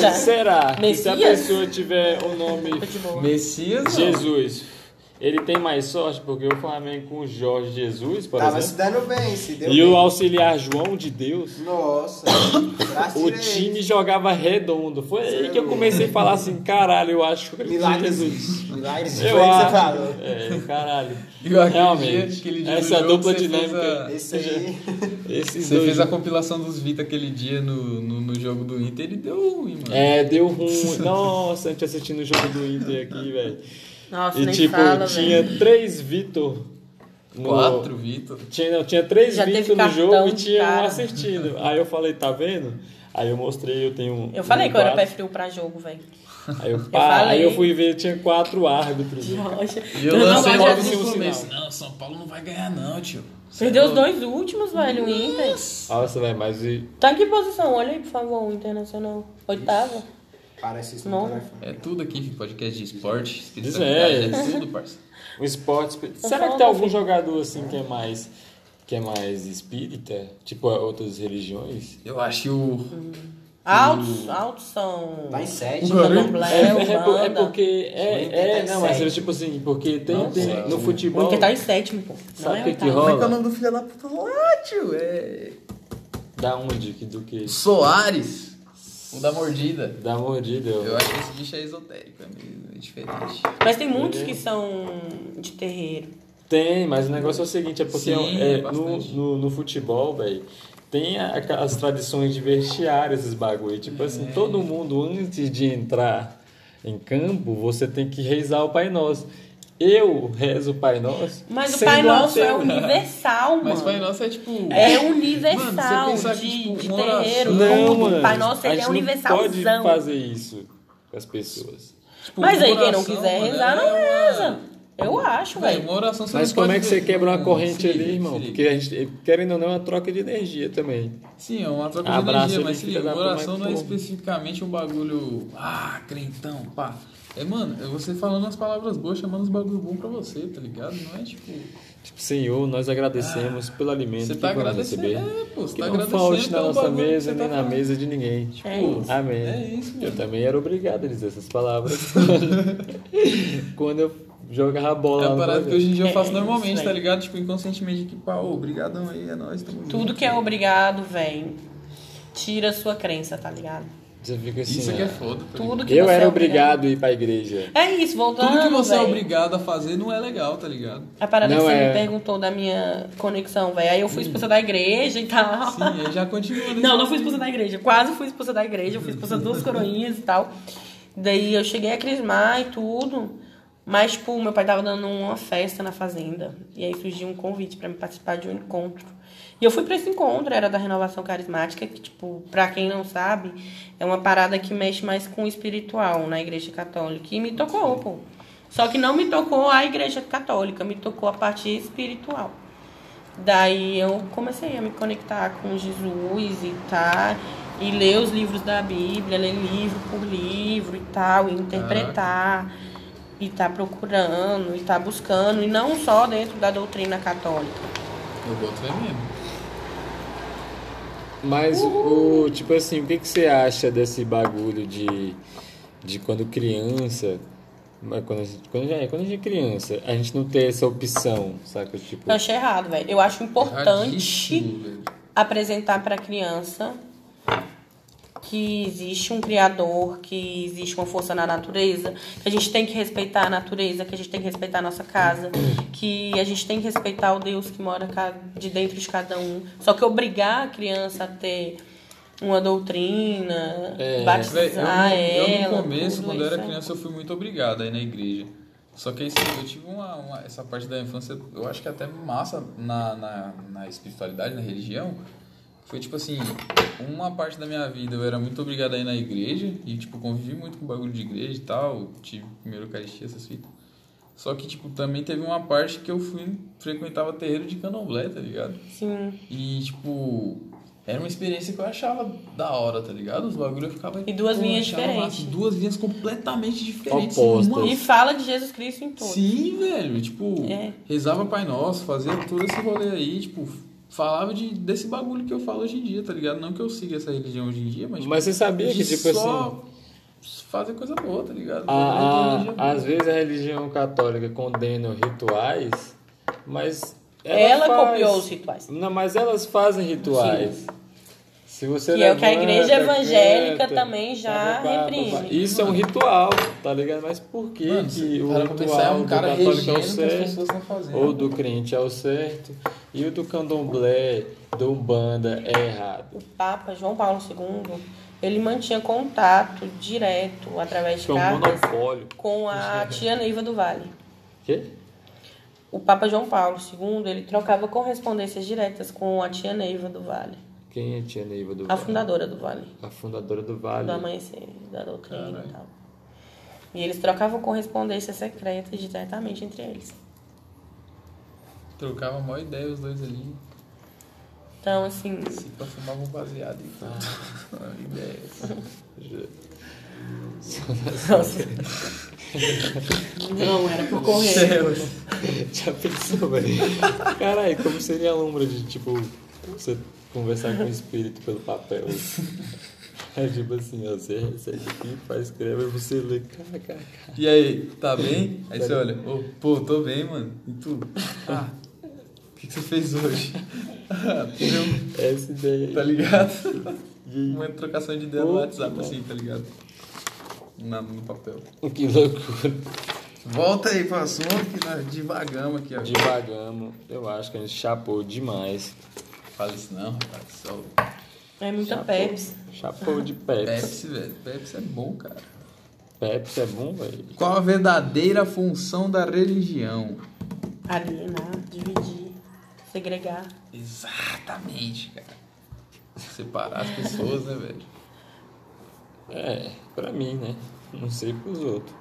Speaker 3: Já.
Speaker 5: Será que se a
Speaker 3: Messias?
Speaker 5: pessoa tiver o nome
Speaker 3: De boa.
Speaker 2: Messias, não.
Speaker 5: Jesus, ele tem mais sorte? Porque o Flamengo com o Jorge Jesus,
Speaker 2: Tá,
Speaker 5: por
Speaker 4: Tava se
Speaker 5: exemplo,
Speaker 4: dando bem, se deu
Speaker 5: e o
Speaker 4: bem.
Speaker 5: auxiliar João de Deus,
Speaker 4: Nossa,
Speaker 5: <coughs>
Speaker 4: braço
Speaker 5: o
Speaker 4: direito.
Speaker 5: time jogava redondo. Foi aí que eu comecei a falar assim, caralho, eu acho que
Speaker 4: Milagre
Speaker 5: Jesus.
Speaker 4: existe. Milagre existe.
Speaker 5: Eu
Speaker 4: Foi o que você
Speaker 5: acho.
Speaker 4: falou.
Speaker 5: É, caralho.
Speaker 2: E aquele
Speaker 5: Realmente.
Speaker 2: dia- aquele dia do
Speaker 5: essa é
Speaker 2: jogo,
Speaker 5: dupla
Speaker 2: você fez
Speaker 5: dinâmica.
Speaker 2: a-
Speaker 4: Esse aí.
Speaker 5: <laughs> Esses
Speaker 2: Você
Speaker 5: dois.
Speaker 2: fez a compilação dos Vita aquele dia no, no, no jogo do Inter e deu ruim, mano.
Speaker 5: É, deu ruim. Nossa, a gente assistindo o jogo do Inter aqui, velho.
Speaker 3: Nossa,
Speaker 5: E
Speaker 3: nem
Speaker 5: tipo,
Speaker 3: fala,
Speaker 5: tinha
Speaker 3: velho.
Speaker 5: três Vitor. no-
Speaker 2: Quatro, Vitor.
Speaker 5: Tinha, não, tinha três
Speaker 3: Já
Speaker 5: vídeos
Speaker 3: teve
Speaker 5: no
Speaker 3: cartão
Speaker 5: jogo e
Speaker 3: de
Speaker 5: tinha um
Speaker 3: cara.
Speaker 5: assistindo. Aí eu falei, tá vendo? Aí eu mostrei, eu tenho um.
Speaker 3: Eu falei
Speaker 5: um
Speaker 3: que eu era pé
Speaker 5: quatro.
Speaker 3: frio pra
Speaker 5: <laughs>
Speaker 3: jogo, velho.
Speaker 5: Aí eu, pá,
Speaker 3: falei.
Speaker 5: aí eu fui ver, tinha quatro árbitros.
Speaker 2: E eu
Speaker 3: não
Speaker 2: lancei
Speaker 3: gosto
Speaker 2: logo
Speaker 5: de
Speaker 2: no
Speaker 5: sinal.
Speaker 2: começo. Não, São Paulo não vai ganhar, não, tio. Cê é
Speaker 3: Perdeu os
Speaker 2: louco.
Speaker 3: dois últimos, velho, o Inter.
Speaker 5: Nossa, velho, mas e-
Speaker 3: Tá em que posição? Olha aí, por favor, o Internacional. Oitava.
Speaker 4: Parece isso
Speaker 3: Não.
Speaker 4: no telefone.
Speaker 2: É tudo aqui, filho, podcast de esporte,
Speaker 5: Diz,
Speaker 2: espiritualidade,
Speaker 5: é.
Speaker 2: é tudo, parça.
Speaker 5: o esporte. Será que tem algum jogador assim que é mais. que é mais espírita? Tipo outras religiões?
Speaker 2: Eu acho que o...
Speaker 3: Altos, altos são.
Speaker 4: Lá em sete.
Speaker 3: O
Speaker 5: É,
Speaker 3: Candomblé,
Speaker 5: é por- é
Speaker 3: Umbanda.
Speaker 5: porque.
Speaker 4: Sim,
Speaker 5: É, é,
Speaker 4: tem
Speaker 5: não, mas
Speaker 4: sete.
Speaker 5: é tipo assim, porque tem.
Speaker 2: Não,
Speaker 5: tem-
Speaker 2: sim.
Speaker 5: no
Speaker 3: O
Speaker 5: futebol.
Speaker 3: Inter tá em sétimo, pô. Não
Speaker 5: Sabe o
Speaker 3: é
Speaker 5: que que
Speaker 3: oitavo.
Speaker 5: rola?
Speaker 2: nome do filho da puta lá, tio? É...
Speaker 5: Da onde? um que- Do que?
Speaker 2: Soares, o da mordida.
Speaker 5: Da mordida. eu-
Speaker 2: Eu acho que esse bicho é esotérico, é meio é diferente.
Speaker 3: Mas tem
Speaker 5: É.
Speaker 3: muitos que são de terreiro.
Speaker 5: Tem, mas o negócio é o seguinte, é porque
Speaker 2: Sim,
Speaker 5: é,
Speaker 2: é
Speaker 5: no,
Speaker 2: bastante.
Speaker 5: no, no futebol, velho, tem a- a- as tradições de vestiário, esses bagulho. Tipo
Speaker 2: É.
Speaker 5: assim, todo mundo, antes de entrar em campo, você tem que rezar o Pai Nosso. Eu rezo o Pai Nosso.
Speaker 3: Mas o
Speaker 5: sendo
Speaker 3: Pai Nosso é
Speaker 5: ateu.
Speaker 3: universal, mano.
Speaker 2: Mas Pai Nosso é tipo...
Speaker 3: É
Speaker 2: Mano,
Speaker 3: universal
Speaker 2: você pensar que,
Speaker 3: de,
Speaker 2: tipo,
Speaker 3: de
Speaker 2: uma oração-
Speaker 3: terreiro.
Speaker 5: Não,
Speaker 3: tudo.
Speaker 5: mano.
Speaker 3: Pai Nosso
Speaker 5: a gente
Speaker 3: ele é
Speaker 5: não pode
Speaker 3: universalzão.
Speaker 5: fazer isso com as pessoas.
Speaker 2: tipo,
Speaker 3: Mas aí
Speaker 2: uma
Speaker 3: quem não
Speaker 2: oração,
Speaker 3: quiser
Speaker 2: mano,
Speaker 3: rezar, não
Speaker 2: é uma-
Speaker 3: reza. Eu acho,
Speaker 2: Véi,
Speaker 3: velho.
Speaker 2: uma oração você
Speaker 5: Mas
Speaker 2: não
Speaker 5: como
Speaker 2: pode
Speaker 5: é que você
Speaker 2: ver-
Speaker 5: quebra uma
Speaker 2: Não,
Speaker 5: corrente
Speaker 2: se liga,
Speaker 5: ali, irmão?
Speaker 2: se liga.
Speaker 5: Porque a gente, querendo ou não, é uma troca de energia também.
Speaker 2: Sim, é uma troca
Speaker 5: Abraço,
Speaker 2: de energia, mas se
Speaker 5: ele
Speaker 2: liga,
Speaker 5: fica
Speaker 2: uma
Speaker 5: da
Speaker 2: oração
Speaker 5: puta,
Speaker 2: não é
Speaker 5: mas como?
Speaker 2: especificamente um bagulho. Ah, crentão, pá. É, mano, é você falando as palavras boas, chamando os bagulho bom pra você, tá ligado? Não é tipo.
Speaker 5: Tipo, Senhor, nós agradecemos pelo alimento
Speaker 2: Você
Speaker 5: que
Speaker 2: tá
Speaker 5: vamos
Speaker 2: agradecendo.
Speaker 5: receber.
Speaker 2: É, pô, você
Speaker 5: Que
Speaker 2: tá
Speaker 5: não
Speaker 2: agradecendo.
Speaker 5: falte na
Speaker 2: pelo
Speaker 5: nossa
Speaker 2: bagulho que
Speaker 5: mesa
Speaker 2: você
Speaker 5: nem
Speaker 2: tá
Speaker 5: na
Speaker 2: falando.
Speaker 5: mesa de ninguém.
Speaker 3: É
Speaker 5: Tipo,
Speaker 3: isso.
Speaker 5: amém.
Speaker 2: É isso,
Speaker 5: Eu
Speaker 2: mano.
Speaker 5: também era obrigado a dizer essas
Speaker 2: <laughs>
Speaker 5: palavras. Quando eu jogava bola. lá
Speaker 2: É a
Speaker 5: no
Speaker 2: parada que
Speaker 5: Brasil.
Speaker 2: hoje em dia eu
Speaker 3: É,
Speaker 2: faço
Speaker 3: é
Speaker 2: normalmente,
Speaker 3: isso
Speaker 2: tá
Speaker 3: aí.
Speaker 2: ligado? Tipo, inconscientemente que, pá, ô, brigadão aí, é nóis, tamo junto.
Speaker 3: Tudo que é obrigado, velho. Tira a sua crença, tá ligado?
Speaker 5: Você fica assim.
Speaker 2: Isso aqui é
Speaker 5: ah,
Speaker 2: foda, tá ligado?
Speaker 3: Tudo que
Speaker 5: Eu
Speaker 3: você
Speaker 5: era
Speaker 3: é
Speaker 5: obrigado a ir pra igreja.
Speaker 3: É isso, voltando.
Speaker 2: Tudo que você é
Speaker 3: véi.
Speaker 2: obrigado a fazer não é legal, tá ligado?
Speaker 3: A parada
Speaker 5: Não,
Speaker 3: que você
Speaker 5: é-
Speaker 3: me perguntou da minha conexão, velho. Aí eu fui expulsa da igreja e tal.
Speaker 2: Sim, aí já continua, né?
Speaker 3: Não, não fui expulsa da igreja. Quase fui expulsa da igreja. Eu fui expulsa de duas coroinhas e tal. Daí eu cheguei a crismar e tudo. Mas, tipo, meu pai tava dando uma festa na fazenda. E aí surgiu um convite pra me participar de um encontro. E eu fui pra esse encontro, era da Renovação Carismática, que, tipo, pra quem não sabe, é uma parada que mexe mais com o espiritual na Igreja Católica. E me tocou, pô. Só que não me tocou a Igreja Católica, me tocou a parte espiritual. Daí eu comecei a me conectar com Jesus e tal, e ler os livros da Bíblia, ler livro por livro e tal, e interpretar, e tá procurando, e tá buscando, e não só dentro da doutrina católica.
Speaker 2: Eu boto fé mesmo.
Speaker 5: Mas o tipo assim, o que, que você acha desse bagulho de, de quando criança, mas quando a gente, quando, já, é- quando a gente é criança, a gente não ter essa opção, saca? Tipo,
Speaker 3: Eu achei errado, velho. Eu acho importante
Speaker 2: Erradíssimo, velho.
Speaker 3: apresentar para a criança que existe um criador, que existe uma força na natureza, que a gente tem que respeitar a natureza, que a gente tem que respeitar a nossa casa, que a gente tem que respeitar o Deus que mora ca- de dentro de cada um. Só que obrigar a criança a ter uma doutrina,
Speaker 2: Véi, É, eu,
Speaker 3: batizar
Speaker 2: eu,
Speaker 3: ela.
Speaker 2: no começo,
Speaker 3: tudo
Speaker 2: quando eu era
Speaker 3: Ah, isso é-
Speaker 2: criança, eu fui muito obrigado aí na igreja. Só que aí sim, eu tive uma, uma- essa parte da infância, eu acho que é até massa na, na, na espiritualidade, na religião. Foi tipo assim, uma parte da minha vida eu era muito obrigado aí na igreja e tipo convivi muito com o bagulho de igreja e tal, tive primeiro eucaristia, essas fitas. Só que tipo também teve uma parte que eu fui frequentava terreiro de candomblé, tá ligado?
Speaker 3: Sim.
Speaker 2: E, tipo, era uma experiência que eu achava da hora, tá ligado? Os bagulho eu ficava.
Speaker 3: E duas
Speaker 2: pô,
Speaker 3: linhas
Speaker 2: achava
Speaker 3: diferentes.
Speaker 2: massa. Duas linhas completamente diferentes.
Speaker 5: Opostas.
Speaker 2: Uma-
Speaker 3: E fala de Jesus Cristo em tudo.
Speaker 2: Sim, velho. Tipo,
Speaker 3: É.
Speaker 2: rezava Pai Nosso, fazia todo esse rolê aí, tipo. Falava de, desse bagulho que eu falo hoje em dia, tá ligado? Não que eu siga essa religião hoje em dia, mas.
Speaker 5: Mas você sabia que,
Speaker 2: de
Speaker 5: tipo
Speaker 2: só
Speaker 5: assim.
Speaker 2: Fazer coisa boa, tá ligado?
Speaker 5: a-
Speaker 2: Religião.
Speaker 5: a- às vezes a religião católica condena rituais, mas.
Speaker 3: Ela,
Speaker 5: faz-
Speaker 3: copiou os rituais.
Speaker 5: Não, mas elas fazem rituais. Se você
Speaker 3: Que é o que a igreja
Speaker 5: levanta,
Speaker 3: evangélica
Speaker 5: canta,
Speaker 3: também já repreende.
Speaker 5: Isso é um ritual, tá ligado? Mas por que,
Speaker 2: Mano,
Speaker 5: que
Speaker 2: se
Speaker 5: o
Speaker 2: parar pra pensar, é
Speaker 5: ritual
Speaker 2: um
Speaker 5: do
Speaker 2: cara
Speaker 5: católico é
Speaker 2: regendo
Speaker 5: o
Speaker 2: o que as
Speaker 5: certo,
Speaker 2: pessoas tão fazendo?
Speaker 5: ou do crente é o certo, e o do candomblé, do umbanda é errado?
Speaker 3: O Papa João Paulo II, ele mantinha contato direto, através de
Speaker 5: Isso é um
Speaker 3: cartas,
Speaker 5: monopólio.
Speaker 3: com a tia Neiva do Vale.
Speaker 5: Quê?
Speaker 3: O Papa João Paulo II, ele trocava correspondências diretas com a tia Neiva do Vale,
Speaker 5: Quem é Tia Neiva do
Speaker 3: a
Speaker 5: Vale?
Speaker 3: fundadora do Vale,
Speaker 5: A fundadora do Vale.
Speaker 3: do amanhecer, da doutrina e
Speaker 2: Caralho.
Speaker 3: tal. E eles trocavam correspondências secretas diretamente entre eles.
Speaker 2: Trocava a maior ideia os dois ali.
Speaker 3: Então, assim,
Speaker 2: Se pra fumar um baseado e tal. <laughs> Ideias.
Speaker 6: Não, era por correr.
Speaker 5: Já pensou, velho? Caralho, como seria a lombra de, tipo, você conversar com o espírito pelo papel? É tipo assim, ó, você recebe aqui, faz creme, aí você lê, kkk.
Speaker 2: E aí, tá bem? Aí você olha, ô, pô, tô bem, mano. E tu? Ah, <laughs> o que, que você fez hoje? <laughs> Ah, eu-
Speaker 5: Essa ideia aí.
Speaker 2: tá <laughs> ligado?
Speaker 5: E
Speaker 2: Uma trocação de ideia no WhatsApp assim, tá ligado? Na, no papel.
Speaker 5: aí? Que loucura.
Speaker 2: Volta aí pro assunto que nós divagamos aqui, ó.
Speaker 5: Devagamos, eu acho que a gente chapou demais.
Speaker 2: Fala isso não, rapaz. Só o
Speaker 3: é muita Pepsi.
Speaker 5: Chapou de Pepsi.
Speaker 2: Pepsi, velho. Pepsi é bom, cara.
Speaker 5: Pepsi é bom, velho.
Speaker 2: Qual a verdadeira função da religião?
Speaker 3: Alienar, dividir, segregar.
Speaker 2: Exatamente, cara. Separar as pessoas, né, velho?
Speaker 5: É, pra mim, né? Não sei pros outros.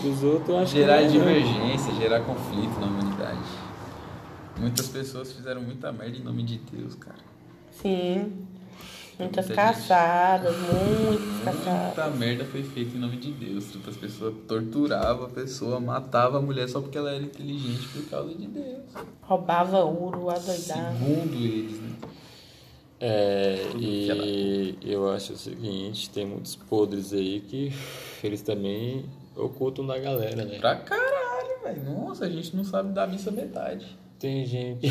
Speaker 5: pros outros, eu acho
Speaker 2: Gerar
Speaker 5: que. não, né?
Speaker 2: divergência, gerar conflito na humanidade. Muitas pessoas fizeram muita merda em nome de Deus, cara.
Speaker 3: Sim. Muitas
Speaker 2: Muita gente.
Speaker 3: caçadas, muitas caçadas.
Speaker 2: Muita merda foi feita em nome de Deus. Tipo, as pessoas torturavam a pessoa, matava a mulher só porque ela era inteligente por causa de Deus.
Speaker 3: Roubava ouro, adoidava.
Speaker 2: Segundo eles, né?
Speaker 5: É,
Speaker 2: que
Speaker 5: e eu acho o seguinte, tem muitos podres aí que eles também ocultam da galera, né?
Speaker 2: Pra caralho, velho. Nossa, a gente não sabe dar missa metade.
Speaker 5: Tem
Speaker 2: <laughs>
Speaker 5: gente.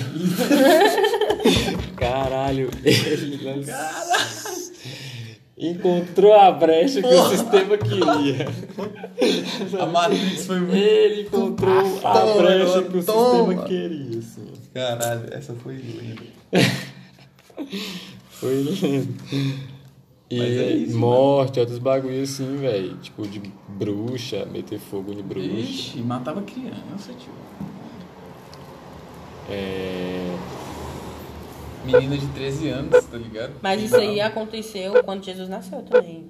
Speaker 5: Caralho, ele lanç- Encontrou a brecha que o sistema queria.
Speaker 2: A Matrix foi muito.
Speaker 5: Ele encontrou a
Speaker 2: Ah, Toma,
Speaker 5: brecha que o
Speaker 2: toma.
Speaker 5: sistema queria, assim.
Speaker 2: Caralho, essa foi linda.
Speaker 5: Foi lindo. E
Speaker 2: Mas é isso,
Speaker 5: morte, outros bagulhos assim, velho. Tipo de bruxa, meter fogo em bruxa.
Speaker 2: Ixi, matava criança, tio.
Speaker 5: É...
Speaker 2: Menina de 13 anos, tá ligado?
Speaker 3: Mas isso aí é- aconteceu quando Jesus nasceu também.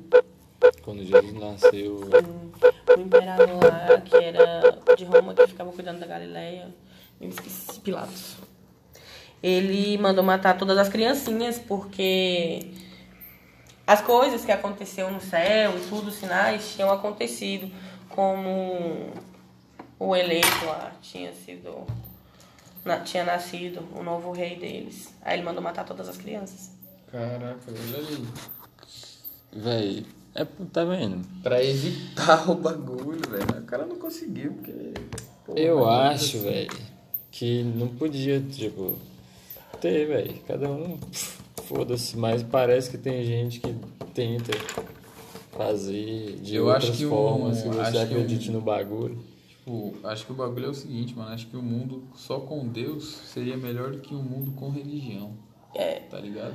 Speaker 5: Quando Jesus nasceu.
Speaker 3: O imperador lá, que era de Roma, que ficava cuidando da Galileia, eu esqueci, Pilatos. Ele mandou matar todas as criancinhas, porque as coisas que aconteceu no céu e tudo, os sinais, tinham acontecido, como o eleito lá tinha sido. na- tinha nascido o novo rei deles. Aí ele mandou matar todas as crianças.
Speaker 2: Caraca, olha ali.
Speaker 5: Véi, é, tá vendo?
Speaker 2: Pra Tá evitar o bagulho, velho. mas O cara não conseguiu, porque. pô,
Speaker 5: Eu
Speaker 2: mas-
Speaker 5: acho, velho, que não podia, tipo, ter, velho. Cada um, foda-se, mas parece que tem gente que tenta fazer de
Speaker 2: Eu acho
Speaker 5: outras
Speaker 2: que o-
Speaker 5: formas, que
Speaker 2: acho
Speaker 5: você
Speaker 2: que o-
Speaker 5: acredite no bagulho.
Speaker 2: Tipo, acho que o bagulho é o seguinte, mano. Acho que o mundo só com Deus seria melhor do que um mundo com religião.
Speaker 3: É.
Speaker 2: Tá ligado?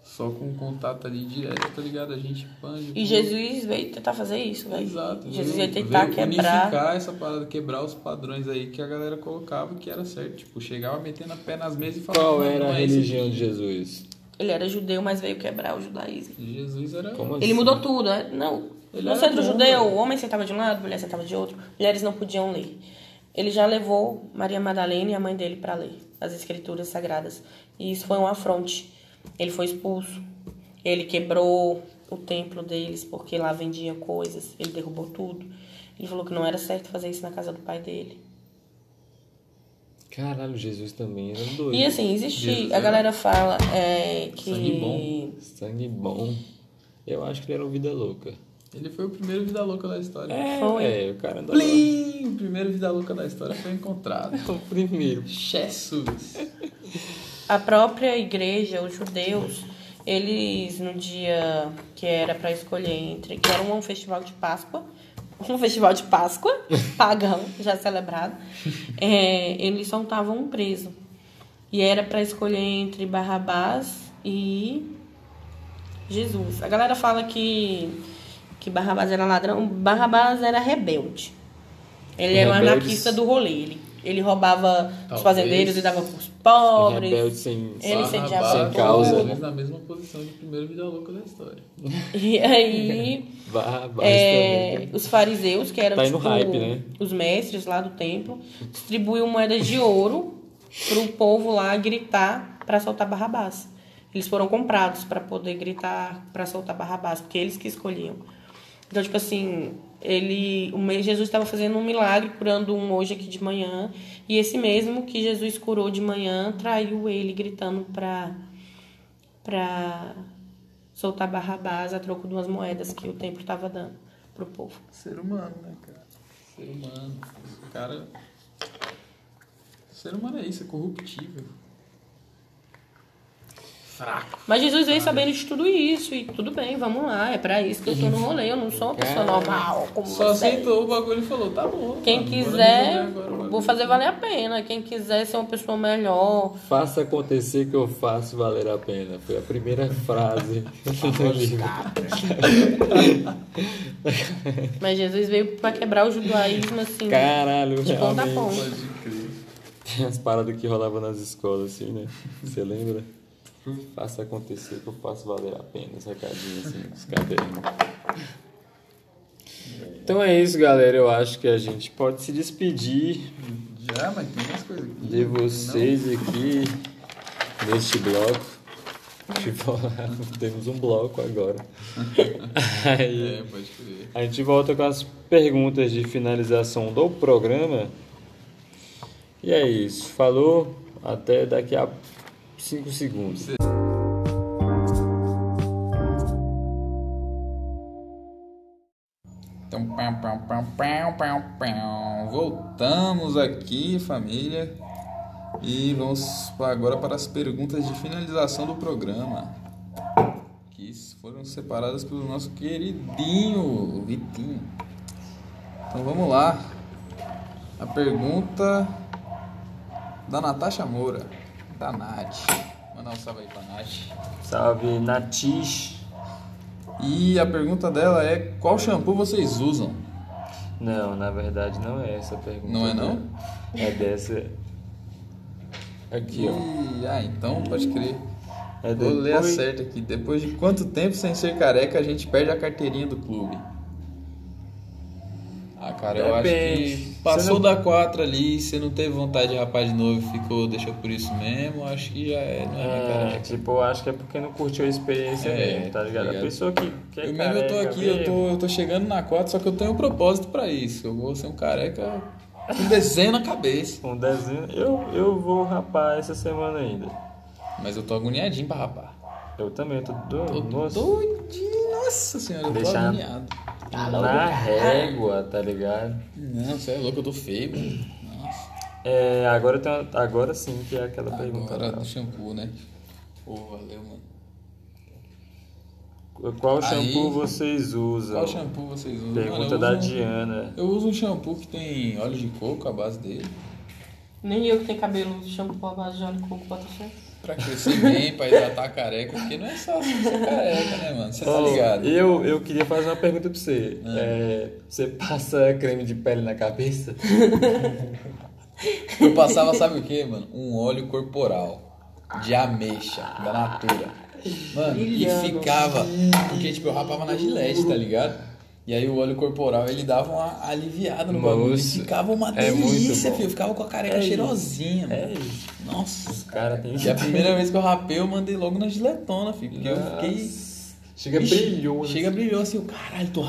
Speaker 2: Só com contato ali direto, tá ligado? A gente pande.
Speaker 3: E Jesus veio tentar fazer isso, velho.
Speaker 2: Exato.
Speaker 3: Jesus
Speaker 2: veio-
Speaker 3: ia tentar
Speaker 2: veio
Speaker 3: quebrar.
Speaker 2: Unificar essa parada, quebrar os padrões aí que a galera colocava que era certo. Tipo, chegava metendo a pé nas mesas e falava.
Speaker 5: Qual
Speaker 2: "Mano,
Speaker 5: era
Speaker 2: não
Speaker 5: a
Speaker 2: é isso
Speaker 5: religião de
Speaker 2: aqui."
Speaker 5: Jesus?
Speaker 3: Ele era judeu, mas veio quebrar o judaísmo.
Speaker 2: Jesus era.
Speaker 5: Como
Speaker 3: Ele
Speaker 5: assim?
Speaker 3: mudou tudo, né? Não.
Speaker 2: Ele
Speaker 3: no
Speaker 2: era
Speaker 3: centro
Speaker 2: bom,
Speaker 3: judeu,
Speaker 2: velho.
Speaker 3: o homem sentava de um lado, a mulher sentava de outro, mulheres não podiam ler. Ele já levou Maria Madalena e a mãe dele para ler as escrituras sagradas. E isso foi um afronte. Ele foi expulso. Ele quebrou o templo deles porque lá vendia coisas. Ele derrubou tudo. Ele falou que não era certo fazer isso na casa do pai dele.
Speaker 5: Caralho, Jesus também era doido.
Speaker 3: E assim, existe.
Speaker 2: Jesus
Speaker 3: A
Speaker 2: era-
Speaker 3: galera fala é, que.
Speaker 2: Sangue bom.
Speaker 5: Sangue bom. Eu acho que ele era um vida louca.
Speaker 2: Ele foi o primeiro vida louca da história.
Speaker 5: É,
Speaker 3: Foi.
Speaker 5: é o cara da
Speaker 2: Plim! O primeiro vida louca da história foi
Speaker 3: <laughs>
Speaker 2: encontrado.
Speaker 5: O primeiro.
Speaker 2: Jesus.
Speaker 3: A própria igreja, os judeus, eles no dia que era para escolher entre, que era um festival de Páscoa, <laughs> um festival de Páscoa, pagão, já celebrado, é, eles soltavam um preso. E era para escolher entre Barrabás e Jesus. A galera fala que, que Barrabás era ladrão, Barrabás era rebelde. Ele era um
Speaker 5: Rebeldes.
Speaker 3: anarquista do rolê. Ele, ele roubava os
Speaker 2: Talvez.
Speaker 3: fazendeiros e dava pros pobres.
Speaker 5: Rebelde sem.
Speaker 3: Ele
Speaker 2: Barra
Speaker 3: sediava
Speaker 2: Barra
Speaker 5: tudo.
Speaker 2: causa.
Speaker 5: Causa. né?
Speaker 2: na mesma posição de primeiro vida louca da história.
Speaker 3: <laughs> E aí,
Speaker 5: Barrabás
Speaker 3: é,
Speaker 5: também.
Speaker 3: os fariseus, que eram
Speaker 5: Tá aí no
Speaker 3: tipo,
Speaker 5: hype, né?
Speaker 3: os mestres lá do templo, distribuíam moedas de ouro pro povo lá gritar pra soltar Barrabás. Eles foram comprados pra poder gritar pra soltar Barrabás, porque eles que escolhiam. Então, tipo assim, ele, o me- Jesus estava fazendo um milagre curando um hoje aqui de manhã, e esse mesmo que Jesus curou de manhã traiu ele gritando pra pra soltar Barrabás a troco de umas moedas que o templo estava dando pro povo.
Speaker 2: Ser humano, né, cara? Ser humano. Esse cara. Ser humano é isso, é corruptível. Fraco.
Speaker 3: Mas Jesus veio sabendo de tudo isso e tudo bem, vamos lá, é pra isso que eu tô no rolê, eu não sou uma pessoa normal como
Speaker 2: Uhum. É. Só
Speaker 3: vocês.
Speaker 2: aceitou o bagulho e falou, tá bom.
Speaker 3: Quem
Speaker 2: mano, bora
Speaker 3: quiser,
Speaker 2: resolver agora o bagulho.
Speaker 3: vou fazer valer a pena. Quem quiser ser uma pessoa melhor,
Speaker 5: Faça acontecer que eu faço valer a pena. Foi a primeira frase <laughs>
Speaker 3: Tá
Speaker 5: do livro.
Speaker 3: mas Jesus veio pra quebrar o judaísmo assim.
Speaker 5: Caralho,
Speaker 3: De tá ponta a
Speaker 5: realmente.
Speaker 3: ponta.
Speaker 2: Pode crer.
Speaker 5: Tem as paradas que rolavam nas escolas, assim, né? Você lembra? Faça acontecer que eu faço valer a pena, os recadinhos, assim, os cadernos. Então é isso, galera. Eu acho que a gente pode se despedir
Speaker 2: Já, mas tem mais coisas aqui. né?
Speaker 5: de vocês aqui neste bloco. Tipo, <laughs> temos um bloco agora. Aí,
Speaker 2: É, pode crer.
Speaker 5: a gente volta com as perguntas de finalização do programa. E é isso. Falou. Até daqui a 5 segundos.
Speaker 2: Então, pão, pão, pão, pão, pão, pão. voltamos aqui, família. E vamos pa- agora para as perguntas de finalização do programa. Que s- foram separadas pelo nosso queridinho Vitinho. Então vamos lá. A pergunta da Natasha Moura, da Nath. Mandar um salve aí pra Nath.
Speaker 5: Salve, Natish.
Speaker 2: E a pergunta dela é: qual shampoo vocês usam?
Speaker 5: Não, na verdade não é essa a pergunta.
Speaker 2: Não é, não?
Speaker 5: né? É
Speaker 2: <laughs>
Speaker 5: dessa. Aqui, ó.
Speaker 2: Ih, ah, então pode crer.
Speaker 5: É
Speaker 2: Vou ler a
Speaker 5: depois-
Speaker 2: certa aqui. Depois de quanto tempo sem ser careca a gente perde a carteirinha do clube? Ah, cara, eu acho
Speaker 5: Depende.
Speaker 2: que passou
Speaker 5: Você não-
Speaker 2: da 4 ali, você não teve vontade de rapaz de novo, ficou, deixou por isso mesmo, acho que já é, não é, mais
Speaker 5: É,
Speaker 2: careca.
Speaker 5: tipo, eu acho que é porque não curtiu a experiência
Speaker 2: É,
Speaker 5: mesmo, tá ligado?
Speaker 2: ligado.
Speaker 5: A pessoa que é quer
Speaker 2: eu mesmo eu tô aqui, eu tô, eu tô chegando na 4, só que eu tenho um propósito pra isso. Eu vou ser um careca com desenho na cabeça.
Speaker 5: Um desenho. Eu, eu vou rapar essa semana ainda.
Speaker 2: Mas eu tô agoniadinho pra rapar.
Speaker 5: Eu também, tô doido.
Speaker 2: Tô
Speaker 5: Nossa.
Speaker 2: doidinho, nossa senhora, eu tô
Speaker 5: Deixar-
Speaker 2: agoniado.
Speaker 5: Na régua, tá ligado?
Speaker 2: Não, você é louco, eu tô feio, mano. Nossa. tá
Speaker 5: É, agora, tem uma- agora sim que é aquela pergunta.
Speaker 2: Agora do
Speaker 5: dela.
Speaker 2: shampoo, né? Pô, valeu, mano.
Speaker 5: Qual
Speaker 2: Aí-
Speaker 5: shampoo vocês usam?
Speaker 2: Qual shampoo vocês usam? Mano,
Speaker 5: Pergunta
Speaker 2: eu
Speaker 5: da
Speaker 2: uso um-
Speaker 5: Diana.
Speaker 2: Eu uso um shampoo que tem óleo de coco, a base dele,
Speaker 6: Nem eu que tenho cabelo shampoo à base de óleo de coco, bota fé.
Speaker 2: pra crescer bem, pra hidratar a careca, porque não é só assim ser careca, né, mano? Você tá
Speaker 5: Ô,
Speaker 2: ligado?
Speaker 5: Então, Eu, eu queria fazer uma pergunta pra você. É, você passa creme de pele na cabeça?
Speaker 2: Eu passava, sabe o que, mano? Um óleo corporal de ameixa, da Natura. Mano, e ficava. Porque, tipo, eu rapava na gilete, tá ligado? E aí o óleo corporal, ele dava uma aliviada no bagulho. E
Speaker 5: Moço,
Speaker 2: ficava uma
Speaker 5: é muito
Speaker 2: delícia,
Speaker 5: bom. É
Speaker 2: filho. Eu ficava com a careca cheirosinha, mano. Nossa.
Speaker 5: Cara, tem
Speaker 2: E a primeira vez que eu rapei, eu mandei logo na giletona, filho. Porque eu fiquei...
Speaker 5: Chega
Speaker 2: Ixi,
Speaker 5: brilhou. né?
Speaker 2: Chega brilhou assim, o caralho, tô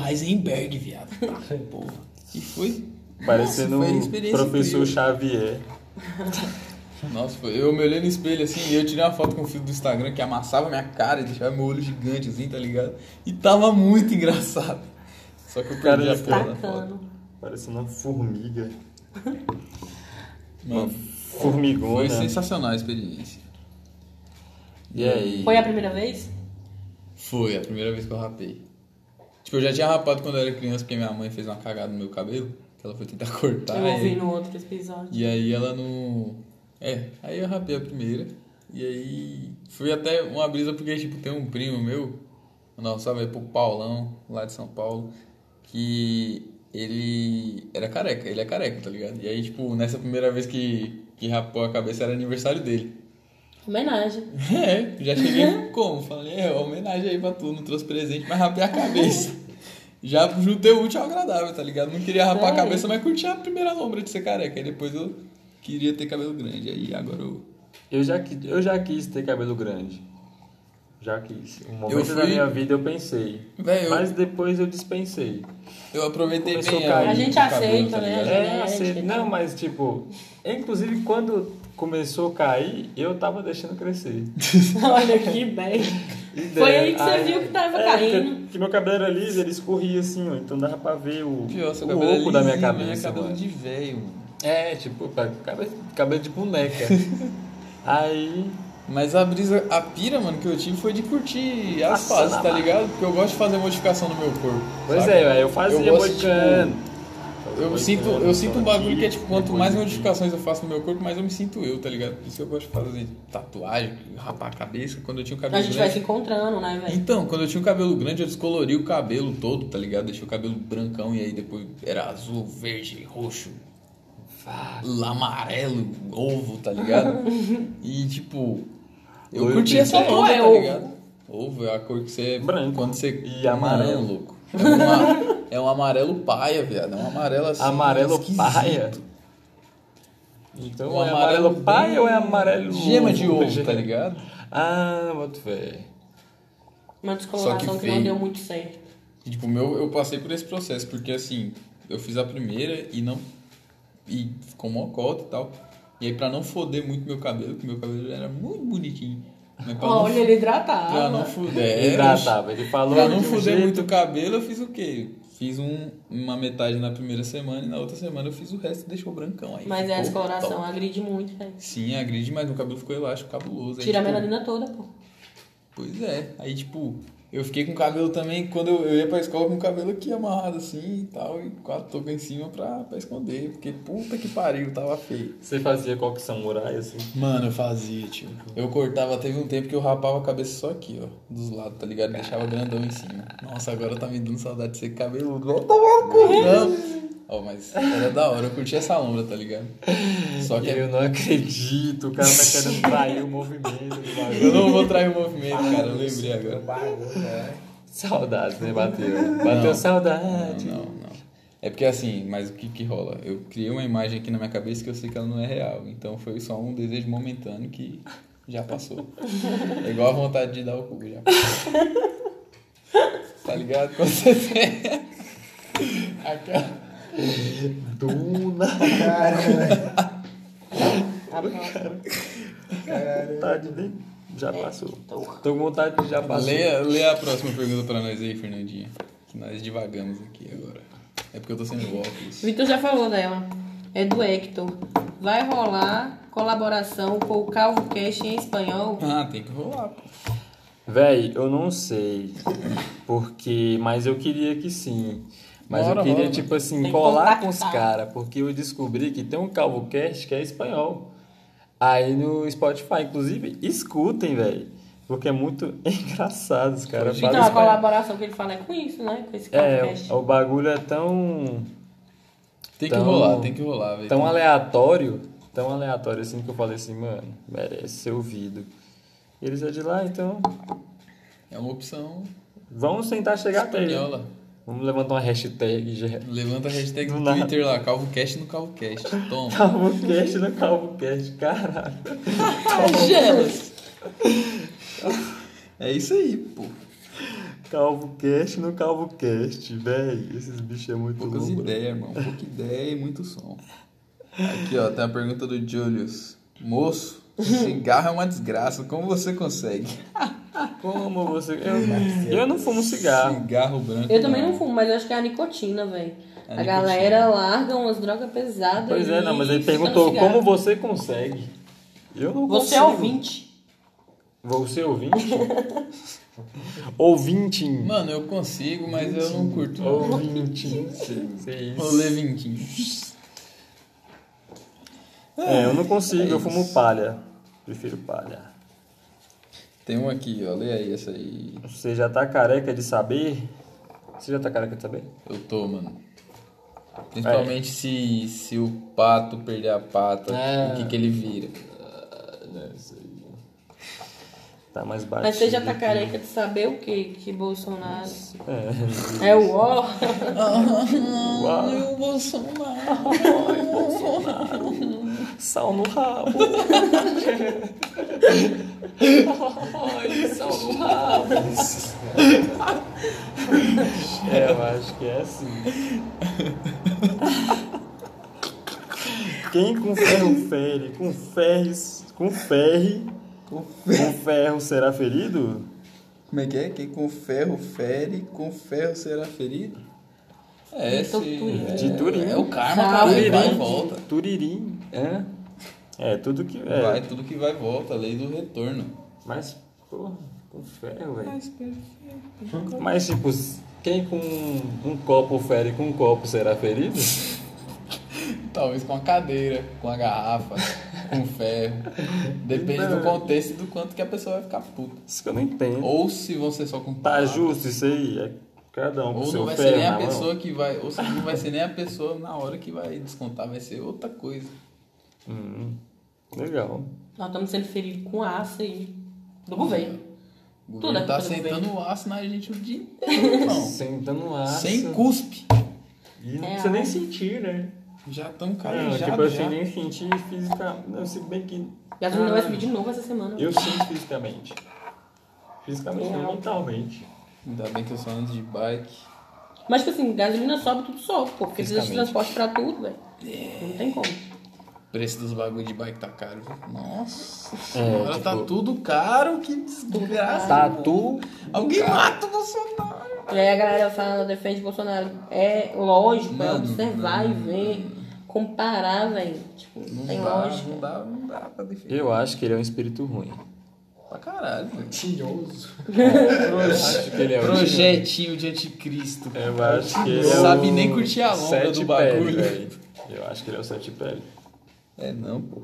Speaker 5: <laughs>
Speaker 2: Heisenberg, viado. Tá, porra. E foi.
Speaker 5: Parecendo
Speaker 2: Nossa, foi
Speaker 5: um
Speaker 2: experiência
Speaker 5: professor
Speaker 2: incrível.
Speaker 5: Xavier.
Speaker 2: Nossa, foi. eu me olhei no espelho assim e eu tirei uma foto com o filtro do Instagram que amassava minha cara e deixava meu olho gigante assim, tá ligado? E tava muito <laughs> engraçado. Só que eu
Speaker 5: Cara,
Speaker 2: perdi a
Speaker 5: ele
Speaker 3: Tá
Speaker 2: porra da foto.
Speaker 5: Parecendo um uma formiga.
Speaker 2: Mano, foi
Speaker 5: Formigona.
Speaker 2: sensacional a experiência.
Speaker 5: E aí?
Speaker 6: Foi a primeira vez?
Speaker 2: Foi a primeira vez que eu rapei. Tipo, eu já tinha rapado quando eu era criança porque minha mãe fez uma cagada no meu cabelo. Que ela foi tentar <laughs> cortar.
Speaker 3: Tipo
Speaker 6: eu
Speaker 2: e-
Speaker 6: ouvi no outro episódio.
Speaker 2: E aí ela não. É, aí eu rapei a primeira. E aí. Fui até uma brisa porque, tipo, tem um primo meu. Nossa, salve aí pro Paulão, lá de São Paulo. Que ele era careca, ele é careca, tá ligado? E aí, tipo, nessa primeira vez que, que rapou a cabeça era aniversário dele.
Speaker 3: <laughs>
Speaker 6: Homenagem.
Speaker 2: É, já
Speaker 5: Uhum.
Speaker 2: cheguei como? Falei, é, homenagem aí pra tu, não trouxe presente, mas rapei
Speaker 5: <laughs>
Speaker 2: a cabeça. Já juntei o útil ao agradável, tá ligado? Não queria rapar a
Speaker 6: Sério?
Speaker 2: cabeça, mas curti a primeira lombra de ser careca. Aí depois eu queria ter cabelo grande, aí agora eu...
Speaker 5: Eu já, qui- eu já quis ter cabelo grande. Já quis. Um momento da
Speaker 2: fui-
Speaker 5: minha vida eu pensei.
Speaker 2: Véi, eu-
Speaker 5: Mas depois eu dispensei.
Speaker 2: Eu aproveitei
Speaker 5: Começou
Speaker 2: bem
Speaker 5: a cair.
Speaker 2: a...
Speaker 5: A
Speaker 6: gente
Speaker 2: o cabelo,
Speaker 6: aceita,
Speaker 2: tá
Speaker 6: né?
Speaker 2: ligado?
Speaker 5: É,
Speaker 6: É,
Speaker 5: assim,
Speaker 6: gente.
Speaker 5: não, mas tipo, inclusive quando começou a cair, eu tava deixando crescer.
Speaker 6: Olha que bem. Foi aí que você viu que tava caindo.
Speaker 5: Que, que É, meu cabelo era liso, ele escorria assim, ó, então dava pra ver o,
Speaker 2: Pior, seu
Speaker 5: o
Speaker 2: cabelo é
Speaker 5: oco da minha
Speaker 2: lisinho,
Speaker 5: cabeça.
Speaker 2: é cabelo
Speaker 5: mano.
Speaker 2: de velho, mano.
Speaker 5: É, tipo, pa- cabe- cabelo de boneca. aí.
Speaker 2: Mas a brisa, a pira, mano, que eu tive foi de curtir as
Speaker 5: Nossa,
Speaker 2: fases, tá
Speaker 5: na-
Speaker 2: ligado? Porque eu gosto de fazer modificação no meu corpo.
Speaker 5: Pois
Speaker 2: saca?
Speaker 5: é, eu fazia
Speaker 2: Eu gosto,
Speaker 5: moicano.
Speaker 2: Eu sinto, eu sinto um bagulho que é tipo, quanto mais modificações eu faço no meu corpo, mais eu me sinto eu, tá ligado? Por isso eu gosto de fazer tatuagem, rapar a cabeça, quando eu tinha o cabelo
Speaker 6: A gente vai
Speaker 2: grande.
Speaker 6: se encontrando, né, velho?
Speaker 2: Então, quando eu tinha o cabelo grande, eu descolori o cabelo todo, tá ligado? Deixei o cabelo brancão e aí depois era azul, verde, roxo, amarelo, ovo,
Speaker 5: <laughs>
Speaker 2: tá ligado? e tipo, eu
Speaker 5: Loiro
Speaker 2: curti essa
Speaker 6: pinto.
Speaker 2: onda,
Speaker 6: Ou é
Speaker 2: tá
Speaker 6: ovo?
Speaker 2: ligado? Ovo é a cor que você.
Speaker 5: Branco.
Speaker 2: Quando você.
Speaker 5: E amarelo.
Speaker 2: Não, louco. É, uma- é um amarelo paia, viado. É um amarelo assim.
Speaker 5: Amarelo
Speaker 2: esquisito.
Speaker 5: paia? Então
Speaker 2: Um
Speaker 5: é amarelo,
Speaker 2: amarelo
Speaker 5: paia
Speaker 2: bem-
Speaker 5: ou é amarelo.
Speaker 2: Gema de ovo,
Speaker 5: Gema.
Speaker 2: tá ligado? É.
Speaker 5: Ah, boto fé.
Speaker 6: Uma
Speaker 2: Só
Speaker 6: descoloração
Speaker 2: que
Speaker 6: que, não
Speaker 2: veio.
Speaker 6: deu muito certo.
Speaker 2: E, Tipo, o meu, eu passei por esse processo, porque assim, eu fiz a primeira e não. E ficou mocota e tal. E aí, pra não foder muito meu cabelo, que meu cabelo já era muito bonitinho. Mas pra
Speaker 6: Olha,
Speaker 2: não,
Speaker 6: ele
Speaker 2: pra não
Speaker 6: hidratava.
Speaker 2: fuder.
Speaker 5: Hidratava. Tá, Ele falou.
Speaker 2: É, Pra não
Speaker 5: de um
Speaker 2: fuder
Speaker 5: jeito-
Speaker 2: muito o cabelo, eu fiz o quê? Fiz um, uma metade na primeira semana e na outra semana eu fiz o resto e deixou brancão aí.
Speaker 6: Mas é
Speaker 2: ficou
Speaker 6: a descoloração,
Speaker 2: top.
Speaker 6: agride muito, velho.
Speaker 2: Sim, agride, mas meu cabelo ficou elástico, cabuloso. Aí,
Speaker 6: Tira a
Speaker 2: tipo,
Speaker 6: melanina toda, pô.
Speaker 2: Pois é. Aí, tipo, eu fiquei com o cabelo também, quando eu, eu ia pra escola com o cabelo aqui amarrado assim e tal, e com a touca em cima pra, pra esconder, porque puta que pariu, tava feio.
Speaker 5: Você fazia coque samurai assim?
Speaker 2: Mano, eu fazia, tio. Eu cortava, teve um tempo que eu rapava a cabeça só aqui, ó, dos lados, tá ligado? Deixava grandão em cima. Nossa, agora tá me dando saudade de ser cabeludo. Volta logo correndo. né? Ó, mas era da hora, eu curti essa lombra, tá ligado? Só que é
Speaker 5: Eu não acredito, o cara tá <laughs> querendo trair o movimento do
Speaker 2: eu
Speaker 5: bagulho.
Speaker 2: não vou trair o movimento, cara, eu lembrei agora.
Speaker 5: Saudades, né? Bateu. Bateu
Speaker 2: Não.
Speaker 5: saudade.
Speaker 2: Não, não, não. É porque assim, mas o que que rola? Eu criei uma imagem aqui na minha cabeça que eu sei que ela não é real. Então foi só um desejo momentâneo que já <laughs> passou. É igual a vontade de dar o cu, já passou. Tá ligado? Quando você tem aquela...
Speaker 5: Duna.
Speaker 3: A próxima.
Speaker 5: Vontade de... Já passou. Tô com vontade de já passou.
Speaker 2: Leia, leia a próxima pergunta pra nós aí, Fernandinha. Que nós divagamos aqui agora. É porque eu tô sendo óculos.
Speaker 6: Vitor já falou dela.
Speaker 3: é do Hector. Vai rolar colaboração com o Calvo Cash em espanhol?
Speaker 2: Ah, tem que rolar. pô.
Speaker 5: Véi, eu não sei. Porque. Mas eu queria que sim. Mas
Speaker 2: Bora,
Speaker 5: eu queria,
Speaker 2: bora.
Speaker 5: tipo assim,
Speaker 7: Tem que
Speaker 5: colar com os
Speaker 7: contactar.
Speaker 5: caras. Porque eu descobri que tem um Calvocast que é espanhol. Aí no Spotify, inclusive, escutem, velho. Porque é muito <laughs> engraçado, os caras falam
Speaker 2: Então,
Speaker 3: Então, a
Speaker 5: espanhol.
Speaker 3: colaboração que ele fala é com isso, né? Com esse Calvo
Speaker 5: É,
Speaker 3: Cash.
Speaker 5: o bagulho é tão.
Speaker 2: Tem que
Speaker 5: Então-
Speaker 2: rolar, tem que rolar, velho.
Speaker 5: tão aleatório, tão aleatório assim que eu falei assim, mano, merece ser ouvido. Eles é de lá, então
Speaker 2: É uma opção
Speaker 5: vamos tentar chegar até ele.
Speaker 2: espanhola.
Speaker 5: Vamos levantar uma hashtag já.
Speaker 2: Levanta a hashtag
Speaker 5: Do
Speaker 2: do
Speaker 5: nada.
Speaker 2: Twitter lá, CalvoCast no CalvoCast. Toma.
Speaker 5: Calvocast no Calvocast, caralho.
Speaker 2: É isso aí, pô.
Speaker 5: Calvocast no Calvocast, velho. Esses bichos é muito
Speaker 2: Poucas
Speaker 5: louco.
Speaker 2: ideias, irmão. Pouca ideia e muito som. Aqui, ó, tem a pergunta do Julius. Moço,
Speaker 3: <laughs>
Speaker 2: cigarro é uma desgraça. Como você consegue?
Speaker 5: Como você. Eu, eu não fumo cigarro.
Speaker 2: Cigarro branco.
Speaker 3: Eu também não fumo, mas eu acho que é a nicotina, velho.
Speaker 2: É
Speaker 3: a
Speaker 2: a
Speaker 3: galera larga umas drogas pesadas.
Speaker 5: Pois é,
Speaker 3: e
Speaker 5: não, mas ele
Speaker 3: fica no
Speaker 5: perguntou
Speaker 3: cigarro.
Speaker 5: como você consegue. Eu não
Speaker 7: Você é
Speaker 5: consigo.
Speaker 7: ouvinte.
Speaker 5: Você é ouvinte? ouvinte.
Speaker 2: Mano, eu consigo, mas eu não curto. não.
Speaker 5: Ouvinte. Que
Speaker 2: Ô,
Speaker 5: É isso.
Speaker 2: Levintinho.
Speaker 5: É, eu não consigo, eu fumo palha. Prefiro palha.
Speaker 2: Tem um aqui, ó. Lê aí essa aí.
Speaker 5: Você já tá careca de saber? Você já tá careca de saber?
Speaker 2: Eu tô, mano. Principalmente se, se o pato perder a pata,
Speaker 5: É.
Speaker 2: o que, que ele vira?
Speaker 5: Tá mais baixo.
Speaker 3: Mas você já tá careca de saber o que que Bolsonaro
Speaker 5: É.
Speaker 3: é o ó.
Speaker 5: Uau,
Speaker 2: O Bolsonaro.
Speaker 5: sal no rabo. Ai, sal no rabo. É, eu acho que é assim. Quem com ferro fere, com ferres, com ferre, com ferro será ferido?
Speaker 2: Como é que é? Quem com ferro fere, com ferro será ferido? É, esse,
Speaker 3: Turim.
Speaker 2: é,
Speaker 5: De Turim.
Speaker 2: É o karma, cara. Ele vai e volta.
Speaker 5: Turirim. É. É, tudo que. É.
Speaker 2: Vai, tudo que vai e volta. Lei do retorno.
Speaker 5: Mas, porra, com ferro, velho. Mas, tipo, quem com um copo fere com um copo será ferido?
Speaker 2: Talvez com a cadeira, com a <laughs> garrafa, com ferro. Depende do contexto e do quanto que a pessoa vai ficar puta.
Speaker 5: Isso que eu não entendo.
Speaker 2: Ou se vão ser só com
Speaker 5: Tá
Speaker 2: palavras.
Speaker 5: justo isso aí? É cada um com
Speaker 2: Ou
Speaker 5: seu
Speaker 2: não vai
Speaker 5: ferro
Speaker 2: ser nem
Speaker 5: na
Speaker 2: a
Speaker 5: mão.
Speaker 2: pessoa que vai. Ou se não vai ser nem a pessoa na hora que vai descontar, vai ser outra coisa.
Speaker 5: Hum, legal.
Speaker 3: Nós estamos sendo feridos com aço aí. Do governo.
Speaker 2: O
Speaker 3: Tudo
Speaker 2: governo
Speaker 3: é
Speaker 2: tá
Speaker 3: pelo
Speaker 2: sentando o aço na gente o dia inteiro, irmão.
Speaker 5: Sentando aço.
Speaker 2: Sem cuspe.
Speaker 5: E não
Speaker 3: É,
Speaker 5: precisa
Speaker 3: ó. Tá
Speaker 5: nem sentir, né?
Speaker 2: Já tão
Speaker 5: Não,
Speaker 2: carejados.
Speaker 5: tipo assim,
Speaker 2: já.
Speaker 5: nem sentir física. Não, se bem que
Speaker 3: Gasolina vai
Speaker 5: Ah.
Speaker 3: subir de novo essa semana.
Speaker 5: eu sinto fisicamente. Fisicamente,
Speaker 3: É.
Speaker 5: não mentalmente.
Speaker 2: Ainda bem que eu só ando de bike.
Speaker 3: Mas, tipo assim, gasolina sobe tudo sobe, pô. Porque precisa de
Speaker 2: Fisicamente.
Speaker 3: transporte pra tudo, velho. Não tem como.
Speaker 2: O preço dos bagulho de bike tá caro. viu? Nossa.
Speaker 5: É,
Speaker 2: Agora tá tudo caro, que desgraça.
Speaker 5: Tatu.
Speaker 2: Alguém mata o Bolsonaro.
Speaker 3: E aí a galera fala, defende Bolsonaro. É lógico, é
Speaker 2: Mano,
Speaker 3: observar e
Speaker 2: não.
Speaker 3: ver. Comparar, velho. Tipo, não tem
Speaker 2: dá, né?
Speaker 3: lógica.
Speaker 2: não dá, não dá pra defender.
Speaker 5: Eu acho que ele é um espírito ruim.
Speaker 2: Pra caralho, velho.
Speaker 5: Acho que ele é um
Speaker 2: Projetinho de anticristo.
Speaker 5: Eu acho que ele
Speaker 2: Não
Speaker 5: é
Speaker 2: sabe
Speaker 5: o
Speaker 2: nem curtir a lombra
Speaker 5: sete
Speaker 2: do bagulho.
Speaker 5: Pele, velho. eu acho que ele é o sete pele.
Speaker 2: É não, pô.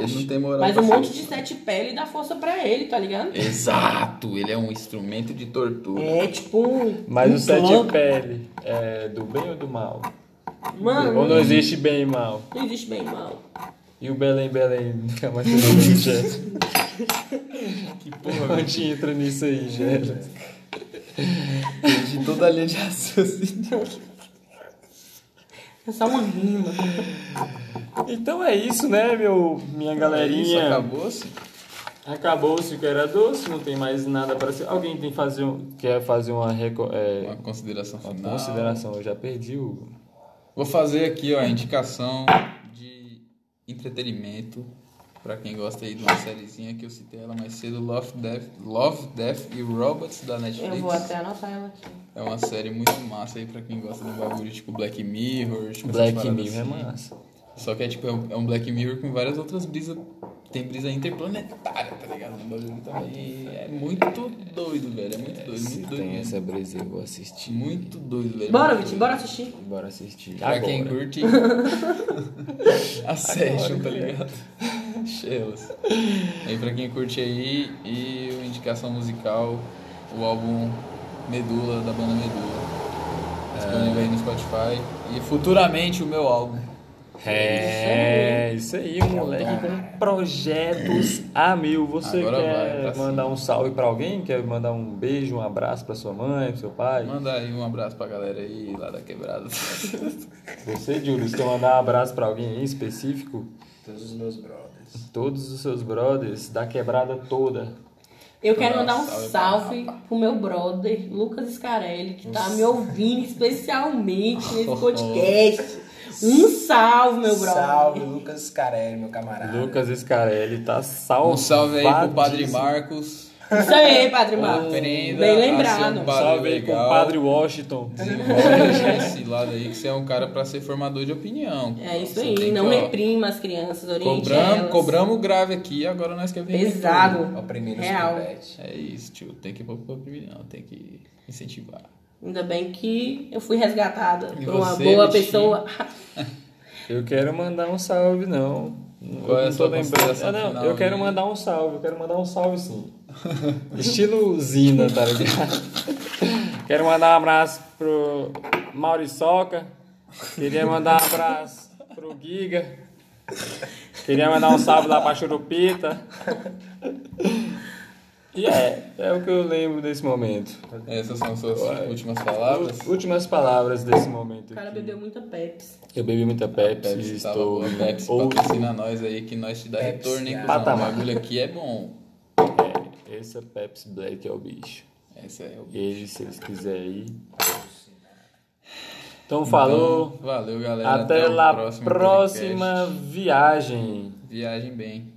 Speaker 2: Ele não tem moral.
Speaker 3: Mas
Speaker 2: pra
Speaker 3: um monte
Speaker 2: ser-
Speaker 3: de sete pele dá força pra ele, tá ligado?
Speaker 2: Exato, ele é um instrumento de tortura.
Speaker 3: É tipo um.
Speaker 5: Mas
Speaker 3: um
Speaker 5: o sete
Speaker 3: clã.
Speaker 5: pele é do bem ou do mal?
Speaker 2: Ah,
Speaker 3: Mano,
Speaker 2: hum.
Speaker 5: Ou não existe bem e mal?
Speaker 3: não existe bem e mal.
Speaker 5: E o Belém Belém nunca mais tem ninguém,
Speaker 2: <laughs>
Speaker 5: Jéssica. Que porra, a gente entra nisso aí, Jéssica.
Speaker 2: É, De toda a linha de raciocínio.
Speaker 3: É só uma rima.
Speaker 5: Então é isso, né, meu, minha
Speaker 2: É Isso
Speaker 5: galerinha?
Speaker 2: acabou-se.
Speaker 5: Acabou-se o que era doce, não tem mais nada para ser. Alguém tem que fazer um- quer fazer uma, reco- é,
Speaker 2: Uma consideração final.
Speaker 5: consideração? Eu já perdi o.
Speaker 2: Vou fazer aqui, ó, a indicação de entretenimento pra quem gosta aí de uma sériezinha que eu citei ela mais cedo, Love, Death, Love, Death e Robots da Netflix.
Speaker 3: Eu vou até anotar ela aqui.
Speaker 2: É uma série muito massa aí pra quem gosta de um bagulho tipo Black Mirror, tipo essas
Speaker 5: Black
Speaker 2: paradas
Speaker 5: Mirror é
Speaker 2: assim.
Speaker 5: massa.
Speaker 2: Só que é tipo, é um, é um Black Mirror com várias outras brisas. Tem brisa interplanetária, tá ligado? Um bagulho também. É muito doido, velho. É muito doido,
Speaker 8: Se
Speaker 2: muito doido.
Speaker 8: tem
Speaker 2: mesmo.
Speaker 8: essa brisa, eu vou assistir.
Speaker 2: Muito doido, velho.
Speaker 3: Bora,
Speaker 2: Muito
Speaker 3: Vitinho, bora assistir.
Speaker 8: Bora assistir.
Speaker 2: Pra quem
Speaker 8: Agora.
Speaker 2: curte <laughs> a session, tá ligado? Chelas. Aí pra quem curte aí, e uma indicação musical, o álbum Medula, da banda Medula. Disponível aí no Spotify. E futuramente o meu álbum.
Speaker 5: É, isso aí, um moleque com projetos a mil. Você
Speaker 2: Agora vai, tá assim.
Speaker 5: quer
Speaker 2: pra cima.
Speaker 5: mandar um salve pra alguém? Quer mandar um beijo, um abraço pra sua mãe, pro seu pai?
Speaker 2: Manda aí um abraço pra galera aí lá da quebrada. Um
Speaker 5: Você, Júlio, quer mandar um abraço pra alguém em específico?
Speaker 4: Todos os meus brothers.
Speaker 5: Todos os seus brothers, da quebrada toda.
Speaker 3: Eu quero mandar um
Speaker 2: Salve,
Speaker 3: salve
Speaker 2: tá,
Speaker 3: pro meu brother, Lucas Scarelli, que tá me ouvindo especialmente
Speaker 2: <laughs>
Speaker 3: nesse podcast. Um salve, meu brother.
Speaker 4: Salve, Lucas Carelli, meu camarada.
Speaker 5: Lucas Scarelli tá salvo.
Speaker 2: Um salve aí pro Padre Marcos.
Speaker 3: Isso aí, Padre Marcos. Bem
Speaker 2: Oferenda a seu
Speaker 3: lembrado.
Speaker 2: padre
Speaker 5: Salve aí com o
Speaker 2: legal.
Speaker 5: Padre Washington.
Speaker 2: Desenvolve esse lado aí que você é um cara pra ser formador de opinião.
Speaker 3: É isso
Speaker 2: Você
Speaker 3: aí.
Speaker 2: tem
Speaker 3: Não
Speaker 2: que, ó,
Speaker 3: reprima as crianças, oriente
Speaker 2: Cobramos,
Speaker 3: elas.
Speaker 2: cobramos grave aqui, agora nós queremos
Speaker 3: Pesado.
Speaker 4: Oprimindo os
Speaker 3: Real.
Speaker 4: pivete.
Speaker 2: É isso, tio. Tem que pôr pro opinião, tem que incentivar.
Speaker 3: Ainda bem que eu fui resgatada
Speaker 2: E
Speaker 3: por uma
Speaker 2: você,
Speaker 3: boa
Speaker 2: Vitinho?
Speaker 3: pessoa. <laughs>
Speaker 5: Eu quero mandar um salve, não. eu
Speaker 2: Qual é a
Speaker 5: não
Speaker 2: sua
Speaker 5: tô lembrando.
Speaker 2: consideração
Speaker 5: Ah, não,
Speaker 2: final
Speaker 5: eu quero
Speaker 2: aí?
Speaker 5: mandar um salve, eu quero mandar um salve sim. <laughs> Estilo Zina, tá ligado? <laughs> quero mandar um abraço pro Mauriçoca. Queria mandar um abraço pro Giga. Queria mandar um salve lá pra Churupita. E é, é o que eu lembro desse momento.
Speaker 2: Essas são suas últimas palavras.
Speaker 5: Ú- Últimas palavras desse momento.
Speaker 3: O cara
Speaker 5: aqui.
Speaker 3: bebeu muita Pepsi.
Speaker 5: Eu bebi muita Pepsi,
Speaker 2: Pepsi, tava
Speaker 5: estou
Speaker 2: boa. Pepsi,
Speaker 5: ou-
Speaker 2: patrocina nós aí que nós te dá
Speaker 4: Pepsi,
Speaker 2: retorno, hein, cuzão. O
Speaker 5: patamar.
Speaker 2: bagulho aqui é bom.
Speaker 5: É, esse é Pepsi Black é o bicho.
Speaker 2: Esse é o...
Speaker 5: Ele, se eles quiserem ir. Então falou.
Speaker 2: Valeu, galera.
Speaker 5: até
Speaker 2: o
Speaker 5: lá
Speaker 2: próximo
Speaker 5: próxima
Speaker 2: podcast.
Speaker 5: viagem.
Speaker 2: Viagem bem.